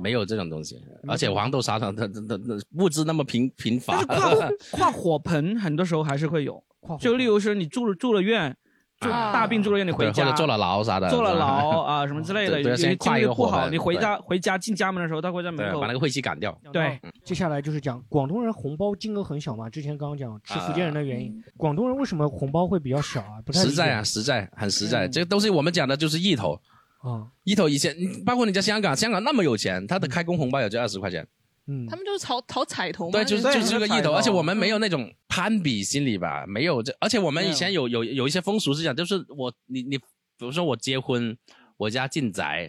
Speaker 2: 没有这种东西，而且黄豆沙糖，它它它它物资那么贫贫乏，
Speaker 4: 跨火盆很多时候还是会有，就例如是你住了住了院，就
Speaker 2: 啊
Speaker 4: 大病住了院，你回
Speaker 2: 对
Speaker 4: 家
Speaker 2: 或者坐了牢啥的
Speaker 4: 坐了
Speaker 2: 是吧嗯
Speaker 4: 牢 啊什么之类的，
Speaker 2: 对对
Speaker 4: 你
Speaker 2: 先
Speaker 4: 你
Speaker 2: 跨
Speaker 4: 精
Speaker 2: 一
Speaker 4: 力
Speaker 2: 个
Speaker 4: 不
Speaker 2: 火
Speaker 4: 好，
Speaker 2: 盆
Speaker 4: 你回
Speaker 2: 对
Speaker 4: 家回家进家门的时候，他会在门
Speaker 2: 对，
Speaker 4: 口
Speaker 2: 把那个晦气赶掉。
Speaker 4: 对，
Speaker 3: 接下来就是讲广东人红包金额很小嘛，之前刚刚讲是福建人的原因，广东人为什么红包会比较小啊？不太
Speaker 2: 实在啊，
Speaker 3: 理解
Speaker 2: 实在，很实在。这个东西我们讲的就是一头，
Speaker 3: 啊，
Speaker 2: 一头以前，嗯包括你在香港，香港那么有钱，他的开工红包也就二十块钱，
Speaker 3: 嗯，
Speaker 5: 他们就是讨讨彩头嘛，
Speaker 2: 对，就是就是这个一头，而且我们没
Speaker 5: 有。
Speaker 2: 有那种攀比心理吧，没有这，而且我们以前有有有一些风俗是讲，就是我你你，比如说我结婚，我家进宅，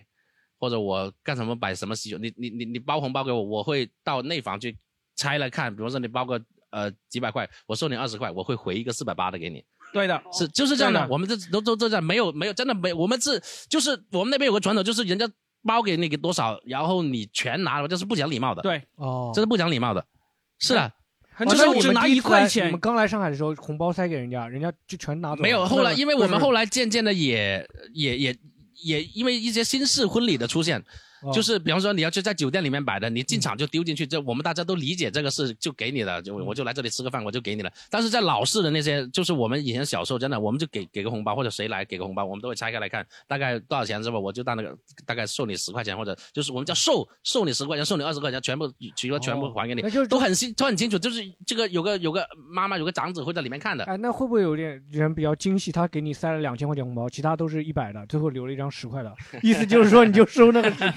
Speaker 2: 或者我干什么摆什么喜酒，你你你你包红包给我，我会到内房去拆了看，比如说你包个呃几百块，我收你二十块，我会回一个四百八的给你，
Speaker 4: 对的，
Speaker 2: 是就是这样
Speaker 4: 对
Speaker 2: 的，
Speaker 4: 的
Speaker 2: 我们这都都都这样，没有没有，真的没，我们是就是我们那边有个传统，就是人家包给你给多少，然后你全拿了，这是不讲礼貌的，
Speaker 4: 对，
Speaker 3: 哦
Speaker 2: 这是不讲礼貌的，是的，
Speaker 3: 哦
Speaker 2: 就
Speaker 3: 那
Speaker 2: 是
Speaker 3: 你
Speaker 2: 我只
Speaker 3: 们
Speaker 2: 拿
Speaker 3: 第
Speaker 2: 一
Speaker 3: 次
Speaker 2: 块
Speaker 3: 来
Speaker 2: 钱
Speaker 3: 你们刚来上海的时候，红包塞给人家，人家就全拿走了。
Speaker 2: 没有，后来因为我们后
Speaker 3: 来
Speaker 2: 来渐渐的也也也也因为一些新式婚礼的出现，
Speaker 3: 哦
Speaker 2: 就是比方说你要去在酒店里面摆的，你进场就丢进去，这我们大家都理解这个事就给你了，
Speaker 3: 嗯
Speaker 2: 就我就来这里吃个饭我就给你了。但是在老式的那些，就是我们以前小时候真的，我们就给给个红包或者谁来给个红包，我们都会拆开来看大概多少钱是吧？我就当那个大概收你十块钱或者就是
Speaker 3: 哦
Speaker 2: 我们叫收收你十块钱，收你二十块钱，全部取了全部还给你，
Speaker 3: 那就是
Speaker 2: 都很清都很清楚，就是这个有个有个妈妈有个长子会在里面看的。
Speaker 3: 哎，那会不会有点人比较精细？他给你塞了两千块钱红包，其他都是一百的，最后留了一张十块的，意思就是说你就收那个 十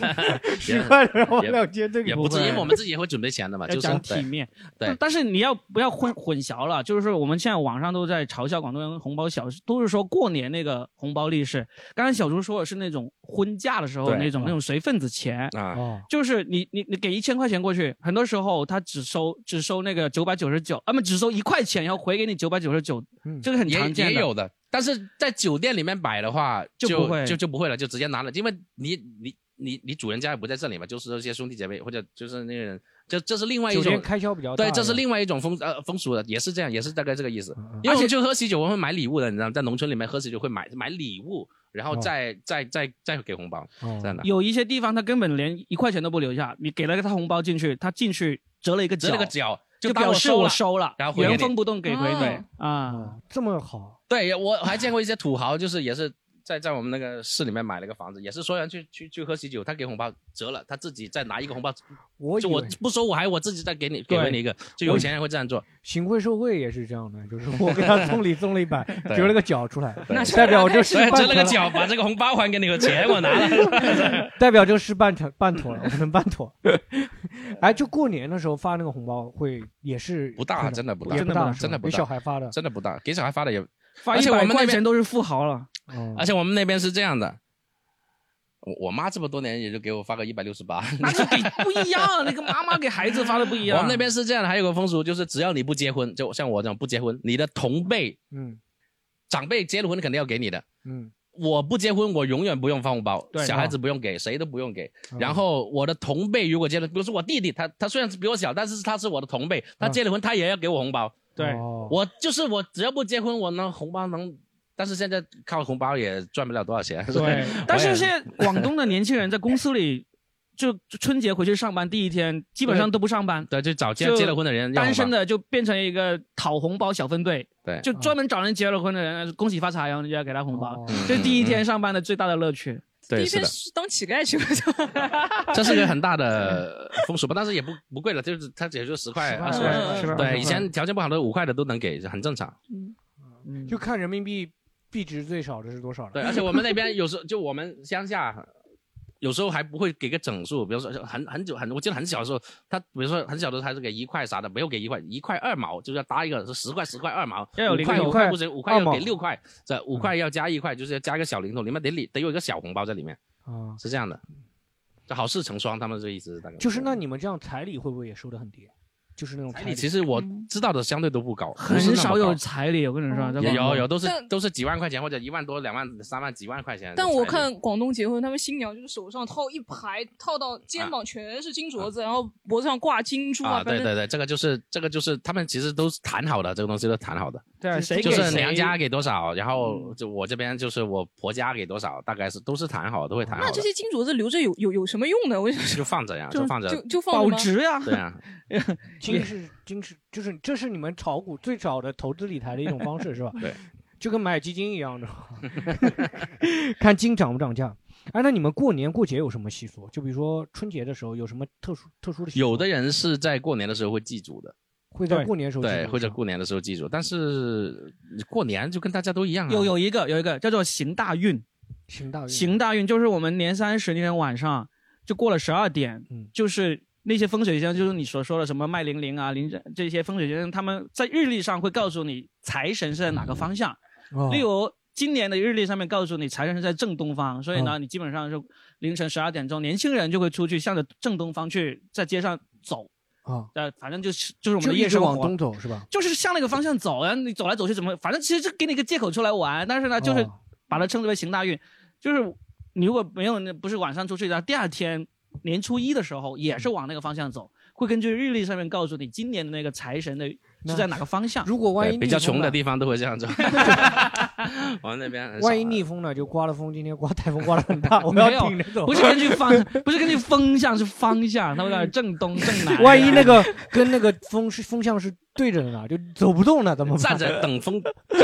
Speaker 3: 十块的，然后
Speaker 2: 也
Speaker 3: 两千这个
Speaker 2: 也
Speaker 3: 不
Speaker 2: 不至于，
Speaker 3: 会
Speaker 2: 因为我们自己也会准备钱的嘛，
Speaker 4: 要
Speaker 2: 就是
Speaker 4: 讲体面。
Speaker 2: 对
Speaker 4: 但，但是你要不要混混淆了？就是说我们现在网上都在嘲笑广东人红包小，都是说过年那个红包利是。刚才小朱说的是那种婚嫁的时候
Speaker 2: 对
Speaker 4: 那种那种随份子钱
Speaker 2: 啊
Speaker 3: 哦
Speaker 4: 就是你你你给一千块钱过去，很多时候他只收只收那个九百九十九，啊不只收一块钱，然后回给你九百九十九，这个很
Speaker 2: 嗯也
Speaker 4: 常见
Speaker 2: 也有的，但是在酒店里面摆的话，
Speaker 4: 就
Speaker 2: 就
Speaker 4: 不会
Speaker 2: 就就不会了，就直接拿了，因为你你你你主人家也不在这里嘛，就是这些兄弟姐妹或者就是那个人，这这是另外一
Speaker 3: 酒店
Speaker 2: 种
Speaker 3: 开销比较大。
Speaker 2: 对，这是另外一种风呃风俗的，也是这样，也是大概这个意思。
Speaker 4: 啊
Speaker 2: 因为我
Speaker 3: 而且
Speaker 2: 们去喝喜酒，我们会买礼物的，你知道吗，在农村里面喝喜酒会买买礼物，然后再、再再再给红包，这样的。
Speaker 4: 有哦一些地方他根本连一块钱都不留下，你给了他红包进去，他进去折了一个
Speaker 2: 折了个角
Speaker 4: 就
Speaker 2: 就当
Speaker 4: 表
Speaker 2: 我
Speaker 4: 示
Speaker 2: 收
Speaker 4: 我
Speaker 2: 了
Speaker 4: 收了，
Speaker 2: 然后回给
Speaker 4: 原
Speaker 2: 你
Speaker 4: 封不动给回你
Speaker 2: 哦
Speaker 4: 啊，
Speaker 3: 这么好，
Speaker 2: 对，我还见过一些土豪，就是也是在在我们那个市里面买了个房子，也是说人去去去喝喜酒，他给红包折了，他自己再拿一个红包，
Speaker 3: 我以
Speaker 2: 就我
Speaker 3: 为
Speaker 2: 不收，我还我自己再给你给
Speaker 3: 对
Speaker 2: 回你一个，就有钱人会这样做。
Speaker 3: 行贿受贿也是这样的，就是我给他送礼送了一百，
Speaker 2: 对
Speaker 3: 折了个角出来，
Speaker 2: 对
Speaker 3: 代表这事
Speaker 2: 所以
Speaker 3: 办
Speaker 2: 折了
Speaker 3: 成
Speaker 2: 个角，把这个红包还给你，有钱 我拿了。
Speaker 3: 代表这事办成办妥了，我 们办妥。哎，就过年的时候发那个红包会也是
Speaker 2: 不大，
Speaker 3: 困难
Speaker 2: 真的不大，
Speaker 3: 也不大，
Speaker 2: 真的不
Speaker 3: 给
Speaker 2: 大，
Speaker 3: 小孩发的。
Speaker 2: 真的不大，给小孩发的也，
Speaker 4: 发
Speaker 2: 而
Speaker 4: 一
Speaker 2: 且我
Speaker 4: 百
Speaker 2: 们那
Speaker 4: 块
Speaker 2: 边
Speaker 4: 钱，都是富豪了，
Speaker 3: 嗯
Speaker 2: 而且我们那边是这样的。我我妈这么多年也就给我发个一百六十八，
Speaker 4: 那就给不一样，那个妈妈给孩子发的不一样。
Speaker 2: 我们那边是这样的，还有个风俗就是，只要你不结婚，就像我这种不结婚，你的同辈
Speaker 3: 嗯
Speaker 2: 长辈结了婚肯定要给你的。
Speaker 3: 嗯，
Speaker 2: 我不结婚，我永远不用发红包
Speaker 4: 对，啊
Speaker 2: 小孩子不用给，谁都不用给。
Speaker 3: 嗯
Speaker 2: 然后我的同辈如果结了，比如说我弟弟，他他虽然是比我小，但是他是我的同辈，他结了婚，他也要给我红包。
Speaker 4: 啊对，
Speaker 3: 哦
Speaker 2: 我就是我，只要不结婚，我能红包能，但是现在靠红包也赚不了多少钱。
Speaker 4: 对，但是现在广东的年轻人在公司里，就就春节回去上班第一天，基本上都不上班。
Speaker 2: 对，就找结
Speaker 4: 就
Speaker 2: 结了婚的人，
Speaker 4: 单身，的就变成一个讨红包小分队，
Speaker 2: 对，嗯
Speaker 4: 就专门找人结了婚的人，恭喜发财，然后你就要给他红包
Speaker 3: 哦，
Speaker 4: 这是第一天上班的最大的乐趣。
Speaker 5: 第
Speaker 2: 嗯对
Speaker 5: 一
Speaker 2: 是
Speaker 5: 天
Speaker 2: 的，
Speaker 5: 是当乞丐去了，
Speaker 2: 这是个很大的风俗吧，但是也不不贵了，就是它也就十块二十块。
Speaker 5: 嗯
Speaker 4: 是吧
Speaker 2: 对，以前条件不好的五块的都能给，很正常。
Speaker 3: 嗯就看人民币币值最少的是多少了。
Speaker 2: 对，而且我们那边有时候就我们乡下，有时候还不会给个整数，比如说很很久很，我记得很小的时候，他比如说很小的时候还是给一块啥的，没有给一块，一块二毛就是要搭一个是十块十块二毛，
Speaker 4: 要有
Speaker 2: 五
Speaker 4: 零
Speaker 2: 块
Speaker 4: 头
Speaker 2: 五块不行，五块
Speaker 3: 二
Speaker 2: 要
Speaker 3: 毛
Speaker 2: 给六块，这五块要加一块，就是要加个小零头，里面得里得有一个小红包在里面，
Speaker 3: 啊，
Speaker 2: 是这样的。这好事成双，他们这意思是大概
Speaker 3: 就是那你们这样彩礼会不会也收的很低？就是那种
Speaker 2: 彩
Speaker 3: 彩
Speaker 2: 礼哎其实
Speaker 4: 嗯
Speaker 2: 我知道的相对都不高，
Speaker 4: 很
Speaker 2: 不是那么
Speaker 4: 少有
Speaker 2: 高
Speaker 4: 彩礼，我跟你说，在
Speaker 2: 也
Speaker 4: 广东
Speaker 2: 有有都是
Speaker 5: 但
Speaker 2: 都是几万块钱或者一万多两万三万几万块钱的彩
Speaker 5: 但
Speaker 2: 礼。
Speaker 5: 我看广东结婚，他们新娘就是手上套一排，套到
Speaker 7: 啊
Speaker 5: 肩膀全是金镯子，然后脖子上挂金珠
Speaker 2: 啊，
Speaker 5: 反
Speaker 2: 对
Speaker 5: 正
Speaker 2: 对对，这个就是这个就是他们其实都是谈好的，这个东西都谈好的，
Speaker 4: 对谁嗯
Speaker 2: 就
Speaker 4: 给
Speaker 2: 是
Speaker 4: 谁
Speaker 2: 娘家给多少，然后就我这边就是我婆家给多少，大概是都是谈好，都会谈好
Speaker 7: 啊
Speaker 5: 那这
Speaker 2: 的，
Speaker 5: 些金镯子留着有有有什么用 呢？我就
Speaker 2: 就放着呀，
Speaker 4: 就
Speaker 2: 就啊放着，
Speaker 5: 就就放着
Speaker 4: 保
Speaker 5: 吗
Speaker 4: 值呀，
Speaker 2: 对啊 呀，
Speaker 3: 金是金是，就是这是你们炒股最早的投资理财的一种方式，是吧？
Speaker 2: 对，
Speaker 3: 就跟买基金一样的， 看金涨不涨价。哎，那你们过年过节有什么习俗？就比如说春节的时候有什么特殊特殊的习俗？
Speaker 2: 有的人是在过年的时候会祭祖的，
Speaker 3: 会在
Speaker 4: 对
Speaker 3: 过年的时候
Speaker 2: 对，
Speaker 3: 去
Speaker 2: 会在过年的时候祭祖，但是过年就跟大家都一样啊，
Speaker 4: 有有一个有一个 叫做行大运，
Speaker 3: 行大运
Speaker 4: 行大运就是我们年三十那天晚上就过了十二点，
Speaker 3: 嗯
Speaker 4: 就是那些风水先生，就是你所说的什么麦玲玲啊、林这这些风水先生，他们在日历上会告诉你财神是在哪个方向。
Speaker 3: 哦
Speaker 4: 例如今年的日历上面告诉你财神是在正东方，所以
Speaker 3: 哦
Speaker 4: 呢，你基本上是凌晨十二点钟，年轻人就会出去向着正东方去，在街上走。
Speaker 3: 啊，
Speaker 4: 呃，反正就是就是我们
Speaker 3: 就
Speaker 4: 的
Speaker 3: 一
Speaker 4: 夜
Speaker 3: 直
Speaker 4: 生
Speaker 3: 往
Speaker 4: 活
Speaker 3: 东。走是吧？
Speaker 4: 就是向那个方向走，然后你走来走去怎么，反正其实就给你一个借口出来玩，但是呢，就是
Speaker 3: 哦
Speaker 4: 把它称之为行大运，就是你如果没有那不是晚上出去，然后第二天年初一的时候也是往那个方向走，会根据日历上面告诉你今年的那个财神的
Speaker 3: 那
Speaker 4: 是在哪个方向。
Speaker 3: 如果万
Speaker 2: 对
Speaker 3: 一
Speaker 2: 比较
Speaker 3: 逆风
Speaker 2: 穷
Speaker 3: 呢
Speaker 2: 的地方都会这样 做，我们那边很少
Speaker 3: 万一逆风呢？就刮了风，今天刮台风刮得很大，我们
Speaker 4: 没
Speaker 3: 要
Speaker 4: 有
Speaker 3: 顶着走。
Speaker 4: 不是根据方， 不是根据风向，是方向，他们在正东 正南。
Speaker 3: 万一那个跟那个风是风向是对着的呢，就走不动了怎么办？
Speaker 2: 站着等风，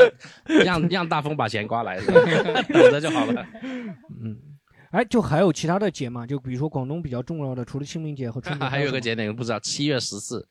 Speaker 2: 让让大风把钱刮来，是吧等着就好了。
Speaker 3: 嗯， 哎，就还有其他的节嘛？就比如说广东比较重要的，除了清明节和春 节，
Speaker 2: 还有一个节点不知道，七月十四，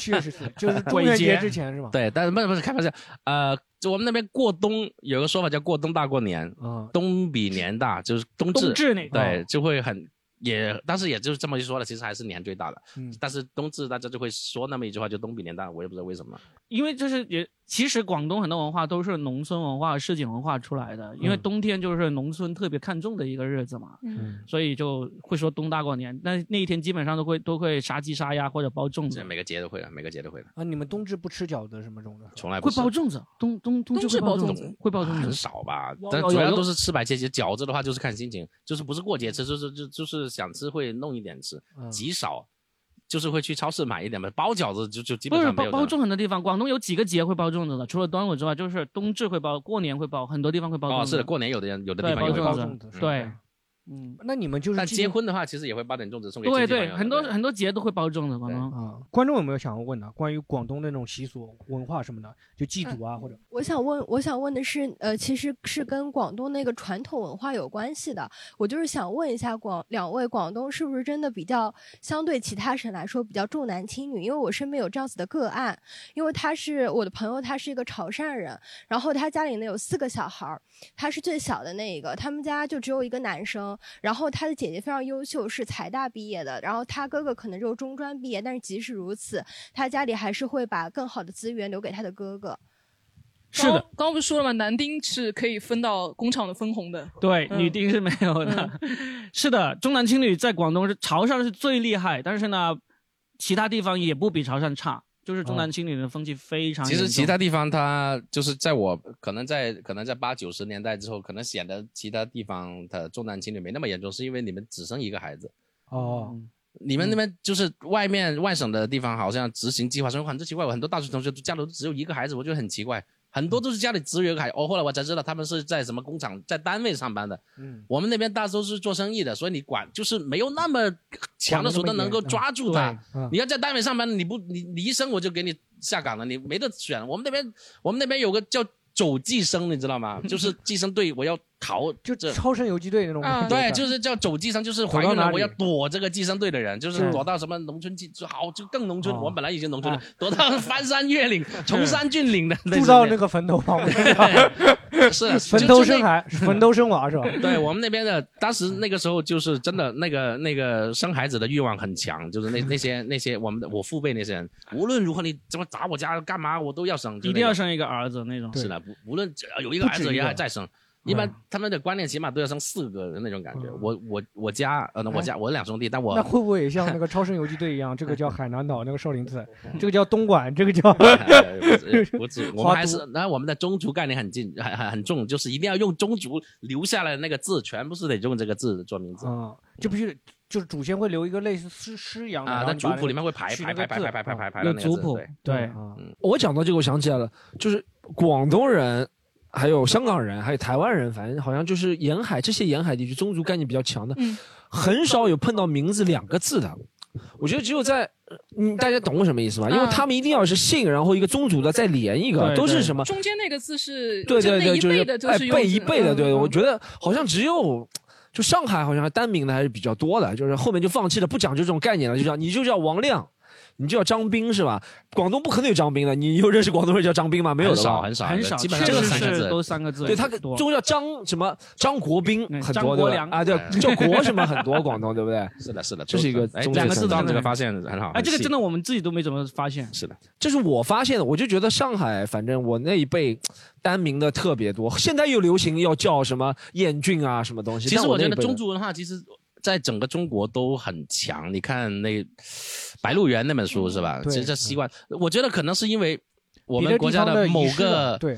Speaker 3: 七月十 四， 就是中
Speaker 4: 鬼
Speaker 3: 元
Speaker 4: 节
Speaker 3: 节之前是吗？
Speaker 2: 对，但是不是不是开玩笑，呃，就我们那边过冬有个说法叫过冬大过年，
Speaker 3: 啊，
Speaker 2: 冬比年大，就是冬至，
Speaker 4: 冬至那
Speaker 3: 哦
Speaker 2: 对，就会很也，但是也就是这么一说了，其实还是年最大的，
Speaker 3: 嗯
Speaker 2: 但是冬至大家就会说那么一句话，就冬比年大，我也不知道为什么，
Speaker 4: 因为就是也其实广东很多文化都是农村文化、市井文化出来的，因为
Speaker 7: 嗯
Speaker 4: 冬天就是农村特别看重的一个日子嘛，
Speaker 7: 嗯
Speaker 4: 所以就会说冬大过年。那那一天基本上都会都会杀鸡杀鸭或者包粽
Speaker 2: 这
Speaker 4: 子，
Speaker 2: 每个节都会的，每个节都会的，
Speaker 3: 啊，你们冬至不吃饺子什么种的？
Speaker 2: 从来不
Speaker 4: 会
Speaker 2: 吃
Speaker 4: 包粽子，冬冬冬至
Speaker 5: 冬至
Speaker 4: 会包
Speaker 5: 包
Speaker 4: 粽子
Speaker 5: 粽子，
Speaker 4: 会包粽
Speaker 2: 很
Speaker 4: 子。
Speaker 2: 少吧
Speaker 4: 有，
Speaker 2: 但
Speaker 4: 有
Speaker 2: 主要
Speaker 4: 有
Speaker 2: 都是吃百节节。饺子的话就是看心情，就是不是过节吃，就是就就是想吃会弄一点吃，
Speaker 4: 嗯
Speaker 2: 极少，就是会去超市买一点吧。包饺子就就基
Speaker 4: 不
Speaker 2: 本
Speaker 4: 是
Speaker 2: 上没
Speaker 4: 包
Speaker 2: 有
Speaker 4: 包
Speaker 2: 的。
Speaker 4: 粽很多地方，广东有几个节会包粽子的，除了端午之外，就是冬至会包，过年会包，很多地方会包粽
Speaker 2: 哦，
Speaker 4: 子。
Speaker 2: 是的，过年有的人有的
Speaker 4: 对
Speaker 2: 地方也会
Speaker 4: 包
Speaker 2: 包
Speaker 4: 粽
Speaker 2: 粽
Speaker 4: 子
Speaker 2: 子，嗯
Speaker 4: 对，嗯，
Speaker 3: 那你们就是
Speaker 2: 但
Speaker 3: 既
Speaker 2: 结
Speaker 3: 定
Speaker 2: 婚的话，其实也会包点粽子送给亲
Speaker 4: 对
Speaker 2: 戚朋
Speaker 4: 对，
Speaker 2: 友的
Speaker 4: 很多很多节都会包粽子，广东。
Speaker 3: 啊，观众有没有想要问的？关于广东的那种习俗文化什么的，就祭祖
Speaker 2: 嗯
Speaker 3: 啊，或者
Speaker 10: 我想问，我想问的是，呃，其实是跟广东那个传统文化有关系的。我就是想问一下广两位，广东是不是真的比较相对其他省来说比较重男轻女？因为我身边有这样子的个案，因为他是我的朋友，他是一个潮汕人，然后他家里呢有四个小孩儿，他是最小的那一个，他们家就只有一个男生，然后他的姐姐非常优秀，是财大毕业的，然后他哥哥可能只有中专毕业，但是即使如此，他家里还是会把更好的资源留给他的哥哥。
Speaker 4: 是的
Speaker 5: 刚刚不是说了吗？男丁是可以分到工厂的分红的。
Speaker 4: 对，
Speaker 5: 嗯
Speaker 4: 女丁是没有的。 是的，重男轻女在广东是潮汕是最厉害，但是呢，其他地方也不比潮汕差，就是重男轻女的风气非常
Speaker 2: 哦其
Speaker 4: 严重。
Speaker 2: 实其他地方它就是在我可能在可能在八九十年代之后，可能显得其他地方的重男轻女没那么严重，是因为你们只生一个孩子。
Speaker 3: 哦，
Speaker 2: 你们那边就是外面外省的地方，好像执行计划生育很奇怪。我很多大学同学家里都只有一个孩子，我觉得很奇怪。很多都是家里只有一个孩子。哦，后来我才知道他们是在什么工厂、在单位上班的。
Speaker 3: 嗯
Speaker 2: 我们那边大多是做生意的，所以你管就是没有那么强的手
Speaker 3: 管得那
Speaker 2: 段
Speaker 3: 么
Speaker 2: 能
Speaker 3: 严
Speaker 2: 够抓住他。
Speaker 3: 对嗯
Speaker 2: 你要在单位上班，你不你你一生我就给你下岗了，你没得选。我们那边我们那边有个叫走寄生，你知道吗？就是寄生队，我要逃
Speaker 3: 就
Speaker 2: 这啊
Speaker 3: 超生游击队那种感觉？
Speaker 2: 嗯对，就是叫走寄生，就是怀孕
Speaker 3: 躲到哪
Speaker 2: 了
Speaker 3: 里
Speaker 2: 我要躲这个寄生队的人，就是
Speaker 3: 对
Speaker 2: 躲到什么农村寄，就好就更农村。
Speaker 3: 哦
Speaker 2: 我本来已经农村了
Speaker 3: 啊，嗯
Speaker 2: 躲到翻山越岭、崇山峻岭的那
Speaker 3: 住到
Speaker 2: 种
Speaker 3: 那
Speaker 2: 人
Speaker 3: 个坟头旁边，
Speaker 2: 是 的
Speaker 3: 坟
Speaker 2: 就
Speaker 3: 头
Speaker 2: 就
Speaker 3: 生
Speaker 2: 那
Speaker 3: 孩，坟头生娃是吧？
Speaker 2: 对 我们那边的，当时那个时候就是真的，那个那个生孩子的欲望很强，就是那那些那些我们的我父辈那些人，无论如何你怎么砸我家干嘛，我都要生，就
Speaker 4: 一
Speaker 2: 那
Speaker 4: 定要
Speaker 2: 种
Speaker 4: 生一个儿子那种。
Speaker 2: 是的，不无论只要有一个孩
Speaker 3: 不
Speaker 2: 子
Speaker 3: 止一
Speaker 2: 也
Speaker 3: 个
Speaker 2: 还再生。一般他们的观念起码都要生四个的那种感觉。我我我家呃，我家我两兄弟，但我
Speaker 3: 嗯那会不会也像那个超生游击队一样？这个叫海南岛，那个少林 寺，这个叫东莞，这个叫
Speaker 2: 哎不 止不止， 我
Speaker 3: 花
Speaker 2: 们还
Speaker 3: 都
Speaker 2: 是那我们的宗族概念很近，很很很重，就是一定要用宗族留下来的那个字，全部是得用这个字做名字
Speaker 3: 啊，这不是就是祖先会留一个类似诗诗一样的
Speaker 2: 啊。
Speaker 3: 然后
Speaker 2: 那
Speaker 3: 你
Speaker 2: 族
Speaker 3: 把
Speaker 2: 谱里面会排
Speaker 3: 取
Speaker 2: 排排
Speaker 3: 那个
Speaker 2: 排
Speaker 3: 字
Speaker 2: 排排排排排
Speaker 4: 有
Speaker 2: 的那个
Speaker 4: 族
Speaker 2: 字，
Speaker 4: 谱
Speaker 2: 对，嗯
Speaker 4: 对，
Speaker 5: 嗯
Speaker 3: 啊，
Speaker 7: 我讲到这个，我想起来了，就是广东人。还有香港人，还有台湾人，反正好像就是沿海这些沿海地区宗族概念比较强的，
Speaker 5: 嗯
Speaker 7: 很少有碰到名字两个字的。我觉得只有在，呃嗯，大家懂我什么意思吧？因为
Speaker 5: 嗯
Speaker 7: 他们一定要是姓，然后一个宗族的再连一个，
Speaker 4: 对
Speaker 7: 哦都是
Speaker 4: 对
Speaker 7: 什么
Speaker 5: 中间那个字是
Speaker 7: 对对
Speaker 5: 那
Speaker 7: 对，
Speaker 5: 一
Speaker 7: 就是
Speaker 5: 辈的，就
Speaker 7: 哎
Speaker 5: 是用
Speaker 7: 背一
Speaker 5: 字
Speaker 7: 辈的，对，
Speaker 5: 嗯
Speaker 7: 我觉得好像只有。就上海好像还单名的还是比较多的，就是后面就放弃了，不讲究这种概念了，就叫你就叫王亮，你就叫张斌是吧？广东不可能有张斌的，你有认识广东人叫张斌吗？没有
Speaker 2: 很
Speaker 7: 的
Speaker 2: 少
Speaker 7: 吧？
Speaker 2: 很少
Speaker 4: 很少，
Speaker 2: 基本上
Speaker 4: 确
Speaker 2: 就
Speaker 4: 实
Speaker 2: 三个字
Speaker 4: 是都三个字。
Speaker 7: 对他
Speaker 4: 多
Speaker 7: 中叫张什 么张国斌
Speaker 4: 嗯
Speaker 7: 很
Speaker 4: 张
Speaker 7: 多
Speaker 4: 国
Speaker 7: 对吧
Speaker 4: 良？
Speaker 7: 啊， 对，叫国什么很多广东对不对？
Speaker 2: 是的，是的，
Speaker 7: 这是一个
Speaker 2: 哎
Speaker 7: 宗
Speaker 2: 两
Speaker 7: 旨
Speaker 2: 个字
Speaker 7: 层
Speaker 2: 的
Speaker 7: 面
Speaker 2: 这个发现很好。
Speaker 4: 哎，这个真
Speaker 2: 的
Speaker 4: 的我们自己都没怎么发现。
Speaker 2: 是的，
Speaker 7: 这是我发现的，我就觉得上海，反正我那一辈单名的特别多，现在又流行要叫什么彦俊啊什么东西。
Speaker 2: 其实
Speaker 7: 但
Speaker 2: 我
Speaker 7: 我
Speaker 2: 觉
Speaker 7: 那一
Speaker 2: 得
Speaker 7: 辈的
Speaker 2: 宗族文化其实。在整个中国都很强，你看那《白鹿原》那本书是吧？
Speaker 3: 嗯对
Speaker 2: 其实这习惯，我觉得可能是因为我们国家
Speaker 3: 别的啊地方
Speaker 2: 某
Speaker 3: 遗失
Speaker 2: 个
Speaker 3: 了对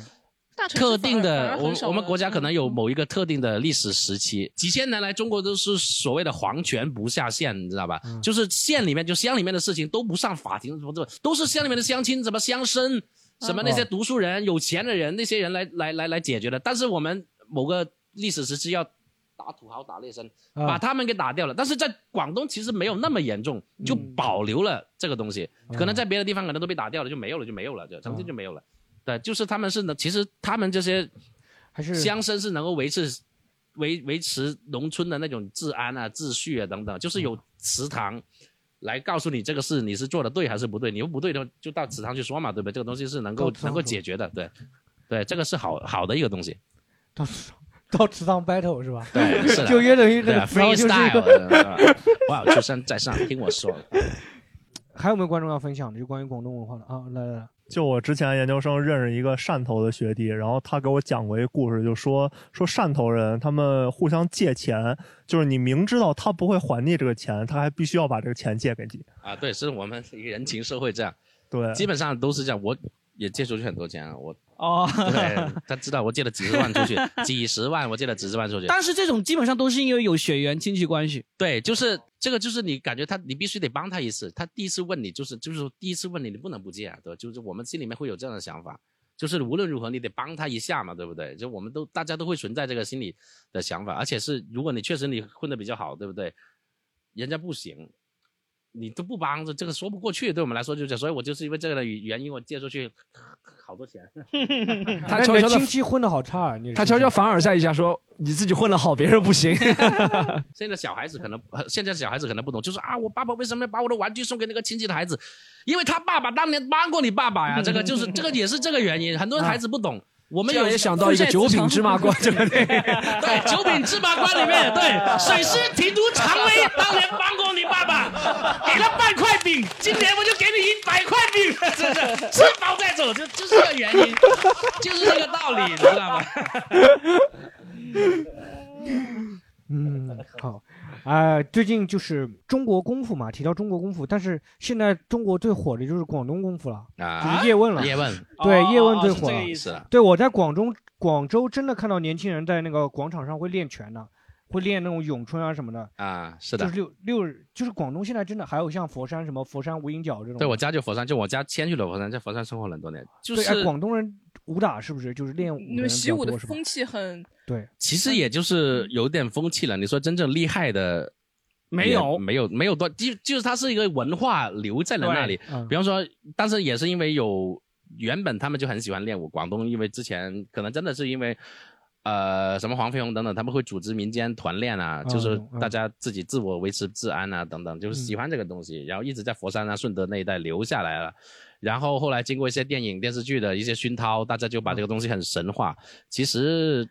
Speaker 5: 大城市
Speaker 2: 特
Speaker 5: 反
Speaker 2: 定
Speaker 5: 而反
Speaker 2: 的
Speaker 5: 而，很
Speaker 2: 我们
Speaker 5: 少
Speaker 2: 我们
Speaker 5: 了
Speaker 2: 国家可能有
Speaker 5: 嗯
Speaker 2: 某一个特定的历史时期，几千年来中国都是所谓的皇权不下县，你知道吧？就是县里面就乡里面的事情都不上法庭，什么这都是乡里面的乡亲，什么乡绅，什么那些读书人、有钱的人那些人来来来来解决的。但是我们某个历史时期要打土豪、打劣绅，
Speaker 3: 啊
Speaker 2: 把他们给打掉了。但是在广东其实没有那么严重，
Speaker 3: 嗯
Speaker 2: 就保留了这个东西。可能在别的地方可能都被打掉了，就没有了，就没有了，
Speaker 3: 嗯
Speaker 2: 就曾经就没有了。对，就是他们是能，其实他们这些
Speaker 3: 还是
Speaker 2: 乡绅是能够维持维维持农村的那种治安啊、秩序啊等等，就是
Speaker 3: 嗯
Speaker 2: 有祠堂来告诉你这个事你是做的对还是不对，你又不对的话就到祠堂去说嘛，对不对？这个东西是能够
Speaker 3: 到祠堂
Speaker 2: 能够
Speaker 3: 说
Speaker 2: 解决的，对。对，这个是好好的一个东西，
Speaker 3: 到池到池塘 battle 是吧？
Speaker 2: 对， 是的，
Speaker 3: 就约等于这
Speaker 2: 对
Speaker 3: 个
Speaker 2: 啊
Speaker 3: 池塘就是一
Speaker 2: ，freestyle，
Speaker 3: 个。
Speaker 2: 呃哇，出生在上，听我说，
Speaker 3: 还有没有观众要分享的？就关于广东文化的啊，来来来，
Speaker 8: 就我之前研究生认识一个汕头的学弟，然后他给我讲过一个故事，就说说汕头人他们互相借钱，就是你明知道他不会还你这个钱，他还必须要把这个钱借给你。
Speaker 2: 啊，对，是我们一个人情社会这样，
Speaker 8: 对
Speaker 2: 基本上都是这样。我也借出去很多钱啊，我
Speaker 4: 哦，
Speaker 2: 对，他知道我借了几十万出去， 几十万我借了几十万出去。
Speaker 4: 但是这种基本上都是因为有血缘亲戚关系。
Speaker 2: 对，就是这个，就是你感觉他，你必须得帮他一次。他第一次问你，就是就是说第一次问你，你不能不借啊，对吧？就是我们心里面会有这样的想法，就是无论如何你得帮他一下嘛，对不对？就我们都大家都会存在这个心理的想法，而且是如果你确实你混得比较好，对不对？人家不行，你都不帮着，这个说不过去，对我们来说就是，所以我就是因为这个的原因，我借出去好多钱。
Speaker 7: 他
Speaker 3: 那
Speaker 7: 悄
Speaker 3: 你
Speaker 7: 悄的
Speaker 3: 的亲，戚混的好差啊！你
Speaker 7: 他悄悄凡尔赛一下说：“你自己混得好，别人不行。
Speaker 2: 现在小孩子可能，呃现在小孩子可能不懂，就是啊，我爸爸为什么要把我的玩具送给那个亲戚的孩子？因为他爸爸当年帮过你爸爸呀，这个就是这个也是这个原因。很多孩子不懂，我”们
Speaker 7: 这样
Speaker 2: 有
Speaker 7: 也想到一个九品芝麻官，对不对？
Speaker 2: 对《九品芝麻官》里面，对水师提督常威当年帮过你爸爸，给了半块饼，今年我就给你一百块饼，真的吃饱再走，就就是这个原因，就是这个道理，你知道吗？
Speaker 3: 嗯，好，啊、最近就是中国功夫嘛，提到中国功夫，但是现在中国最火的就是广东功夫了，
Speaker 2: 啊
Speaker 3: 就是叶问了。
Speaker 2: 叶问
Speaker 3: 对
Speaker 4: 哦
Speaker 3: 叶问最
Speaker 4: 是
Speaker 3: 火
Speaker 4: 这
Speaker 3: 了
Speaker 4: 个意
Speaker 2: 是
Speaker 4: 思。
Speaker 2: 的，
Speaker 3: 对，我在广州广州真的看到年轻人在那个广场上会练拳呢、会练那种咏春啊什么的，
Speaker 2: 啊，是
Speaker 3: 就
Speaker 2: 的
Speaker 3: 是。六六日就是广东现在真的还有像佛山什么佛山无影脚这种。哎
Speaker 2: 对我家就佛山，就我家迁去了佛山，在佛山生活了很多年。就
Speaker 3: 对
Speaker 2: 是、
Speaker 3: 哎，广东人武打是不是就是练武？
Speaker 5: 你们习武的
Speaker 3: 是吧？
Speaker 5: 风气很
Speaker 3: 对，
Speaker 2: 其实也就是有点风气了。你说真正厉害的，
Speaker 4: 没有
Speaker 2: 也没有，没有多，就就是它是一个文化留在了那里。
Speaker 3: 嗯
Speaker 2: 比，方说，但是也是因为有原本他们就很喜欢练武，广东因为之前可能真的是因为。呃，什么黄飞鸿等等，他们会组织民间团练啊，
Speaker 3: 嗯
Speaker 2: 就是
Speaker 3: 嗯
Speaker 2: 大家自己自我维持治安啊，等等，就是喜欢这个东西，然后一直在佛山啊、顺德那一带留下来了。啊然后后来经过一些电影、电视剧的一些熏陶，大家就把这个东西很神化。其实，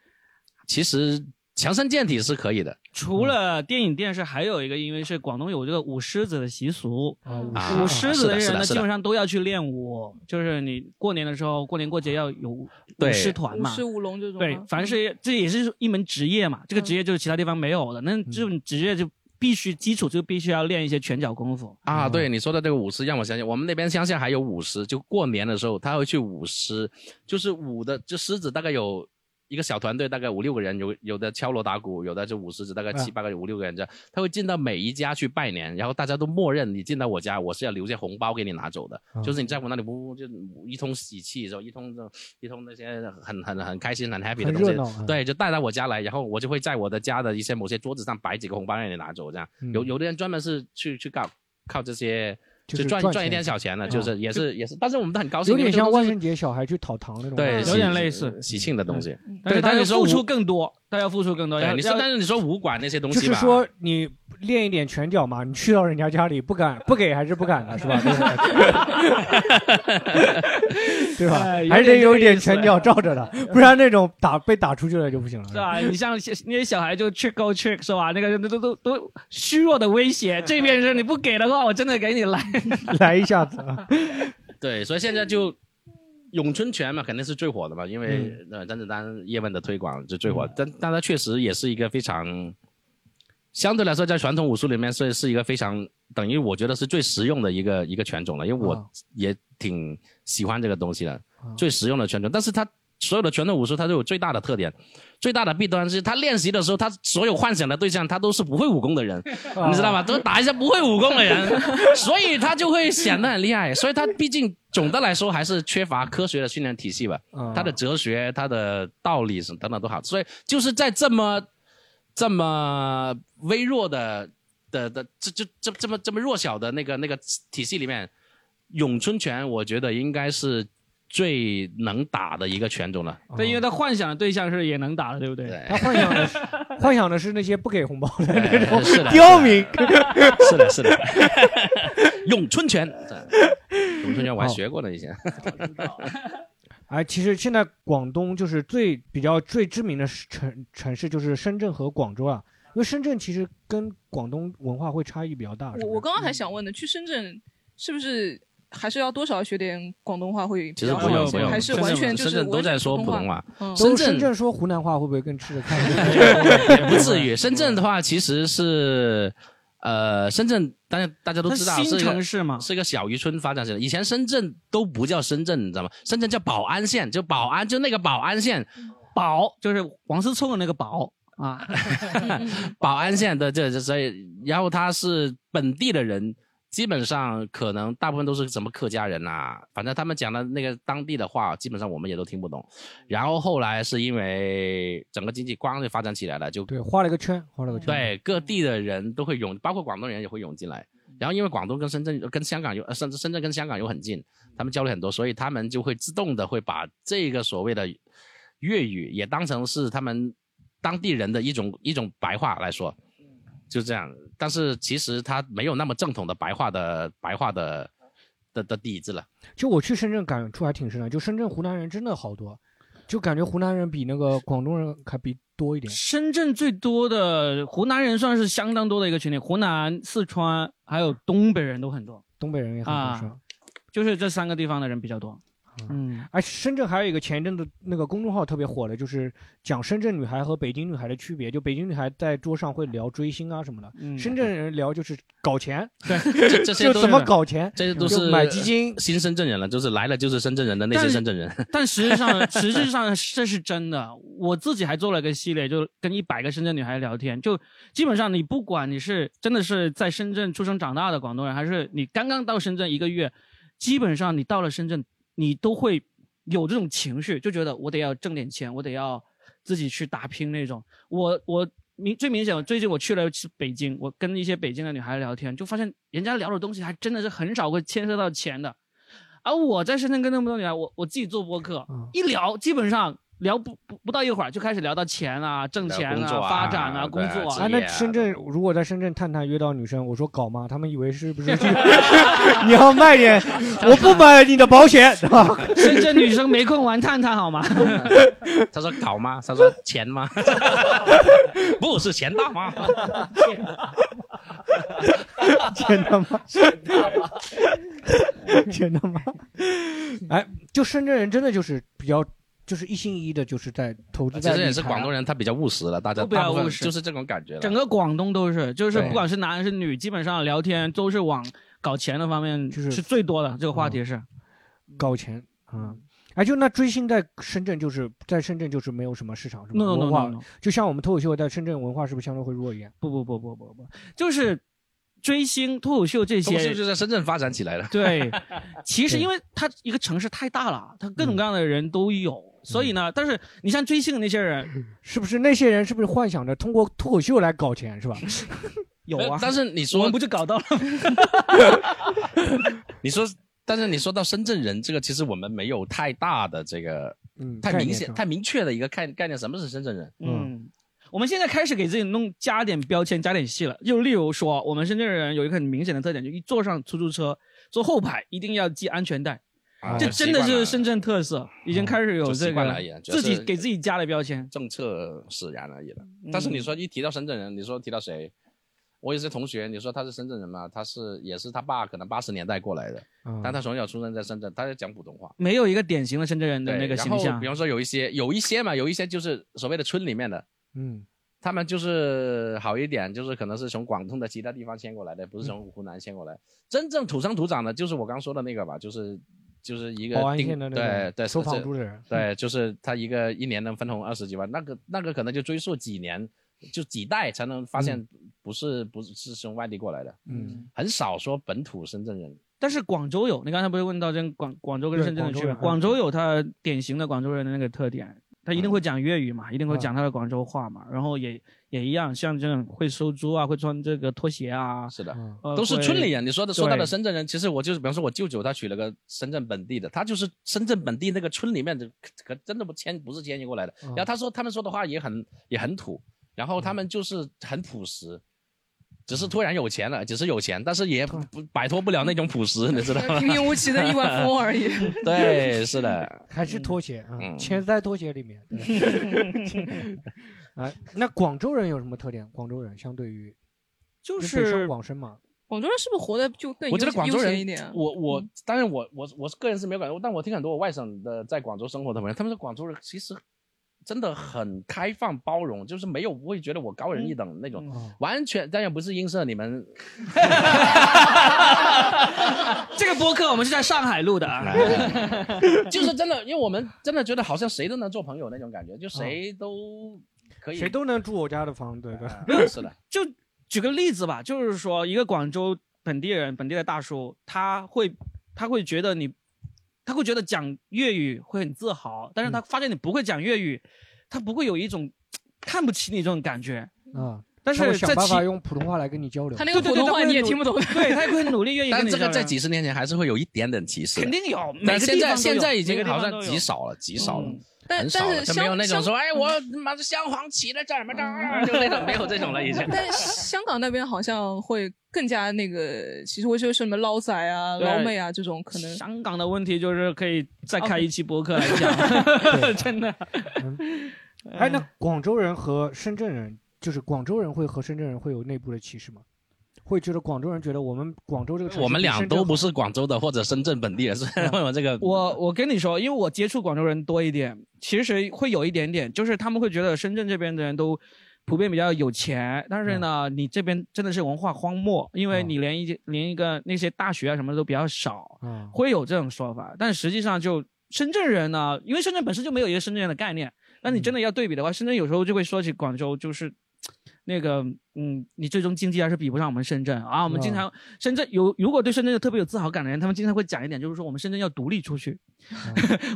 Speaker 2: 其实强身健体是可以的，
Speaker 4: 除了电影电视，还有一个，因为是广东有这个舞狮子的习俗，
Speaker 3: 啊武
Speaker 2: 啊
Speaker 3: 术
Speaker 4: 舞狮子
Speaker 2: 是的是的
Speaker 4: 人呢，
Speaker 2: 是的
Speaker 4: 基本上都要去练武，就是你过年的时候，过年过节要有舞
Speaker 2: 对
Speaker 4: 狮团
Speaker 5: 舞
Speaker 4: 嘛
Speaker 5: 狮。舞龙这种吗。嗯
Speaker 4: 对，凡是这也是一门职业嘛，这个职业就是其他地方没有的，
Speaker 2: 嗯
Speaker 4: 那这种职业就必须基础就必须要练一些拳脚功夫。
Speaker 3: 嗯
Speaker 2: 啊，对你说的这个舞狮，让我想起我们那边乡下还有舞狮，就过年的时候他会去舞狮，就是舞的，就狮子大概有一个小团队，大概五六个人，有有的敲锣打鼓，有的就舞狮子，大
Speaker 3: 啊
Speaker 2: 概七八个、五六个人这样，他会进到每一家去拜年，然后大家都默认你进到我家，我是要留下红包给你拿走的，
Speaker 3: 啊
Speaker 2: 就是你在我那里呜呜就一通喜气，然后一通这一通那些很很很开心很 happy 的
Speaker 3: 很
Speaker 2: 东
Speaker 3: 热
Speaker 2: 西
Speaker 3: 闹，啊。
Speaker 2: 对，哎就带到我家来，然后我就会在我的家的一些某些桌子上摆几个红包让你拿走，这样。有
Speaker 4: 嗯
Speaker 2: 有的人专门是去去靠靠这些，
Speaker 3: 就
Speaker 2: 就是赚
Speaker 3: 赚
Speaker 2: 赚一点
Speaker 3: 钱
Speaker 2: 小钱
Speaker 4: 嗯
Speaker 2: 的，
Speaker 3: 啊
Speaker 2: 就是也是也是，但是我们都很高兴，
Speaker 3: 有
Speaker 2: 因
Speaker 3: 点
Speaker 2: 为这个
Speaker 3: 像
Speaker 2: 东
Speaker 3: 万
Speaker 2: 西
Speaker 3: 圣节小孩去讨糖那种。
Speaker 2: 对，
Speaker 4: 有
Speaker 2: 喜
Speaker 4: 点类似嗯
Speaker 2: 喜庆的东西。
Speaker 4: 但
Speaker 2: 对但
Speaker 4: 是他
Speaker 2: 是
Speaker 4: 要
Speaker 2: 你说
Speaker 4: 付出
Speaker 2: 舞
Speaker 4: 更多，他要付出更多。
Speaker 2: 对，
Speaker 4: 要
Speaker 2: 你说
Speaker 4: 要
Speaker 2: 但是你说武馆那些东
Speaker 3: 就
Speaker 2: 西
Speaker 3: 是
Speaker 2: 吧，
Speaker 3: 说你练一点拳脚嘛，你去到人家家里不敢不给还是不敢 的是吧？ 对吧？
Speaker 4: 哎
Speaker 3: 还
Speaker 4: 有
Speaker 3: 是得
Speaker 4: 点这
Speaker 3: 有
Speaker 4: 个
Speaker 3: 一点
Speaker 4: 意思
Speaker 3: 拳脚罩着 的，不然那种打被打出去了就不行了。
Speaker 4: 是吧？你像小那些小孩就 trick or trick 是吧？那个都都都虚弱的威胁，这边是你不给的话，我真的给你来。
Speaker 3: 来一下子 啊，
Speaker 2: 对，所以现在就咏春拳嘛，肯定是最火的嘛，因为呃甄子丹、叶问的推广就最火，但但它确实也是一个非常。相对来说，在传统武术里面是是一个非常等于我觉得是最实用的一个一个拳种了，因为
Speaker 3: 啊
Speaker 2: 我也挺喜欢这个东西的，最实用的拳种。但是它所有的拳头武术，它都有最大的特点，最大的弊端是，他练习的时候，他所有幻想的对象，他都是不会武功的人，你知道吗？都是打一些不会武功的人，所以他就会显得很厉害。所以他毕竟总的来说还是缺乏科学的训练体系吧，
Speaker 3: 嗯
Speaker 2: 他的哲学、他的道理什么等等都好。所以就是在这么这么微弱的的的这这这这么这么弱小的那个那个体系里面，咏春拳我觉得应该是最能打的一个拳种 了。
Speaker 4: 对，因为他幻想的对象是也能打的，对不对？
Speaker 2: 对。
Speaker 3: 他幻想的是幻想的是那些不给红包的那种
Speaker 2: 哎是的
Speaker 3: 刁民。
Speaker 2: 是的， 是的， 咏春 拳，咏春拳我还学过呢，以前。
Speaker 3: 哦哎，其实现在广东就是最比较最知名的城城市就是深圳和广州啊，因为深圳其实跟广东文化会差异比较大。是不
Speaker 5: 我
Speaker 3: 是
Speaker 5: 我刚刚还想问呢，去深圳是不是还是要多少学点广东话会比
Speaker 2: 其实
Speaker 5: 较
Speaker 2: 不
Speaker 5: 好
Speaker 2: 用
Speaker 5: 一
Speaker 2: 不
Speaker 5: 些，
Speaker 2: 用，
Speaker 5: 还是完全就是
Speaker 2: 深圳都
Speaker 5: 完全
Speaker 2: 在说普通话。
Speaker 5: 嗯
Speaker 3: 都
Speaker 2: 深
Speaker 3: 是深
Speaker 2: 圳
Speaker 3: 圳说湖南话会不会更吃得开？
Speaker 2: 也不至 于，深圳的话其实是。呃，深圳大家大家都知道
Speaker 4: 它新
Speaker 2: 是一个
Speaker 4: 城市嘛
Speaker 2: 是一个小渔村发展起来。以前深圳都不叫深圳，你知道吗？深圳叫宝安县，就宝安，就那个宝安县，
Speaker 4: 宝就是王思聪的那个宝啊，
Speaker 2: 宝安县的这这所以，然后他是本地的人，基本上可能大部分都是什么客家人呐、反正他们讲的那个当地的话，基本上我们也都听不懂。然后后来是因为整个经济光就发展起来了，就
Speaker 3: 对，画了个圈，画了个圈。
Speaker 2: 对各地的人都会涌，包括广东人也会涌进来。然后因为广东跟深圳、跟香港又，呃甚至深圳跟香港又很近，他们交流很多，所以他们就会自动的会把这个所谓的粤语也当成是他们当地人的一种一种白话来说，就这样。但是其实它没有那么正统的白话的白话的的的底子了。
Speaker 3: 就我去深圳感触还挺深的，就深圳湖南人真的好多，就感觉湖南人比那个广东人还比多一点。
Speaker 4: 深圳最多的湖南人算是相当多的一个群体，湖南、四川还有东北人都很多，
Speaker 3: 东北人也很多是吧
Speaker 4: 啊，就是这三个地方的人比较多。嗯，
Speaker 3: 而深圳还有一个前一阵子那个公众号特别火的，就是讲深圳女孩和北京女孩的区别。就北京女孩在桌上会聊追星啊什么的，
Speaker 4: 嗯
Speaker 3: 深圳人聊就是搞钱，
Speaker 2: 这这些都
Speaker 3: 就怎么搞钱，
Speaker 2: 这些都
Speaker 3: 就是买基金。
Speaker 2: 新深圳人了，就是来了就是深圳人的那些
Speaker 4: 但
Speaker 2: 深圳人。
Speaker 4: 但实际上，实际上这是真的。我自己还做了个系列，就跟一百个深圳女孩聊天，就基本上你不管你是真的是在深圳出生长大的广东人，还是你刚刚到深圳一个月，基本上你到了深圳，你都会有这种情绪，就觉得我得要挣点钱，我得要自己去打拼那种。我我明最明显，我最近我去了北京，我跟一些北京的女孩聊天，就发现人家聊的东西还真的是很少会牵涉到钱的。而我在深圳跟那么多女孩，我我自己做播客，
Speaker 3: 嗯
Speaker 4: 一聊基本上聊不不不到一会儿就开始聊到钱啊、挣钱
Speaker 2: 聊工作啊
Speaker 4: 发展
Speaker 2: 对啊
Speaker 4: 工作
Speaker 2: 职
Speaker 3: 啊，
Speaker 2: 业
Speaker 3: 那深圳如果在深圳探探约到女生，我说搞吗？他们以为是不是 你要卖点，我不买你的保险，是 吧？
Speaker 4: 深圳女生没空玩探探好吗？
Speaker 2: 他说 搞吗？他说钱吗？不是钱大 吗？
Speaker 3: 真的 吗？真的吗？ 哎，就深圳人真的就是比较，就是一心一意的，就是在投资
Speaker 2: 啊其
Speaker 3: 在
Speaker 2: 实也
Speaker 3: 理
Speaker 2: 是
Speaker 3: 财
Speaker 2: 广东人，他比较务实了，大家
Speaker 4: 都比较
Speaker 2: 大部分
Speaker 4: 务实
Speaker 2: 就是这种感觉了。
Speaker 4: 整个广东都是，就是
Speaker 3: 对
Speaker 4: 不管是男还是女，基本上聊天都是往搞钱的方面
Speaker 3: 就是
Speaker 4: 是最多的。这个话题
Speaker 2: 嗯
Speaker 4: 是，
Speaker 3: 搞钱啊。哎，就那追星在深圳就是在深圳就是没有什么市场，是吧
Speaker 4: No, no, no,
Speaker 3: 文化
Speaker 4: no, no.
Speaker 3: 就像我们脱口秀在深圳文化是不是相对会弱一点？
Speaker 4: 不不不不不不，就是追星、脱口秀这
Speaker 2: 东西
Speaker 4: 些
Speaker 2: 就。在深圳发展起来了。
Speaker 4: 对，
Speaker 2: 啊
Speaker 4: 其实
Speaker 3: 对
Speaker 4: 因为它一个城市太大了，它各种各样的人都有，
Speaker 2: 嗯
Speaker 4: 所以呢，但是你像追星的那些人
Speaker 3: 是不是那些人是不是幻想着通过脱口秀来搞钱，是吧？
Speaker 4: 有
Speaker 2: 呃
Speaker 4: 啊，
Speaker 2: 但是你
Speaker 4: 我
Speaker 2: 说
Speaker 4: 们不，就搞到了吗？
Speaker 2: 你说，但是你说到深圳人这个，其实我们没有太大的这个
Speaker 3: 嗯，
Speaker 2: 太
Speaker 3: 概
Speaker 2: 明
Speaker 3: 念
Speaker 2: 显、
Speaker 3: 上
Speaker 2: 太明确的一个概概念，什么是深圳人？
Speaker 4: 嗯，我们现在开始给自己弄加点标签、加点戏了。就例如说，我们深圳人有一个很明显的特点，就一坐上出租车，坐后排一定要系安全带，
Speaker 2: 啊
Speaker 4: 这真的
Speaker 2: 习惯
Speaker 4: 是
Speaker 2: 了
Speaker 4: 深圳特色，已经开始有
Speaker 2: 就
Speaker 4: 这
Speaker 2: 习惯
Speaker 4: 个
Speaker 2: 了也就是
Speaker 4: 自己给自己加的标签。
Speaker 2: 政策使然而已了。但是你说一提到深圳人，你说提到谁？我有些同学，你说他是深圳人嘛？他是也是他爸可能八十年代过来的，
Speaker 3: 嗯
Speaker 2: 但他从小出生在深圳，他就讲普通话。
Speaker 4: 没有一个典型的深圳人的
Speaker 2: 对，
Speaker 4: 那个
Speaker 2: 然
Speaker 4: 形
Speaker 2: 后
Speaker 4: 象
Speaker 2: 比，方说有一些，有一些嘛，有一些就是所谓的村里面的，
Speaker 3: 嗯，
Speaker 2: 他们就是好一点，就是可能是从广东的其他地方迁过来的，
Speaker 3: 嗯
Speaker 2: 不是从湖南迁过来。真正土生土长的，就是我刚说的那个吧，就是就是一个
Speaker 3: 保安
Speaker 2: 定
Speaker 3: 县的那
Speaker 2: 对
Speaker 3: 种
Speaker 2: 对
Speaker 3: 收
Speaker 2: 是
Speaker 3: 房
Speaker 2: 是
Speaker 3: 租的人，
Speaker 2: 对，就是他一个一年能分红二十几万，那个那个可能就追溯几年，就几代才能发现不是、不是是从外地过来的，
Speaker 3: 嗯，
Speaker 2: 很少说本土深圳人。
Speaker 4: 但是广州有。你刚才不是问到这广广州跟
Speaker 3: 对
Speaker 4: 深圳的区别？
Speaker 3: 广
Speaker 4: 广
Speaker 3: 州
Speaker 4: 州啊有它典型的广州人的那个特点，他一定会讲粤语嘛，一定会讲他的广州话嘛，然后也也一样，像这种会收租啊，会穿这个拖鞋啊，
Speaker 2: 是的，
Speaker 3: 嗯
Speaker 4: 呃
Speaker 2: 都是
Speaker 4: 会
Speaker 2: 村里人。你说的说到
Speaker 4: 对
Speaker 2: 的深圳人，其实我就是，比方说我舅舅他娶了个深圳本地的，他就是深圳本地那个村里面的，可可真的不迁不是迁移过来的。
Speaker 5: 嗯
Speaker 2: 然后他说他们说的话也很也很土，然后他们就是很朴实。只
Speaker 5: 嗯
Speaker 2: 是突然有钱了，只是有钱，但是也不不摆脱不了那种朴实， 你知道吗？
Speaker 5: 平平无奇的亿万富翁而已。
Speaker 2: 对，是的。
Speaker 3: 还是拖鞋啊，
Speaker 2: 嗯
Speaker 3: 钱在拖鞋里面。 啊哎，那广州人有什么特点？广州人相对于
Speaker 4: 就
Speaker 3: 因为北上
Speaker 4: 是
Speaker 3: 广深嘛，
Speaker 5: 广州人是不是活得就更
Speaker 2: 我觉得
Speaker 5: 悠
Speaker 2: 广州
Speaker 5: 悠闲
Speaker 2: 人
Speaker 5: 一点啊，
Speaker 2: 我我当然我我我个人是没有感觉，但我听很多我外省的在广州生活的朋友，他们说广州人其实真的很开放包容，就是没有不会觉得我高人一等那种，
Speaker 3: 嗯
Speaker 2: 完全当然不是映射你们
Speaker 4: 这个播 客我们是在上海录的啊，
Speaker 2: 就是真的，因为我们真的觉得好像谁都能做朋友那种感觉，就谁都可以，
Speaker 3: 啊谁都能住我家的房，对吧？
Speaker 2: 是的，
Speaker 4: 就举个例子吧，就是说一个广州本地人、本地的大叔，他会他会觉得你，他会觉得讲粤语会很自豪，但是
Speaker 5: 嗯
Speaker 4: 他发现你不会讲粤语，他不会有一种看不起你这种感觉。
Speaker 3: 啊，
Speaker 4: 但是
Speaker 3: 他会想
Speaker 4: 在
Speaker 3: 办法
Speaker 4: 其
Speaker 3: 用普通话来跟你交流。
Speaker 5: 他那个
Speaker 4: 对对
Speaker 5: 普
Speaker 4: 对
Speaker 5: 通
Speaker 4: 他
Speaker 5: 话
Speaker 4: 会
Speaker 5: 你也
Speaker 4: 努
Speaker 5: 听不懂，
Speaker 4: 对他会努力愿意跟
Speaker 2: 但
Speaker 4: 你
Speaker 2: 这
Speaker 4: 交
Speaker 2: 个
Speaker 4: 流
Speaker 2: 在几十年前还是会有一点点歧视的，
Speaker 4: 肯定有，每
Speaker 2: 但
Speaker 4: 个
Speaker 2: 现
Speaker 4: 地
Speaker 2: 在
Speaker 4: 方都
Speaker 2: 现
Speaker 4: 有
Speaker 2: 在已经
Speaker 4: 每个地
Speaker 2: 好
Speaker 4: 方
Speaker 2: 像
Speaker 4: 都有
Speaker 2: 极少了，极少了
Speaker 4: 嗯，
Speaker 5: 但
Speaker 2: 很少
Speaker 5: 但
Speaker 2: 了，
Speaker 5: 是
Speaker 2: 就没有
Speaker 5: 香
Speaker 2: 那种
Speaker 5: 香
Speaker 2: 说哎我妈是镶黄旗的，这什么这
Speaker 4: 嗯
Speaker 2: 儿，就那种 没有这种了 已经。
Speaker 5: 但香港那边好像会更加那个，其实我就是什么捞仔啊、
Speaker 4: 对
Speaker 5: 捞妹啊这种，可能哦
Speaker 4: 香港的问题就是可以再开一期播客来 讲， 真的。
Speaker 2: 嗯
Speaker 3: 哎，那广州人和深圳人，就是广州人会和深圳人会有内部的歧视吗？会觉得广州人觉得我们广州这个城市
Speaker 2: 我们
Speaker 3: 比
Speaker 2: 俩
Speaker 3: 深圳
Speaker 2: 都不
Speaker 3: 好
Speaker 2: 是广州的或者深圳本地人，是
Speaker 4: 嗯
Speaker 2: 我这个
Speaker 4: 我我跟你说，因为我接触广州人多一点，其实会有一点点，就是他们会觉得深圳这边的人都普遍比较有钱，但是呢，你这边真的是文化荒漠，因为你连一、连一个那些大学啊什么的都比较少，
Speaker 3: 嗯
Speaker 4: 会有这种说法。但实际上就深圳人呢，因为深圳本身就没有一个深圳人的概念，那你真的要对比的话，深圳有时候就会说起广州就是。那个，嗯，你最终经济还是比不上我们深圳啊。我们经
Speaker 3: 嗯
Speaker 4: 常、深圳有，如果对深圳有特别有自豪感的人，他们经常会讲一点，就是说我们深圳要独立出去，
Speaker 3: 嗯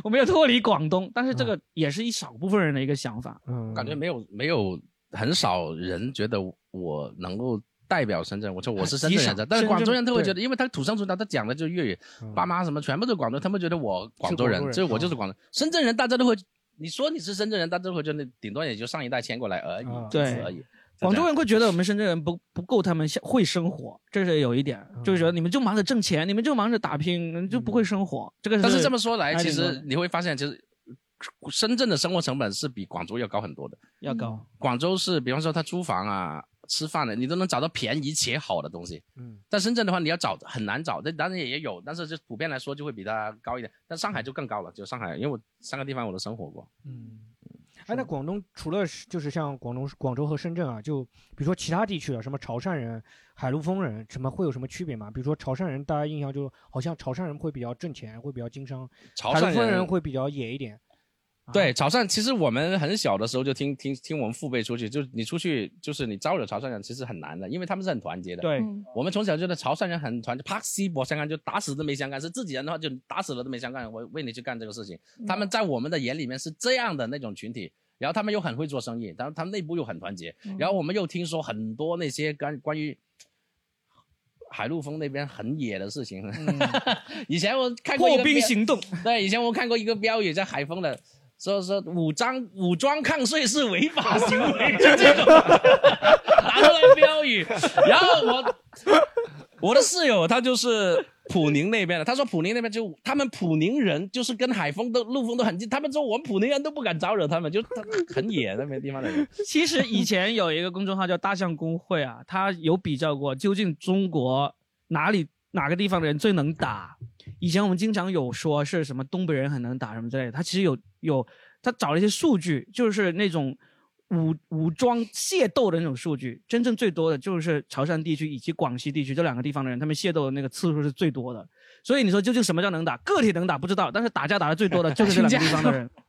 Speaker 4: 我们要脱离广东。但是这个也是一少部分人的一个想法。
Speaker 3: 嗯，
Speaker 2: 感觉没有没有很少人觉得我能够代表深圳，我说我是深圳
Speaker 4: 极
Speaker 2: 人
Speaker 4: 少，
Speaker 2: 但是广州人
Speaker 4: 深圳嗯
Speaker 2: 他会觉得，因为他土生土长，他讲的就是粤语，爸妈什么全部都是广州，他们觉得我广州人
Speaker 3: 是广州，人
Speaker 2: 所以我就是广州。深圳人大家都会，你说你是深圳人，大家都会觉得顶多也就上一代迁过来而已
Speaker 3: 啊，
Speaker 2: 仅此
Speaker 4: 对
Speaker 2: 而已。
Speaker 4: 广州人会觉得我们深圳人不不够他们像会生活，这是有一点，
Speaker 2: 嗯
Speaker 4: 就是觉得你们就忙着挣钱，你们就忙着打拼，你们就不会生活。这个
Speaker 2: 但是这么说来，
Speaker 4: 还
Speaker 2: 其
Speaker 4: 挺多的
Speaker 2: 实你会发现，其实深圳的生活成本是比广州要高很多的。嗯
Speaker 4: 要高，
Speaker 2: 广州是，比方说他租房啊、吃饭的，你都能找到便宜且好的东西。
Speaker 3: 嗯，
Speaker 2: 但深圳的话，你要找很难找，但当然也有，但是就普遍来说就会比它高一点。但上海就更高了，就上海，因为我三个地方我都生活过。
Speaker 3: 嗯，哎，那广东除了是就是像广东、广州和深圳啊，就比如说其他地区的什么潮汕人、海陆丰人，什么会有什么区别吗？比如说潮汕人，大家印象就好像潮汕人会比较挣钱，会比较经商，
Speaker 2: 潮
Speaker 3: 海
Speaker 2: 汕
Speaker 3: 陆丰人会比较野一点。
Speaker 2: 对潮汕，其实我们很小的时候就听听听我们父辈出去，就是你出去就是你招惹潮汕人其实很难的，因为他们是很团结的。
Speaker 4: 对，
Speaker 5: 嗯
Speaker 2: 我们从小就觉得潮汕人很团结，啪西博相干就打死都没相干，是自己人的话就打死了都没相干，我为你去干这个事情。他们在我们的眼里面是这样的那种群体，然后他们又很会做生意，然后他们内部又很团结，然后我们又听说很多那些关关于。海陆丰那边很野的事情， 以前我看过一
Speaker 4: 嗯破
Speaker 2: 个
Speaker 4: 冰
Speaker 2: 标
Speaker 4: 行动，
Speaker 2: 对，以前我看过一个标语，在海丰的，说说武装武装抗税是违法行 为，就这种拿出来标语。然后我我的室友他就是普宁那边的，他说普宁那边就他们普宁人就是跟海丰都陆丰都很近，他们说我们普宁人都不敢招惹他们，就他很野那边地方的人。
Speaker 4: 其实以前有一个公众号叫“大象公会”啊，它有比较过究竟中国哪里哪个地方的人最能打。以前我们经常有说是什么东北人很能打什么之类的，他其实有有他找了一些数据，就是那种武武装械斗的那种数据，真正最多的就是潮汕地区以及广西地区这两个地方的人，他们械斗的那个次数是最多的。所以你说究竟什么叫能打？个体能打不知道，但是打架打的最多的就是这两个 地方的人。嗯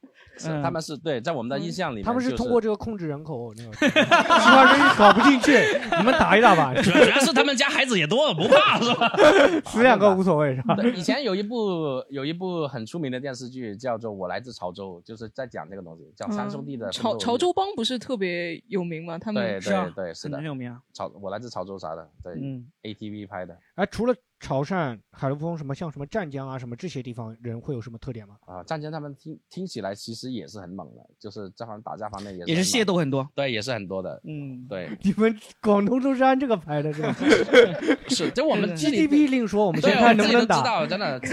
Speaker 2: 他们是对，在我们的印象里面、
Speaker 3: 嗯他们
Speaker 2: 就是
Speaker 3: 通过这个控制人口那个，其他人搞不进去，你们打一打 吧，
Speaker 2: 主要主要是他们家孩子也多，不怕是吧？
Speaker 3: 死两个无所谓是吧？
Speaker 2: 对，以前有一部有一部很出名的电视剧叫做《我来自潮州》，就是在讲这个东西，
Speaker 3: 嗯
Speaker 2: 讲三兄弟的奋斗
Speaker 5: 嗯潮
Speaker 2: 路
Speaker 5: 潮。州帮不是特别有名吗？他
Speaker 2: 对
Speaker 5: 们
Speaker 4: 是啊
Speaker 2: 对对，是的
Speaker 4: 很，有名啊。
Speaker 2: 潮我来自潮州啥的，对、
Speaker 4: 嗯，
Speaker 2: a t v 拍的
Speaker 3: 哎，除了潮汕、海陆丰什么，像什么湛江啊什么这些地方人会有什么特点吗？
Speaker 2: 啊。战争他们听听起来其实也是很猛的，就是这方打架方面也是
Speaker 4: 也是
Speaker 2: 很
Speaker 4: 械
Speaker 2: 猛，
Speaker 4: 斗很多。
Speaker 2: 对，也是很多的，
Speaker 4: 嗯，
Speaker 2: 对，
Speaker 3: 你们广东都是按这个排的是吧
Speaker 2: 是就我们自己
Speaker 3: ？GDP 另说，我们
Speaker 2: 对，
Speaker 3: 先看
Speaker 2: 我
Speaker 3: 能
Speaker 2: 们自
Speaker 3: 不
Speaker 2: 己都知
Speaker 3: 能打。嗯
Speaker 2: 道，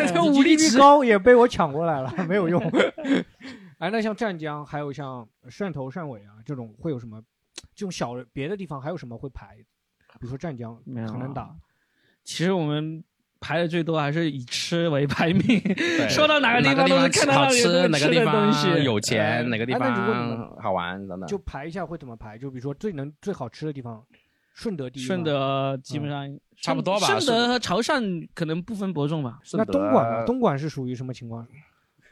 Speaker 2: 真的，
Speaker 3: 武力值高也被我抢过来了，没有用。 哎，那像湛江，还有像汕头、汕尾啊这种，会有什么？这种小别的地方还有什么会排？比如说湛江
Speaker 4: 没有啊
Speaker 3: 很能打，
Speaker 4: 其实我们排的最多还是以吃为排名，说到哪
Speaker 2: 哪
Speaker 4: 个地方都是看到
Speaker 2: 好
Speaker 4: 有
Speaker 2: 吃，
Speaker 4: 东
Speaker 2: 哪
Speaker 4: 西
Speaker 2: 个
Speaker 4: 吃
Speaker 2: 地
Speaker 4: 的东
Speaker 2: 方
Speaker 4: 西，
Speaker 2: 有钱，哪个地
Speaker 3: 哎那如果你
Speaker 2: 方
Speaker 3: 们
Speaker 2: 好玩等等。
Speaker 3: 就排一下会怎么排？就比如说最能最好吃的地方，顺德第一吗。嗯
Speaker 4: 顺德基本上
Speaker 2: 嗯差不多吧
Speaker 4: 顺
Speaker 2: 顺
Speaker 4: 德
Speaker 2: 德
Speaker 4: 和潮汕可能不分伯仲吧。
Speaker 3: 那东莞呢？
Speaker 2: 顺德
Speaker 3: 东莞是属于什么情况？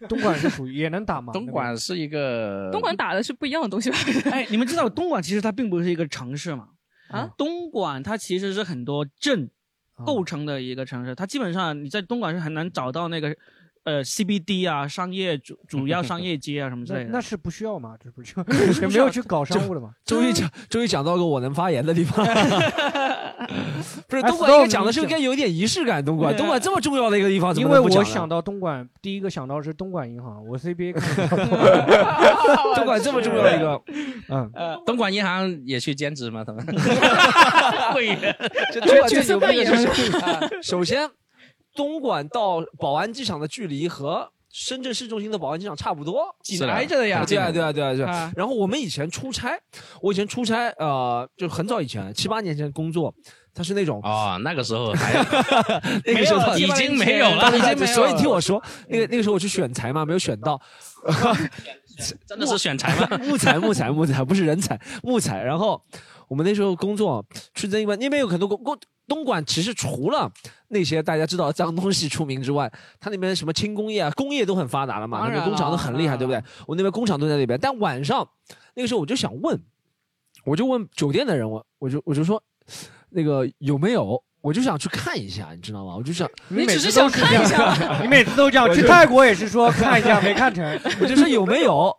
Speaker 3: 东莞是属于也能打吗？
Speaker 2: 东莞是一个
Speaker 5: 东莞打的是不一样的东西吧？
Speaker 4: 哎，你们知道东莞其实它并不是一个城市嘛？
Speaker 5: 啊，
Speaker 4: 东莞它其实是很多镇
Speaker 2: 啊
Speaker 4: 构成的一个城市，它基本上你在东莞是很难找到那个呃 CBD 啊、商业主主要商业街啊什么之
Speaker 3: 那
Speaker 4: 类
Speaker 3: 那
Speaker 4: 的。
Speaker 3: 是不需要嘛？这 不就
Speaker 4: 是
Speaker 3: 也
Speaker 4: 不
Speaker 3: 没
Speaker 4: 需要
Speaker 3: 有去搞商务的嘛？
Speaker 7: 终于讲，终于讲到个我能发言的地方。 不是
Speaker 3: 哎
Speaker 7: 东莞应该
Speaker 3: Storm，
Speaker 7: 讲的是
Speaker 3: 你
Speaker 7: 应该有点仪式感。东 莞，
Speaker 4: 对
Speaker 7: 东莞这么重要的一个地方，怎
Speaker 3: 啊因
Speaker 7: 么
Speaker 3: 为
Speaker 7: 能不讲
Speaker 3: 我
Speaker 7: 呢
Speaker 3: 想到东莞，第一个想到的是东莞银行，我 CBA 看 到
Speaker 7: 东
Speaker 3: 啊
Speaker 7: 莞这么重要的一个，
Speaker 3: 嗯，
Speaker 2: 呃，东莞银行也去兼职吗？他们 会员
Speaker 7: 就东莞最牛逼的
Speaker 5: 角色
Speaker 7: 就是，啊首先，东莞到宝安机场的距离和深圳市中心的宝安机场差不多，
Speaker 2: 是的
Speaker 7: 挨着的呀。对啊，对啊，对啊，对啊。
Speaker 4: 啊，
Speaker 7: 然后我们以前出差，我以前出差，呃，就很早以前，七八年前工作，他是那种
Speaker 2: 哦，那个时 候还
Speaker 7: 那个时候
Speaker 2: 已经没有了，已经没有了。
Speaker 7: 所以听我说，那个那个时候我去选材嘛，没有选到，
Speaker 2: 真的是选材吗？
Speaker 7: 木材木材木材不是人才木材。然后我们那时候工作去那边，那边有很多工工。东莞其实除了那些大家知道的脏东西出名之外，它那边什么轻工业啊、工业都很发达了嘛，
Speaker 4: 当
Speaker 7: 那
Speaker 4: 然
Speaker 7: 边工厂都很厉害，
Speaker 4: 了
Speaker 7: 对不
Speaker 3: 嗯
Speaker 7: 对？我那边工厂都在那边。但晚上那个时候我就想问，我就问酒店的人，我我就我就说那个有没有？我就想去看一下，你知道吗？我就想
Speaker 3: 你每
Speaker 5: 只是
Speaker 3: 次都
Speaker 5: 想
Speaker 3: 是
Speaker 5: 看一
Speaker 3: 这样，
Speaker 5: 下，
Speaker 3: 你每次都这样。去泰国也是说看一下没看成，
Speaker 7: 我就说有没有，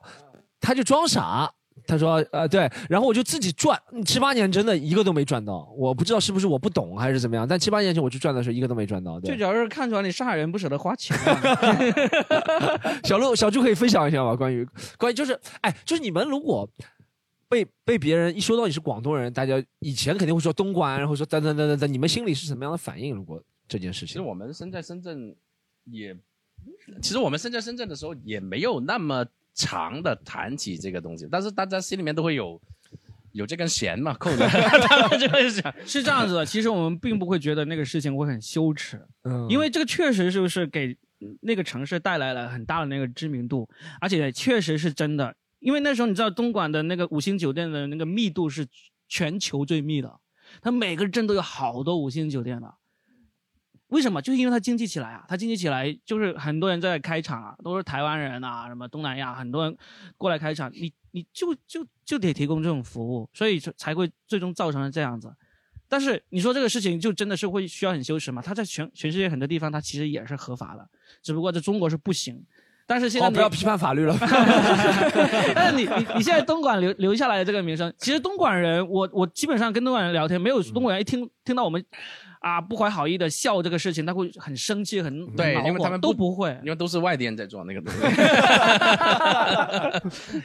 Speaker 7: 他就装傻。他说：“呃，对，然后我就自己赚，嗯七八年真的一个都没赚到，我不知道是不是我不懂还是怎么样，但七八年前我去赚的时候一个都没赚到。
Speaker 4: 最
Speaker 7: 对
Speaker 4: 主，要是看出来你上海人不舍得花钱啊。
Speaker 7: 小鹿小猪可以分享一下吗？关于关于就是，哎，就是你们如果被被别人一说到你是广东人，大家以前肯定会说东莞，然后说等等等等等，你们心里是什么样的反应？如果这件事
Speaker 2: 其实
Speaker 7: 情，
Speaker 2: 我们身在深 圳也，其实我们身在深圳的时候也没有那么长的谈起这个东西，但是大家心里面都会有有这根弦嘛扣着， 他们就会想，
Speaker 4: 是这样子的，其实我们并不会觉得那个事情会很羞耻，
Speaker 7: 嗯
Speaker 4: 因为这个确实就是给那个城市带来了很大的那个知名度，而且确实是真的。因为那时候你知道东莞的那个五星酒店的那个密度是全球最密的，它每个镇都有好多五星酒店的。为什么？就是因为它经济起来啊，它经济起来就是很多人在开厂啊，都是台湾人啊，什么东南亚很多人过来开厂，你你就就就得提供这种服务，所以才会最终造成了这样子。但是你说这个事情就真的是会需要很羞耻吗？它在全全世界很多地方，它其实也是合法的，只不过在中国是不行。但是现在
Speaker 7: 好，
Speaker 4: 你、
Speaker 7: 不要批判法律 了。
Speaker 4: 但是你你你现在东莞留留下来的这个名声，其实东莞人，我我基本上跟东莞人聊天，没
Speaker 2: 嗯
Speaker 4: 有东莞人一听听到我们啊不怀好意的笑这个事情，他会很生气，很
Speaker 2: 对
Speaker 4: 很恼火
Speaker 2: 因为他们不
Speaker 4: 都不会。
Speaker 2: 因为都是外地人在做那个东西，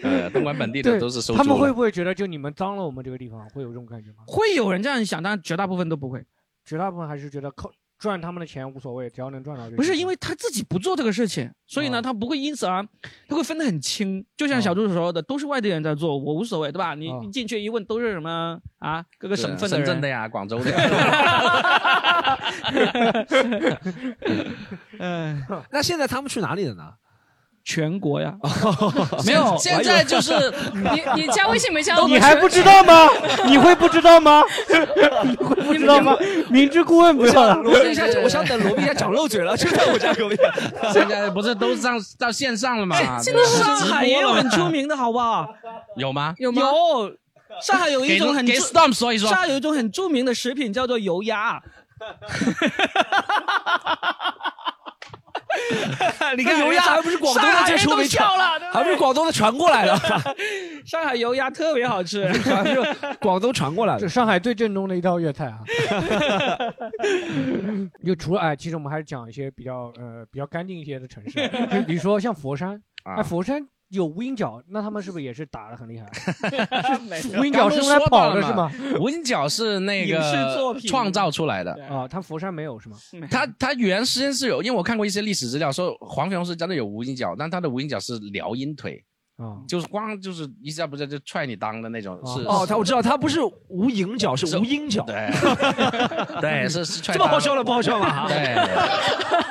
Speaker 2: 呃，东莞本地的
Speaker 3: 对
Speaker 2: 都是收租
Speaker 3: 他们会
Speaker 2: 了
Speaker 3: 不会觉得就你们脏了我们这个地方，会有这种感觉吗？
Speaker 4: 会有人这样想，但绝大部分都不会。
Speaker 3: 绝大部分还是觉得靠赚他们的钱无所谓，只要能赚到就行。
Speaker 4: 不是因为他自己不做这个事情，所以呢，
Speaker 3: 哦
Speaker 4: 他不会因此而他会分得很清。就像
Speaker 2: 哦
Speaker 4: 小朱所说的，都是外地人在做，我无所谓，对吧？你
Speaker 3: 哦
Speaker 4: 你进去一问，都是什么啊，各个
Speaker 2: 对
Speaker 4: 省份的
Speaker 2: 深
Speaker 4: 人。
Speaker 2: 圳的呀，广州的呀，
Speaker 4: 嗯，
Speaker 7: 那现在他们去哪里了呢？哦
Speaker 4: 全国呀， 没有
Speaker 5: 现在就是 你你加微信没加？
Speaker 3: 你还不知道 吗？你会不知道吗？ 你会不知道吗？明知故问不要了。
Speaker 7: 罗宾一下，我想等罗宾一下讲漏嘴了，就在我家隔壁。
Speaker 2: 现在不是都上到线上了吗？
Speaker 5: 现在是
Speaker 4: 上海也有很出
Speaker 2: 出名，
Speaker 4: 名的好不好？
Speaker 2: 有吗？
Speaker 5: 有吗？
Speaker 4: 有， 上海有一
Speaker 2: 给
Speaker 4: 种很
Speaker 2: 给
Speaker 4: 著
Speaker 2: Storm 说一说
Speaker 4: 上，海有一种很著名的食品叫做油鸭。啊你看
Speaker 7: 油鸭还不是广东的
Speaker 4: 上海
Speaker 7: 最
Speaker 4: 人
Speaker 7: 出
Speaker 4: 都
Speaker 7: 名
Speaker 4: 笑了，对不
Speaker 7: 还不是
Speaker 4: 对？
Speaker 7: 广东的传过来的，
Speaker 4: 上海油鸭特别好吃。
Speaker 7: 还 是 广东传过来
Speaker 3: 这
Speaker 7: 的。
Speaker 3: 上海最正宗的一道粤菜啊！ 就除了哎，其实我们还是讲一些比较呃比较干净一些的城市， 就比如说像佛山，
Speaker 7: 啊
Speaker 3: 哎，佛山有无影脚，那他们是不是也是打的很厉害？啊 是无影脚是用来跑的是吗？
Speaker 2: 无影脚是那
Speaker 4: 影视作
Speaker 2: 个
Speaker 4: 品
Speaker 2: 创造出来的。
Speaker 3: 啊，他佛山没有是吗？
Speaker 2: 它它原先是有，因为我看过一些历史资料说黄飞鸿是真的有无影脚，但他的无影脚是撩阴腿，
Speaker 3: 啊，
Speaker 2: 就是光就是一下不是就踹你裆的那种，是
Speaker 7: 哦，他我知道，他不是无影脚，是无阴脚。
Speaker 2: 对，对是是踹
Speaker 7: 这么
Speaker 2: 裆
Speaker 7: 好笑了，不啊好笑吗？
Speaker 2: 啊对，
Speaker 4: 啊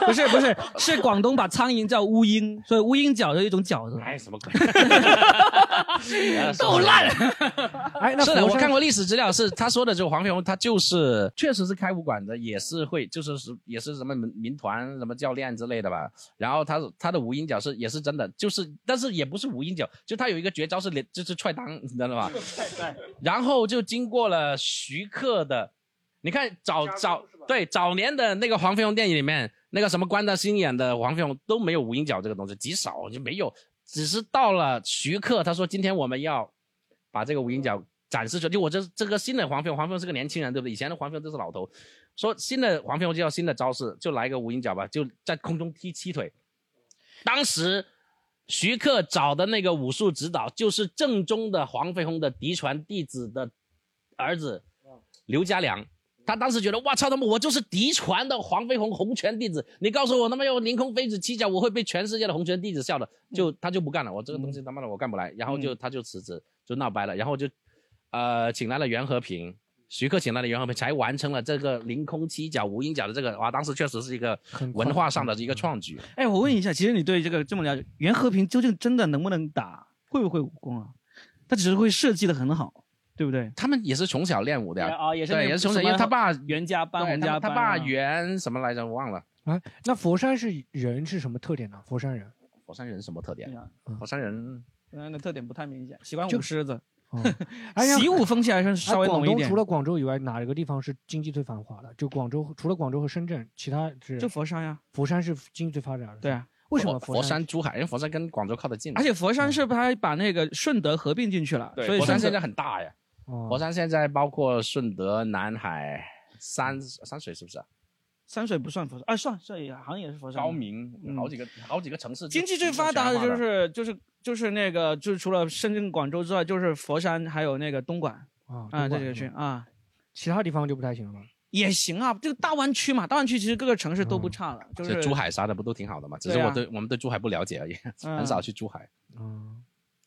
Speaker 4: 不是不是，是广东把苍蝇叫乌蝇，所以乌蝇饺是一种饺子。
Speaker 2: 哎，什么鬼？
Speaker 4: 够烂！
Speaker 3: 哎，那
Speaker 2: 是的，
Speaker 3: 佛
Speaker 2: 我
Speaker 3: 山
Speaker 2: 看过历史资料，是他说的，就黄飞鸿他就是确实是开武馆的，也是会就是是也是什么民民团什么教练之类的吧。然后他他的无影脚是也是真的，就是但是也不是无影脚，就他有一个绝招是连就是踹裆，你知道吗？然后就经过了徐克的，你看早早对早年的那个黄飞鸿电影里面，那个什么关达欣演的黄飞鸿都没有无影脚这个东西，极少就没有，只是到了徐克，他说今天我们要把这个无影脚展示出来，就我这这个新的黄飞鸿，黄飞鸿是个年轻人，对不对？以前的黄飞鸿都是老头，说新的黄飞鸿就要新的招式，就来一个无影脚吧，就在空中踢七腿。当时徐克找的那个武术指导，就是正宗的黄飞鸿的嫡传弟子的儿子
Speaker 4: 啊
Speaker 2: 刘家良。他当时觉得，哇操他妈，我就是嫡传的黄飞鸿洪拳弟子，你告诉我他妈要凌空飞子七脚，我会被全世界的洪拳弟子笑的。
Speaker 4: 嗯
Speaker 2: 就他就不干了，我这个东西他妈的我干不来，然后就他就辞职，就闹掰了，然后就，呃，请来了袁和平。徐克请来的袁和平才完成了这个凌空七脚、无影脚的这个，哇，当时确实是一个文化上的一个创举。
Speaker 4: 哎，我问一下，其实你对这个这么了解， 袁和平究竟真的能不能打，会不会武功啊？他只是会设计的很好，对不对？
Speaker 2: 他们也是从小练武的呀，
Speaker 4: 啊，也是
Speaker 2: 对，也是从小，因为他爸
Speaker 4: 袁家班、
Speaker 2: 对
Speaker 4: 洪
Speaker 2: 他
Speaker 4: 家
Speaker 2: 他
Speaker 4: 班
Speaker 2: 爸
Speaker 4: 啊，
Speaker 2: 袁什么来着？我忘了。
Speaker 3: 哎，那佛山是人是什么特点呢？佛山人，
Speaker 2: 火山人什么特点
Speaker 4: 对？啊
Speaker 3: 嗯
Speaker 2: 火山人
Speaker 4: 本来的嗯特点不太明显，喜欢
Speaker 3: 就
Speaker 4: 舞狮子，
Speaker 3: 哎呀
Speaker 4: 哦习武风气还是
Speaker 3: 哎
Speaker 4: 稍微
Speaker 3: 广
Speaker 4: 浓一
Speaker 3: 东
Speaker 4: 点
Speaker 3: 除。了广州以外，哪一个地方是经济最繁华的？就广州，除了广州和深圳，其他是
Speaker 4: 就佛山呀，
Speaker 3: 佛山是经济最发展的。
Speaker 4: 对，啊，
Speaker 3: 为什么
Speaker 2: 佛
Speaker 3: 山？
Speaker 2: 山、珠海，因为佛山跟广州靠得近嘛，
Speaker 4: 而且佛山是不是还把那个顺德合并进去了？所
Speaker 2: 对
Speaker 4: 以
Speaker 2: 佛
Speaker 4: 顺
Speaker 2: 山
Speaker 4: 德
Speaker 2: 现在很大呀。
Speaker 3: 哦
Speaker 2: 佛山现在包括顺德、南海、三三水是不是啊？
Speaker 4: 山水不算佛山，啊，算算也好像也是佛山。
Speaker 2: 高明
Speaker 4: 嗯
Speaker 2: 好几个好几个城市，
Speaker 4: 经济最发达的就是就是就是那个就是除了深圳、广州之外，就是佛山还有那个东莞
Speaker 3: 啊
Speaker 4: 啊这几个
Speaker 3: 是
Speaker 4: 区啊
Speaker 3: 其他地方就不太行了吧。
Speaker 4: 也行啊，就大湾区嘛，大湾区其实各个城市都不差了，
Speaker 2: 就
Speaker 4: 就
Speaker 2: 是
Speaker 4: 是
Speaker 2: 嗯珠海啥的不都挺好的嘛？只是
Speaker 4: 对啊
Speaker 2: 我对我们对珠海不了解而已，
Speaker 4: 嗯
Speaker 2: 很少去珠海。
Speaker 3: 嗯，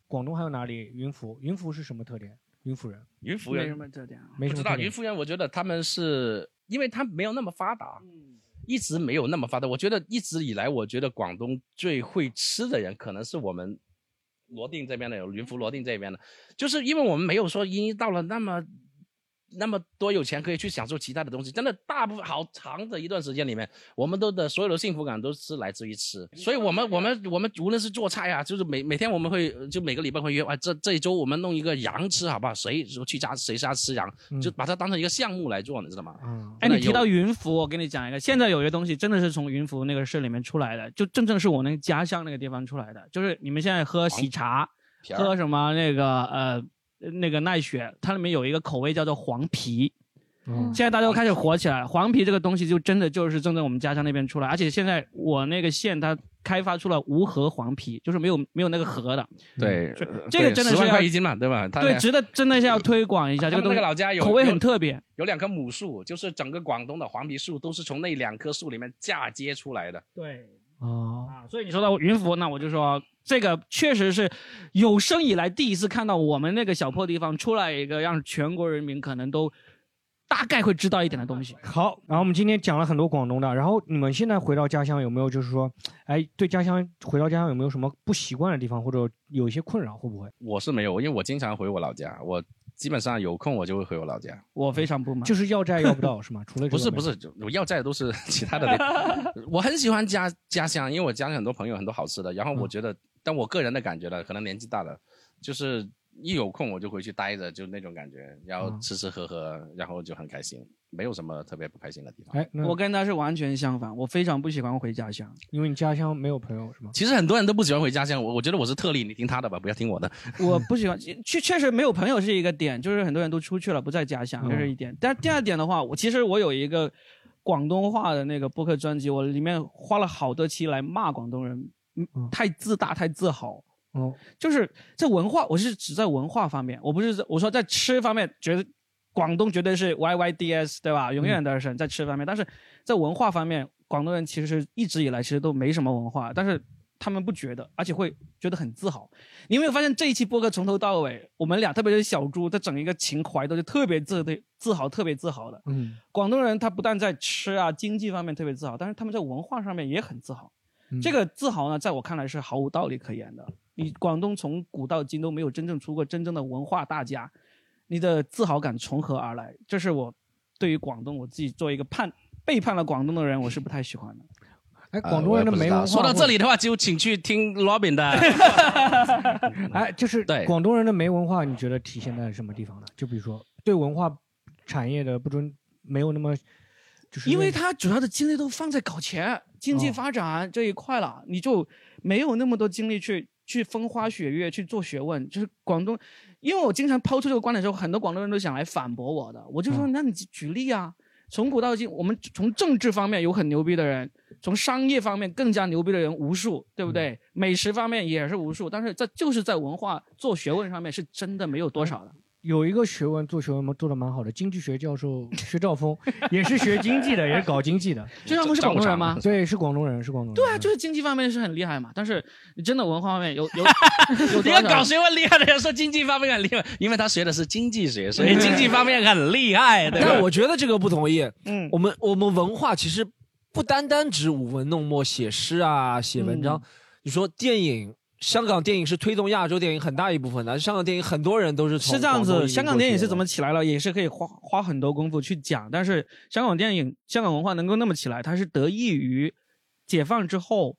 Speaker 3: 广东还有哪里？云浮，云浮是什么特点？云浮人
Speaker 2: 云浮
Speaker 4: 没
Speaker 2: 人
Speaker 4: 什么特点啊。
Speaker 3: 没
Speaker 2: 不
Speaker 3: 什
Speaker 2: 知
Speaker 3: 么
Speaker 2: 道
Speaker 3: 特
Speaker 2: 云
Speaker 3: 点。
Speaker 2: 浮人，我觉得他们是因为他没有那么发达，
Speaker 4: 嗯
Speaker 2: 一直没有那么发达。我觉得一直以来，我觉得广东最会吃的人可能是我们罗定这边的，有云浮罗定这边的，就是因为我们没有说已经到了那么。那么多有钱可以去享受其他的东西，真的大部分好长的一段时间里面，我们都的所有的幸福感都是来自于吃，所以我们我们我们无论是做菜啊，就是每每天我们会就每个礼拜会约，啊，这这一周我们弄一个羊吃好不好？谁去家谁家吃羊，就把它当成一个项目来做，你知道吗？
Speaker 3: 嗯，
Speaker 4: 哎，
Speaker 2: 真的
Speaker 4: 你提
Speaker 2: 有
Speaker 4: 到云浮，我跟你讲一个，现在有一个东西真的是从云浮那个市里面出来的，就真正是我那个家乡那个地方出来的，就是你们现在喝喜茶，
Speaker 2: 片儿
Speaker 4: 喝什么那个呃那个奈雪，它里面有一个口味叫做黄皮，
Speaker 3: 嗯
Speaker 4: 现在大家都开始火起来了。黄皮这个东西就真的就是正在我们家乡那边出来，而且现在我那个县它开发出了无核黄皮，就是没有没有那个核的，嗯
Speaker 2: 对，
Speaker 4: 这个真的是
Speaker 2: 十万
Speaker 4: 要
Speaker 2: 块一斤嘛，对吧？他
Speaker 4: 对，
Speaker 2: 那嗯
Speaker 4: 值得真的是要推广一下
Speaker 2: 他
Speaker 4: 这个
Speaker 2: 们
Speaker 4: 东
Speaker 2: 那
Speaker 4: 西
Speaker 2: 个，老家有
Speaker 4: 口味
Speaker 2: 有
Speaker 4: 很特别。
Speaker 2: 有两棵母树，就是整个广东的黄皮树都是从那两棵树里面嫁接出来的。
Speaker 4: 对，
Speaker 3: 哦，
Speaker 4: 啊，所以你说到云浮，那我就说这个确实是有生以来第一次看到我们那个小破地方出来一个让全国人民可能都大概会知道一点的东西。
Speaker 3: 好，然后我们今天讲了很多广东的，然后你们现在回到家乡有没有就是说，哎，对家乡回到家乡有没有什么不习惯的地方，或者有一些困扰，会不会？
Speaker 2: 我是没有，因为我经常回我老家，我基本上有空我就会回我老家。
Speaker 4: 我非常不满，
Speaker 3: 就是要债要不到是吗？除了这
Speaker 2: 不
Speaker 3: 个
Speaker 2: 是
Speaker 3: 没
Speaker 2: 不，是，就我要债都是 其他的 地。我很喜欢家家乡，因为我家里很多朋友，很多好吃的。然后
Speaker 3: 嗯
Speaker 2: 我觉得，但我个人的感觉呢，可能年纪大了，就是一有空我就回去待着，就那种感觉，然后
Speaker 3: 嗯
Speaker 2: 吃吃喝喝，然后就很开心，没有什么特别不开心的地方。
Speaker 3: 哎，那
Speaker 4: 我跟他是完全相反，我非常不喜欢回家乡。
Speaker 3: 因为你家乡没有朋友是吗？
Speaker 2: 其实很多人都不喜欢回家乡，我我觉得我是特例，你听他的吧，不要听我的。
Speaker 4: 我不喜欢，确确实没有朋友是一个点，就是很多人都出去了，不在家乡，
Speaker 3: 嗯
Speaker 4: 这是一点。但第二点的话，我其实我有一个广东话的那个播客专辑，我里面花了好多期来骂广东人，嗯
Speaker 3: 嗯
Speaker 4: 太自大，太自豪。
Speaker 3: 哦，
Speaker 4: 就是在文化，我是指在文化方面，我不是在我说在吃方面，觉得广东绝对是 Y Y D S 对吧？永远的神在吃方面，但是在文化方面，广东人其实一直以来其实都没什么文化，但是他们不觉得，而且会觉得很自豪。你有没有发现这一期播客从头到尾，我们俩特别是小猪，这整一个情怀都是特别自对自豪，特别自豪的。
Speaker 7: 嗯，
Speaker 4: 广东人他不但在吃啊经济方面特别自豪，但是他们在文化上面也很自豪。
Speaker 7: 嗯
Speaker 4: 这个自豪呢，在我看来是毫无道理可言的。你广东从古到今都没有真正出过真正的文化大家，你的自豪感从何而来？这是我对于广东我自己做一个叛背叛了广东的人，我是不太喜欢的。
Speaker 3: 哎
Speaker 2: 呃我也不知道说到这里的话，就请去听 Robin 的。
Speaker 3: 哎，就是
Speaker 2: 对
Speaker 3: 广东人的没文化，你觉得体现在什么地方呢？就比如说对文化产业的不尊，没有那么就是
Speaker 4: 因为
Speaker 3: 那
Speaker 4: 他主要的精力都放在搞钱、经济发展这一块了，你就没有那么多精力去去风花雪月去做学问。就是广东，因为我经常抛出这个观点的时候，很多广东人都想来反驳我的，我就说，那你举例啊。从古到今，我们从政治方面有很牛逼的人，从商业方面更加牛逼的人无数，对不对？美食方面也是无数，但是在就是在文化做学问上面是真的没有多少的。
Speaker 3: 有一个学问做学问做的蛮好的经济学教授薛兆 丰，也是学经济的，也是搞经 济的。
Speaker 4: 薛兆丰是广东人吗
Speaker 3: 对，是广东人，是广东人。
Speaker 4: 对啊，就是经济方面是很厉害嘛，但是真的文化方面有有有
Speaker 2: 你
Speaker 4: 多
Speaker 2: 要
Speaker 4: 少
Speaker 2: 搞学问厉害的人说经济方面很厉害，因为他学的是经济学，所以经济方面很厉害，对吧？
Speaker 7: 但我觉得这个不同意。
Speaker 4: 嗯，
Speaker 7: 我们我们文化其实不单单指舞文弄墨、写诗啊、写文章。你说电影，香港电影是推动亚洲电影很大一部分的。香港电影很多人都是从
Speaker 4: 是这样
Speaker 7: 广东移
Speaker 4: 子，
Speaker 7: 民
Speaker 4: 香港
Speaker 7: 过
Speaker 4: 电影
Speaker 7: 去
Speaker 4: 是
Speaker 7: 的
Speaker 4: 怎么起来了，也是可以花花很多功夫去讲。但是香港电影、香港文化能够那么起来，它是得益于解放之后、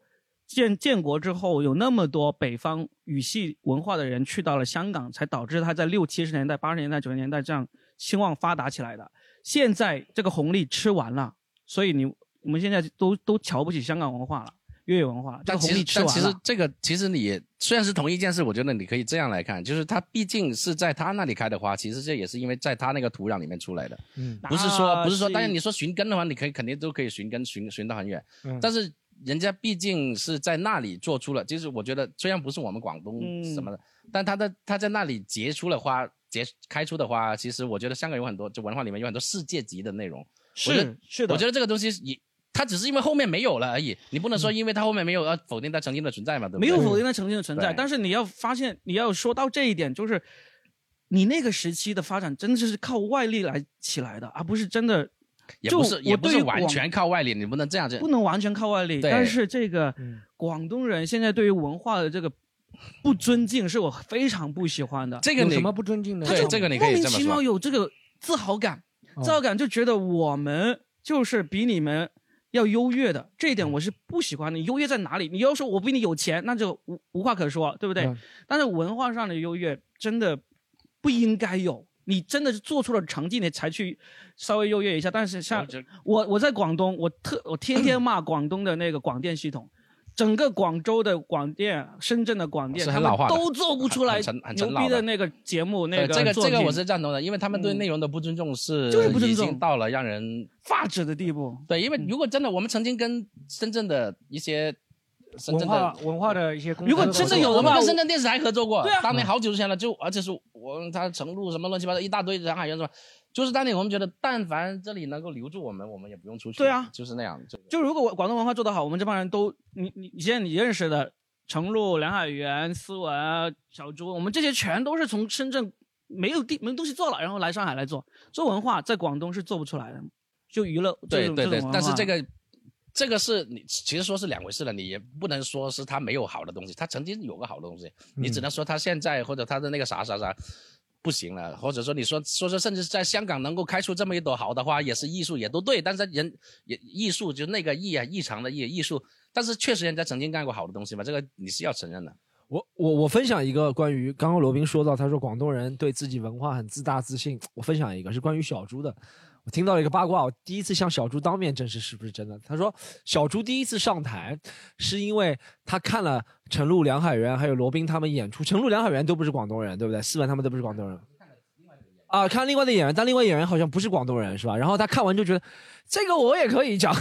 Speaker 4: 建建国之后，有那么多北方语系文化的人去到了香港，才导致它在六七十年代、八十年代、九十年代这样兴旺发达起来的。现在这个红利吃完了，所以你我们现在都都瞧不起香港文化了。粤语文化，这
Speaker 2: 但
Speaker 4: 个
Speaker 2: 其
Speaker 4: 红利
Speaker 2: 实，
Speaker 4: 吃
Speaker 2: 但
Speaker 4: 完了。
Speaker 2: 其实这个，其实你虽然是同一件事，我觉得你可以这样来看，就是它毕竟是在他那里开的花，其实这也是因为在他那个土壤里面出来的，
Speaker 3: 嗯
Speaker 2: 不是说不是说，
Speaker 4: 那
Speaker 2: 当然你说寻根的话，你可以肯定都可以寻根寻寻到很远，
Speaker 3: 嗯
Speaker 2: 但是人家毕竟是在那里做出了，就是我觉得虽然不是我们广东
Speaker 4: 嗯
Speaker 2: 什么的，但他在他在那里结出了花，结开出的花，其实我觉得香港有很多，就文化里面有很多世界级的内容，我觉得
Speaker 4: 是是的，
Speaker 2: 我觉得这个东西也，它只是因为后面没有了而已。你不能说因为它后面没有而否定它曾经的存在嘛，对不
Speaker 4: 没
Speaker 2: 对？
Speaker 4: 有否定它曾经的存在，
Speaker 2: 对
Speaker 4: 但是你要发现，你要说到这一点，就是你那个时期的发展真的是靠外力来起来的，而不是真的，
Speaker 2: 也
Speaker 4: 就
Speaker 2: 不是也
Speaker 4: 我
Speaker 2: 不
Speaker 4: 对
Speaker 2: 是
Speaker 4: 于
Speaker 2: 完
Speaker 4: 广
Speaker 2: 全靠外力，你不能这样子
Speaker 4: 不。能完全靠外力。
Speaker 2: 对
Speaker 4: 但是这个
Speaker 3: 嗯
Speaker 4: 广东人现在对于文化的这个不尊敬，是我非常不喜欢的。
Speaker 2: 这个
Speaker 3: 有
Speaker 2: 你
Speaker 3: 什么不尊敬的？
Speaker 2: 对
Speaker 4: 他就
Speaker 2: 这个你可
Speaker 4: 莫
Speaker 2: 以
Speaker 4: 名
Speaker 2: 这么
Speaker 4: 其
Speaker 2: 说
Speaker 4: 妙有这个自豪感，
Speaker 3: 哦
Speaker 4: 自豪感就觉得我们就是比你们要优越的，这一
Speaker 3: 嗯
Speaker 4: 点我是不喜欢的。你优越在哪里？你要说我比你有钱，那就无无话可说，对不对？
Speaker 3: 嗯
Speaker 4: 但是文化上的优越真的不应该有。你真的是做出了成绩，你才去稍微优越一下。但是像
Speaker 2: 我觉得
Speaker 4: 我我在广东，我特我天天骂广东的那个广电系统，
Speaker 2: 嗯
Speaker 4: 整个广州的广电、深圳的广电，
Speaker 2: 哦是
Speaker 4: 他
Speaker 2: 很
Speaker 4: 们
Speaker 2: 老化的
Speaker 4: 都做不出来
Speaker 2: 很很很
Speaker 4: 牛
Speaker 2: 陈
Speaker 4: 逼
Speaker 2: 老的
Speaker 4: 的那个节目，
Speaker 2: 对
Speaker 4: 那个
Speaker 2: 这个
Speaker 4: 作
Speaker 2: 这个
Speaker 4: 品
Speaker 2: 我是赞同的，因为他们对内容的不尊重是
Speaker 4: 就是不尊重
Speaker 2: 已经到了让人
Speaker 4: 发指的地步。
Speaker 2: 对，因为如果真的我们曾经跟深圳的一些深
Speaker 3: 文
Speaker 2: 圳的
Speaker 3: 化文化啊的一些公司
Speaker 4: 如果
Speaker 3: 合作
Speaker 4: 真的有
Speaker 2: 我
Speaker 4: 的
Speaker 2: 们
Speaker 4: 话
Speaker 2: 跟深圳电视台合作过，
Speaker 4: 对啊
Speaker 2: 当年好久之前了，就而且是我他成都什么乱七八糟一大堆上海人什么，就是当年我们觉得，但凡这里能够留住我们，我们也不用出去，
Speaker 4: 对啊
Speaker 2: 就是那样，就
Speaker 4: 就如果我广东文化做得好，我们这帮人都，你你你现在你认识的程璐、梁海源、思文、小朱，我们这些全都是从深圳没有地没东西做了，然后来上海来做，做文化在广东是做不出来的，就娱乐这
Speaker 2: 对
Speaker 4: 种
Speaker 2: 对
Speaker 4: 这
Speaker 2: 对
Speaker 4: 种，文
Speaker 2: 但是
Speaker 4: 化
Speaker 2: 这个。这个是你其实说是两回事了，你也不能说是他没有好的东西，他曾经有个好的东西，你
Speaker 4: 嗯
Speaker 2: 只能说他现在或者他的那个啥啥啥不行了，或者说你说说说甚至在香港能够开出这么一朵好的花也是艺术也都对，但是人也艺术就那个艺啊异常的艺艺术，但是确实人家曾经干过好的东西嘛，这个你是要承认的。
Speaker 7: 我我我分享一个关于刚刚罗宾说到，他说广东人对自己文化很自大自信。我分享一个是关于小猪的，我听到了一个八卦，我第一次向小猪当面证实是不是真的。他说小猪第一次上台是因为他看了陈露、梁海源还有罗宾他们演出，陈露、梁海源都不是广东人，对不对？思文他们都不是广东人。啊，看另外的演员，但另外演员好像不是广东人，是吧？然后他看完就觉得，这个我也可以讲，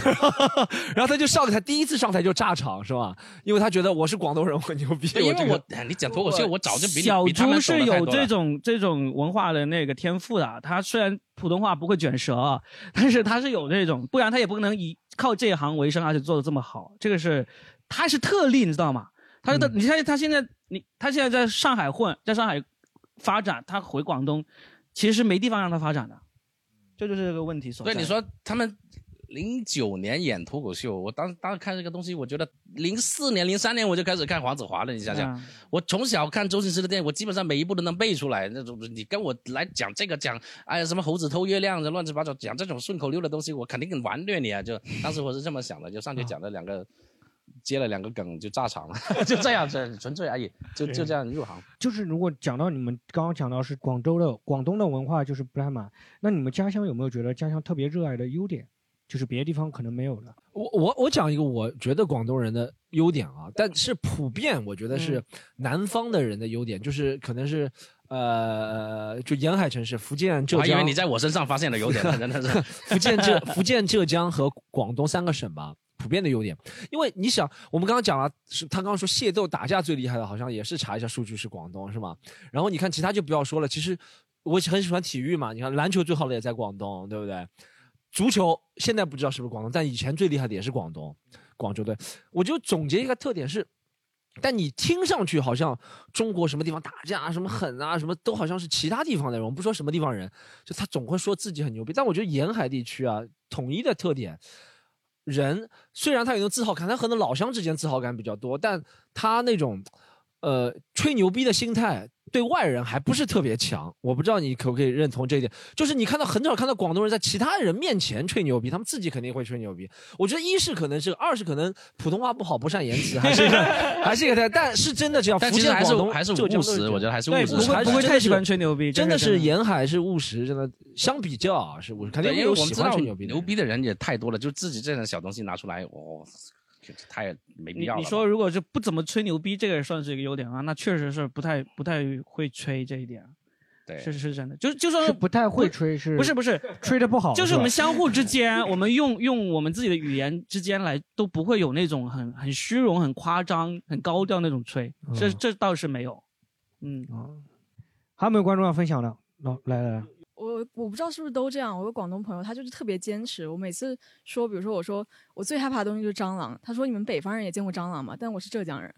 Speaker 7: 然后他就上台，第一次上台就炸场，是吧？因为他觉得我是广东人，我牛逼，
Speaker 2: 因
Speaker 7: 这
Speaker 2: 为
Speaker 7: 个
Speaker 2: 我哎你讲脱口秀，我早就比你
Speaker 4: 小
Speaker 2: 比他
Speaker 4: 猪
Speaker 2: 们懂
Speaker 4: 是
Speaker 2: 得太
Speaker 4: 有
Speaker 2: 多了
Speaker 4: 这种这种文化的那个天赋的，啊他虽然普通话不会卷舌啊，但是他是有这种，不然他也不能以靠这一行为生，而且做的这么好，这个是他还是特例，你知道吗？他
Speaker 2: 嗯
Speaker 4: 是他，你看他现在你他现在在上海混，在上海发展，他回广东其实是没地方让他发展的，这就是这个问题所在。
Speaker 2: 对，你说他们零九年演脱口秀，我当当时看这个东西，我觉得零四年、零三年我就开始看黄子华了。你想想，
Speaker 4: 嗯
Speaker 2: 我从小看周星驰的电影，我基本上每一部都能背出来。那种你跟我来讲这个讲，哎呀什么猴子偷月亮这乱七八糟，讲这种顺口溜的东西，我肯定玩虐你啊！就当时我是这么想的，就上去讲了两个，接了两个梗就炸场了， 就这样，这纯粹而已，就就这样入行。
Speaker 3: 就是如果讲到你们刚刚讲到是广州的广东的文化就是不太满，那你们家乡有没有觉得家乡特别热爱的优点，就是别的地方可能没有的？
Speaker 7: 我我我讲一个我觉得广东人的优点啊，但是普遍我觉得是
Speaker 3: 嗯
Speaker 7: 南方的人的优点，就是可能是呃，就沿海城市，福建、浙
Speaker 2: 我还以
Speaker 7: 江。
Speaker 2: 为你在我身上发现了 优点呢，真的是
Speaker 7: 福建、浙、福建、浙江和广东三个省吧，普遍的优点。因为你想，我们刚刚讲了，是他刚刚说械斗打架最厉害的，好像也是查一下数据是广东，是吗？然后你看其他就不要说了，其实我很喜欢体育嘛，你看篮球最好的也在广东，对不对？足球现在不知道是不是广东，但以前最厉害的也是广东，广州队。我就总结一个特点是，但你听上去好像中国什么地方打架啊、什么狠啊、什么都好像是其他地方的人，我们不说什么地方人，就他总会说自己很牛逼。但我觉得沿海地区啊，统一的特点，人虽然他有那种自豪感，他可能老乡之间自豪感比较多，但他那种呃吹牛逼的心态。对外人还不是特别强，我不知道你可不可以认同这一点。就是你看到很少看到广东人在其他人面前吹牛逼，他们自己肯定会吹牛逼。我觉得一是可能是，二是可能普通话不好，不善言辞，还是 一个还是一个，但是真的这样。
Speaker 2: 但
Speaker 7: 福
Speaker 2: 其实
Speaker 7: 建
Speaker 2: 还是
Speaker 7: 广东
Speaker 2: 还是
Speaker 7: 浙江都
Speaker 2: 务实
Speaker 7: 这样
Speaker 2: 我觉得还是
Speaker 4: 对务实不会
Speaker 7: 还是
Speaker 4: 不会
Speaker 7: 真的
Speaker 4: 太
Speaker 7: 是
Speaker 4: 喜欢吹牛逼这
Speaker 7: 真
Speaker 4: 个
Speaker 7: 的
Speaker 4: 真
Speaker 7: 是
Speaker 4: 的
Speaker 7: 沿海是务实，真的相比较啊是务实，肯定
Speaker 2: 对，
Speaker 7: 会
Speaker 2: 因为
Speaker 7: 有
Speaker 2: 我们
Speaker 7: 喜
Speaker 2: 知
Speaker 7: 欢
Speaker 2: 道
Speaker 7: 吹牛逼的
Speaker 2: 牛
Speaker 7: 人。
Speaker 2: 逼的人也太多了，就自己这点小东西拿出来，我、这太没必
Speaker 4: 你
Speaker 2: 要了吧。
Speaker 4: 你说如果是不怎么吹牛逼，这个也算是一个优点啊，那确实是不太不太会吹这一点，啊
Speaker 2: 对
Speaker 4: 是是真的，就就算
Speaker 3: 是不太会吹，是
Speaker 4: 不是不是
Speaker 3: 吹的不好，
Speaker 4: 就是
Speaker 3: 吧
Speaker 4: 我们相互之间，我们用用我们自己的语言之间来，都不会有那种很很虚荣、很夸张、很高调那种吹，这
Speaker 3: 嗯
Speaker 4: 这倒是没有。嗯，
Speaker 3: 还有没有观众要分享的？老来来来，
Speaker 9: 我我不知道是不是都这样。我有个广东朋友，他就是特别坚持。我每次说，比如说我说我最害怕的东西就是蟑螂，他说你们北方人也见过蟑螂吗？但我是浙江人，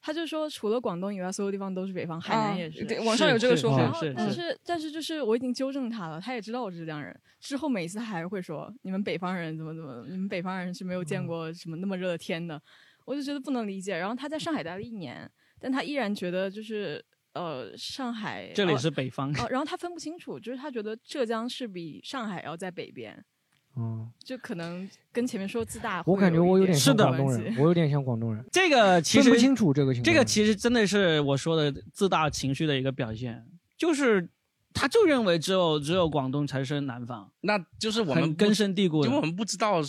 Speaker 9: 他就说除了广东以外，所有地方都是北方，海南也是。
Speaker 5: 啊对网上有这个说
Speaker 9: 然
Speaker 5: 法
Speaker 9: 后，但是但是就是我已经纠正他了，他也知道我是浙江人。之后每一次还是会说你们北方人怎么怎么，你们北方人是没有见
Speaker 4: 嗯
Speaker 9: 过什么那么热的天的，我就觉得不能理解。然后他在上海待了一年，但他依然觉得就是呃上海
Speaker 4: 这里是
Speaker 9: 哦
Speaker 4: 北方
Speaker 9: 哦，然后他分不清楚，就是他觉得浙江是比上海要在北边，
Speaker 3: 嗯，
Speaker 9: 就可能跟前面说自
Speaker 2: 啊
Speaker 9: 大会
Speaker 3: 我
Speaker 9: 有一
Speaker 3: 感
Speaker 9: 点关系，
Speaker 3: 觉我有点像广东人，我有点像广东人。
Speaker 4: 这个其实
Speaker 3: 分不清楚这个情况
Speaker 4: 这个其实真的是我说的自大情绪的一个表现，就是他就认为只有只有广东才是南方，
Speaker 2: 那就是我们
Speaker 4: 很
Speaker 2: 不
Speaker 4: 根深蒂固的
Speaker 2: 因为我们不知道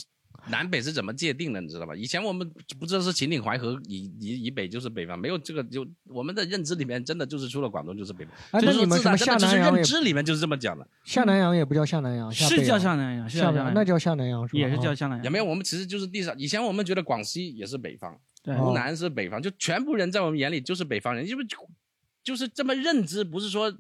Speaker 2: 南北是怎么界定的，你知道吧？以前我们不知道是秦岭淮河以以以北就是北方，没有这个就我们的认知里面真的就是除了广东就是北方，
Speaker 3: 哎
Speaker 2: 就是
Speaker 3: 那你
Speaker 2: 说
Speaker 3: 们
Speaker 2: 自然
Speaker 3: 什么
Speaker 2: 真的就
Speaker 3: 下
Speaker 2: 是
Speaker 3: 南洋
Speaker 2: 认
Speaker 3: 也
Speaker 2: 知里面就是这么讲的。
Speaker 3: 下南洋也不叫下南洋，
Speaker 2: 是
Speaker 3: 北
Speaker 2: 叫
Speaker 4: 下南洋是
Speaker 3: 下
Speaker 4: 叫下南洋
Speaker 3: 那叫下南洋是吧？
Speaker 4: 也是叫
Speaker 3: 哦
Speaker 4: 下南洋。
Speaker 2: 有没有？我们其实就是地上，以前我们觉得广西也是北方，
Speaker 4: 对
Speaker 2: 湖南是北方，就全部人在我们眼里就是北方人，因为就就是这么认知，不是说。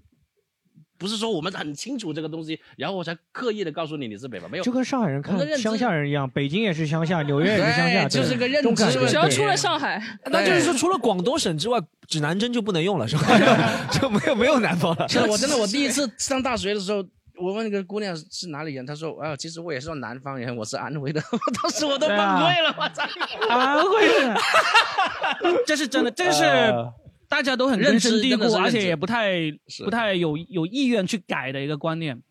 Speaker 2: 不是说我们很清楚这个东西，然后我才刻意的告诉你你是北方，没有，
Speaker 3: 就跟上海人
Speaker 2: 我们的
Speaker 3: 看
Speaker 2: 认知
Speaker 3: 乡下人一样，北京也是乡下，纽约也是乡下，
Speaker 2: 对就是
Speaker 3: 对
Speaker 2: 个认
Speaker 3: 这种
Speaker 2: 知
Speaker 3: 感觉
Speaker 2: 问题
Speaker 5: 只要出了 上海，
Speaker 7: 那就是说，除了广东省之外，指南针就不能用了，是吧？ 就没有没有南方了。
Speaker 2: 是的，我真的我第一次上大学的时候，我问那个姑娘是哪里人，她说啊，其实我也是南方人，我是安徽的。 我当时我都崩
Speaker 3: 啊
Speaker 4: 啊
Speaker 2: 溃了， 我操！
Speaker 4: 安徽人，这是真的，这个是
Speaker 2: 呃
Speaker 4: 大家都很根深蒂
Speaker 2: 认知真
Speaker 4: 固
Speaker 2: 的是认，知
Speaker 4: 而且也不太
Speaker 2: 是
Speaker 4: 不太有有意愿去改的一个观念。
Speaker 3: 嗯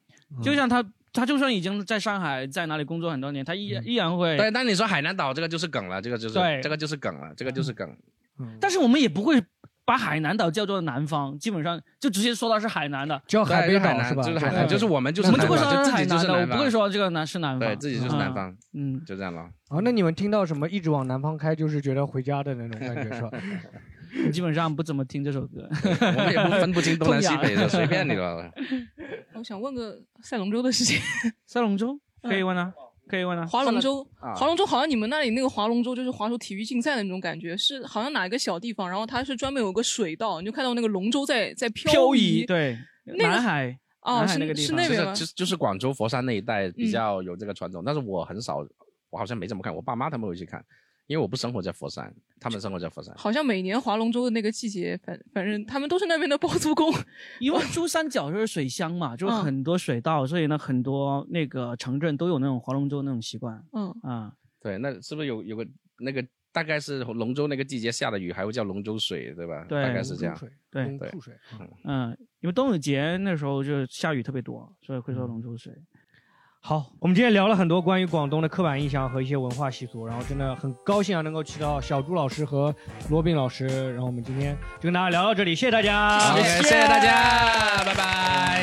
Speaker 4: 就像他，他就算已经在上海在哪里工作很多年，他依然依然会。
Speaker 2: 嗯对，但你说海南岛这个就是梗了，这个就是
Speaker 4: 对嗯
Speaker 2: 这个就是梗了，这个就是梗。
Speaker 4: 但是我们也不会把海南岛叫做南方，基本上就直接说它是海南的，
Speaker 3: 叫海
Speaker 2: 对
Speaker 3: 北
Speaker 2: 就海
Speaker 3: 岛
Speaker 2: 南
Speaker 3: 是吧？
Speaker 2: 就是海南
Speaker 3: 对
Speaker 2: 就是我们就是
Speaker 4: 我们就会
Speaker 2: 南
Speaker 4: 说
Speaker 2: 方
Speaker 4: 它
Speaker 2: 就自
Speaker 4: 海
Speaker 2: 己就
Speaker 4: 南
Speaker 2: 是
Speaker 4: 的，我
Speaker 2: 南
Speaker 4: 不
Speaker 2: 方
Speaker 4: 会说这个南是南方，
Speaker 2: 对自己就是南
Speaker 4: 嗯
Speaker 2: 方，
Speaker 4: 嗯，
Speaker 2: 就这样了。
Speaker 3: 哦，那你们听到什么一直往南方开，就是觉得回家的那种感觉是吧？
Speaker 4: 你基本上不怎么听这首歌，
Speaker 2: 我们也不分不清东南西北的，随便你了。
Speaker 5: 我想问个赛龙舟的事情。 嗯
Speaker 4: 赛龙舟 可以问啊，可以问啊。
Speaker 5: 划龙舟，
Speaker 4: 啊
Speaker 5: 划龙舟好像你们那里那个划龙舟就是划出体育竞赛的那种感觉，是好像哪一个小地方，然后它是专门有个水道，你就看到那个龙舟在在
Speaker 4: 漂
Speaker 5: 移。
Speaker 4: 移对，
Speaker 5: 那个
Speaker 4: 南海南
Speaker 5: 哦
Speaker 4: 海
Speaker 5: 是
Speaker 4: 那个地方
Speaker 5: 是那边吗嗯
Speaker 2: 就是就是就是广州佛山那一带比较有这个传统，但是我很少，我好像没怎么看，我爸妈他们会去看。因为我不生活在佛山，他们生活在佛山。
Speaker 5: 好像每年划龙舟的那个季节，反反正他们都是那边的包租公。
Speaker 4: 因为珠三角就是水乡
Speaker 5: 啊
Speaker 4: 嘛，就是很多水稻，所以呢，很多那个城镇都有那种划龙舟那种习惯。
Speaker 5: 嗯
Speaker 4: 啊，
Speaker 2: 对，那是不是有有个那个大概是龙舟那个季节下的雨还会叫龙舟水，对吧？
Speaker 4: 对
Speaker 2: 大概是这样。
Speaker 4: 对
Speaker 2: 对，
Speaker 4: 嗯，因为端午节那时候就下雨特别多，所以
Speaker 2: 嗯
Speaker 4: 会说龙舟水。
Speaker 3: 好，我们今天聊了很多关于广东的刻板印象和一些文化习俗，然后真的很高兴啊，能够请到小朱老师和罗宾老师，然后我们今天就跟大家聊到这里，谢谢大家，
Speaker 2: 好，谢谢大家，拜拜。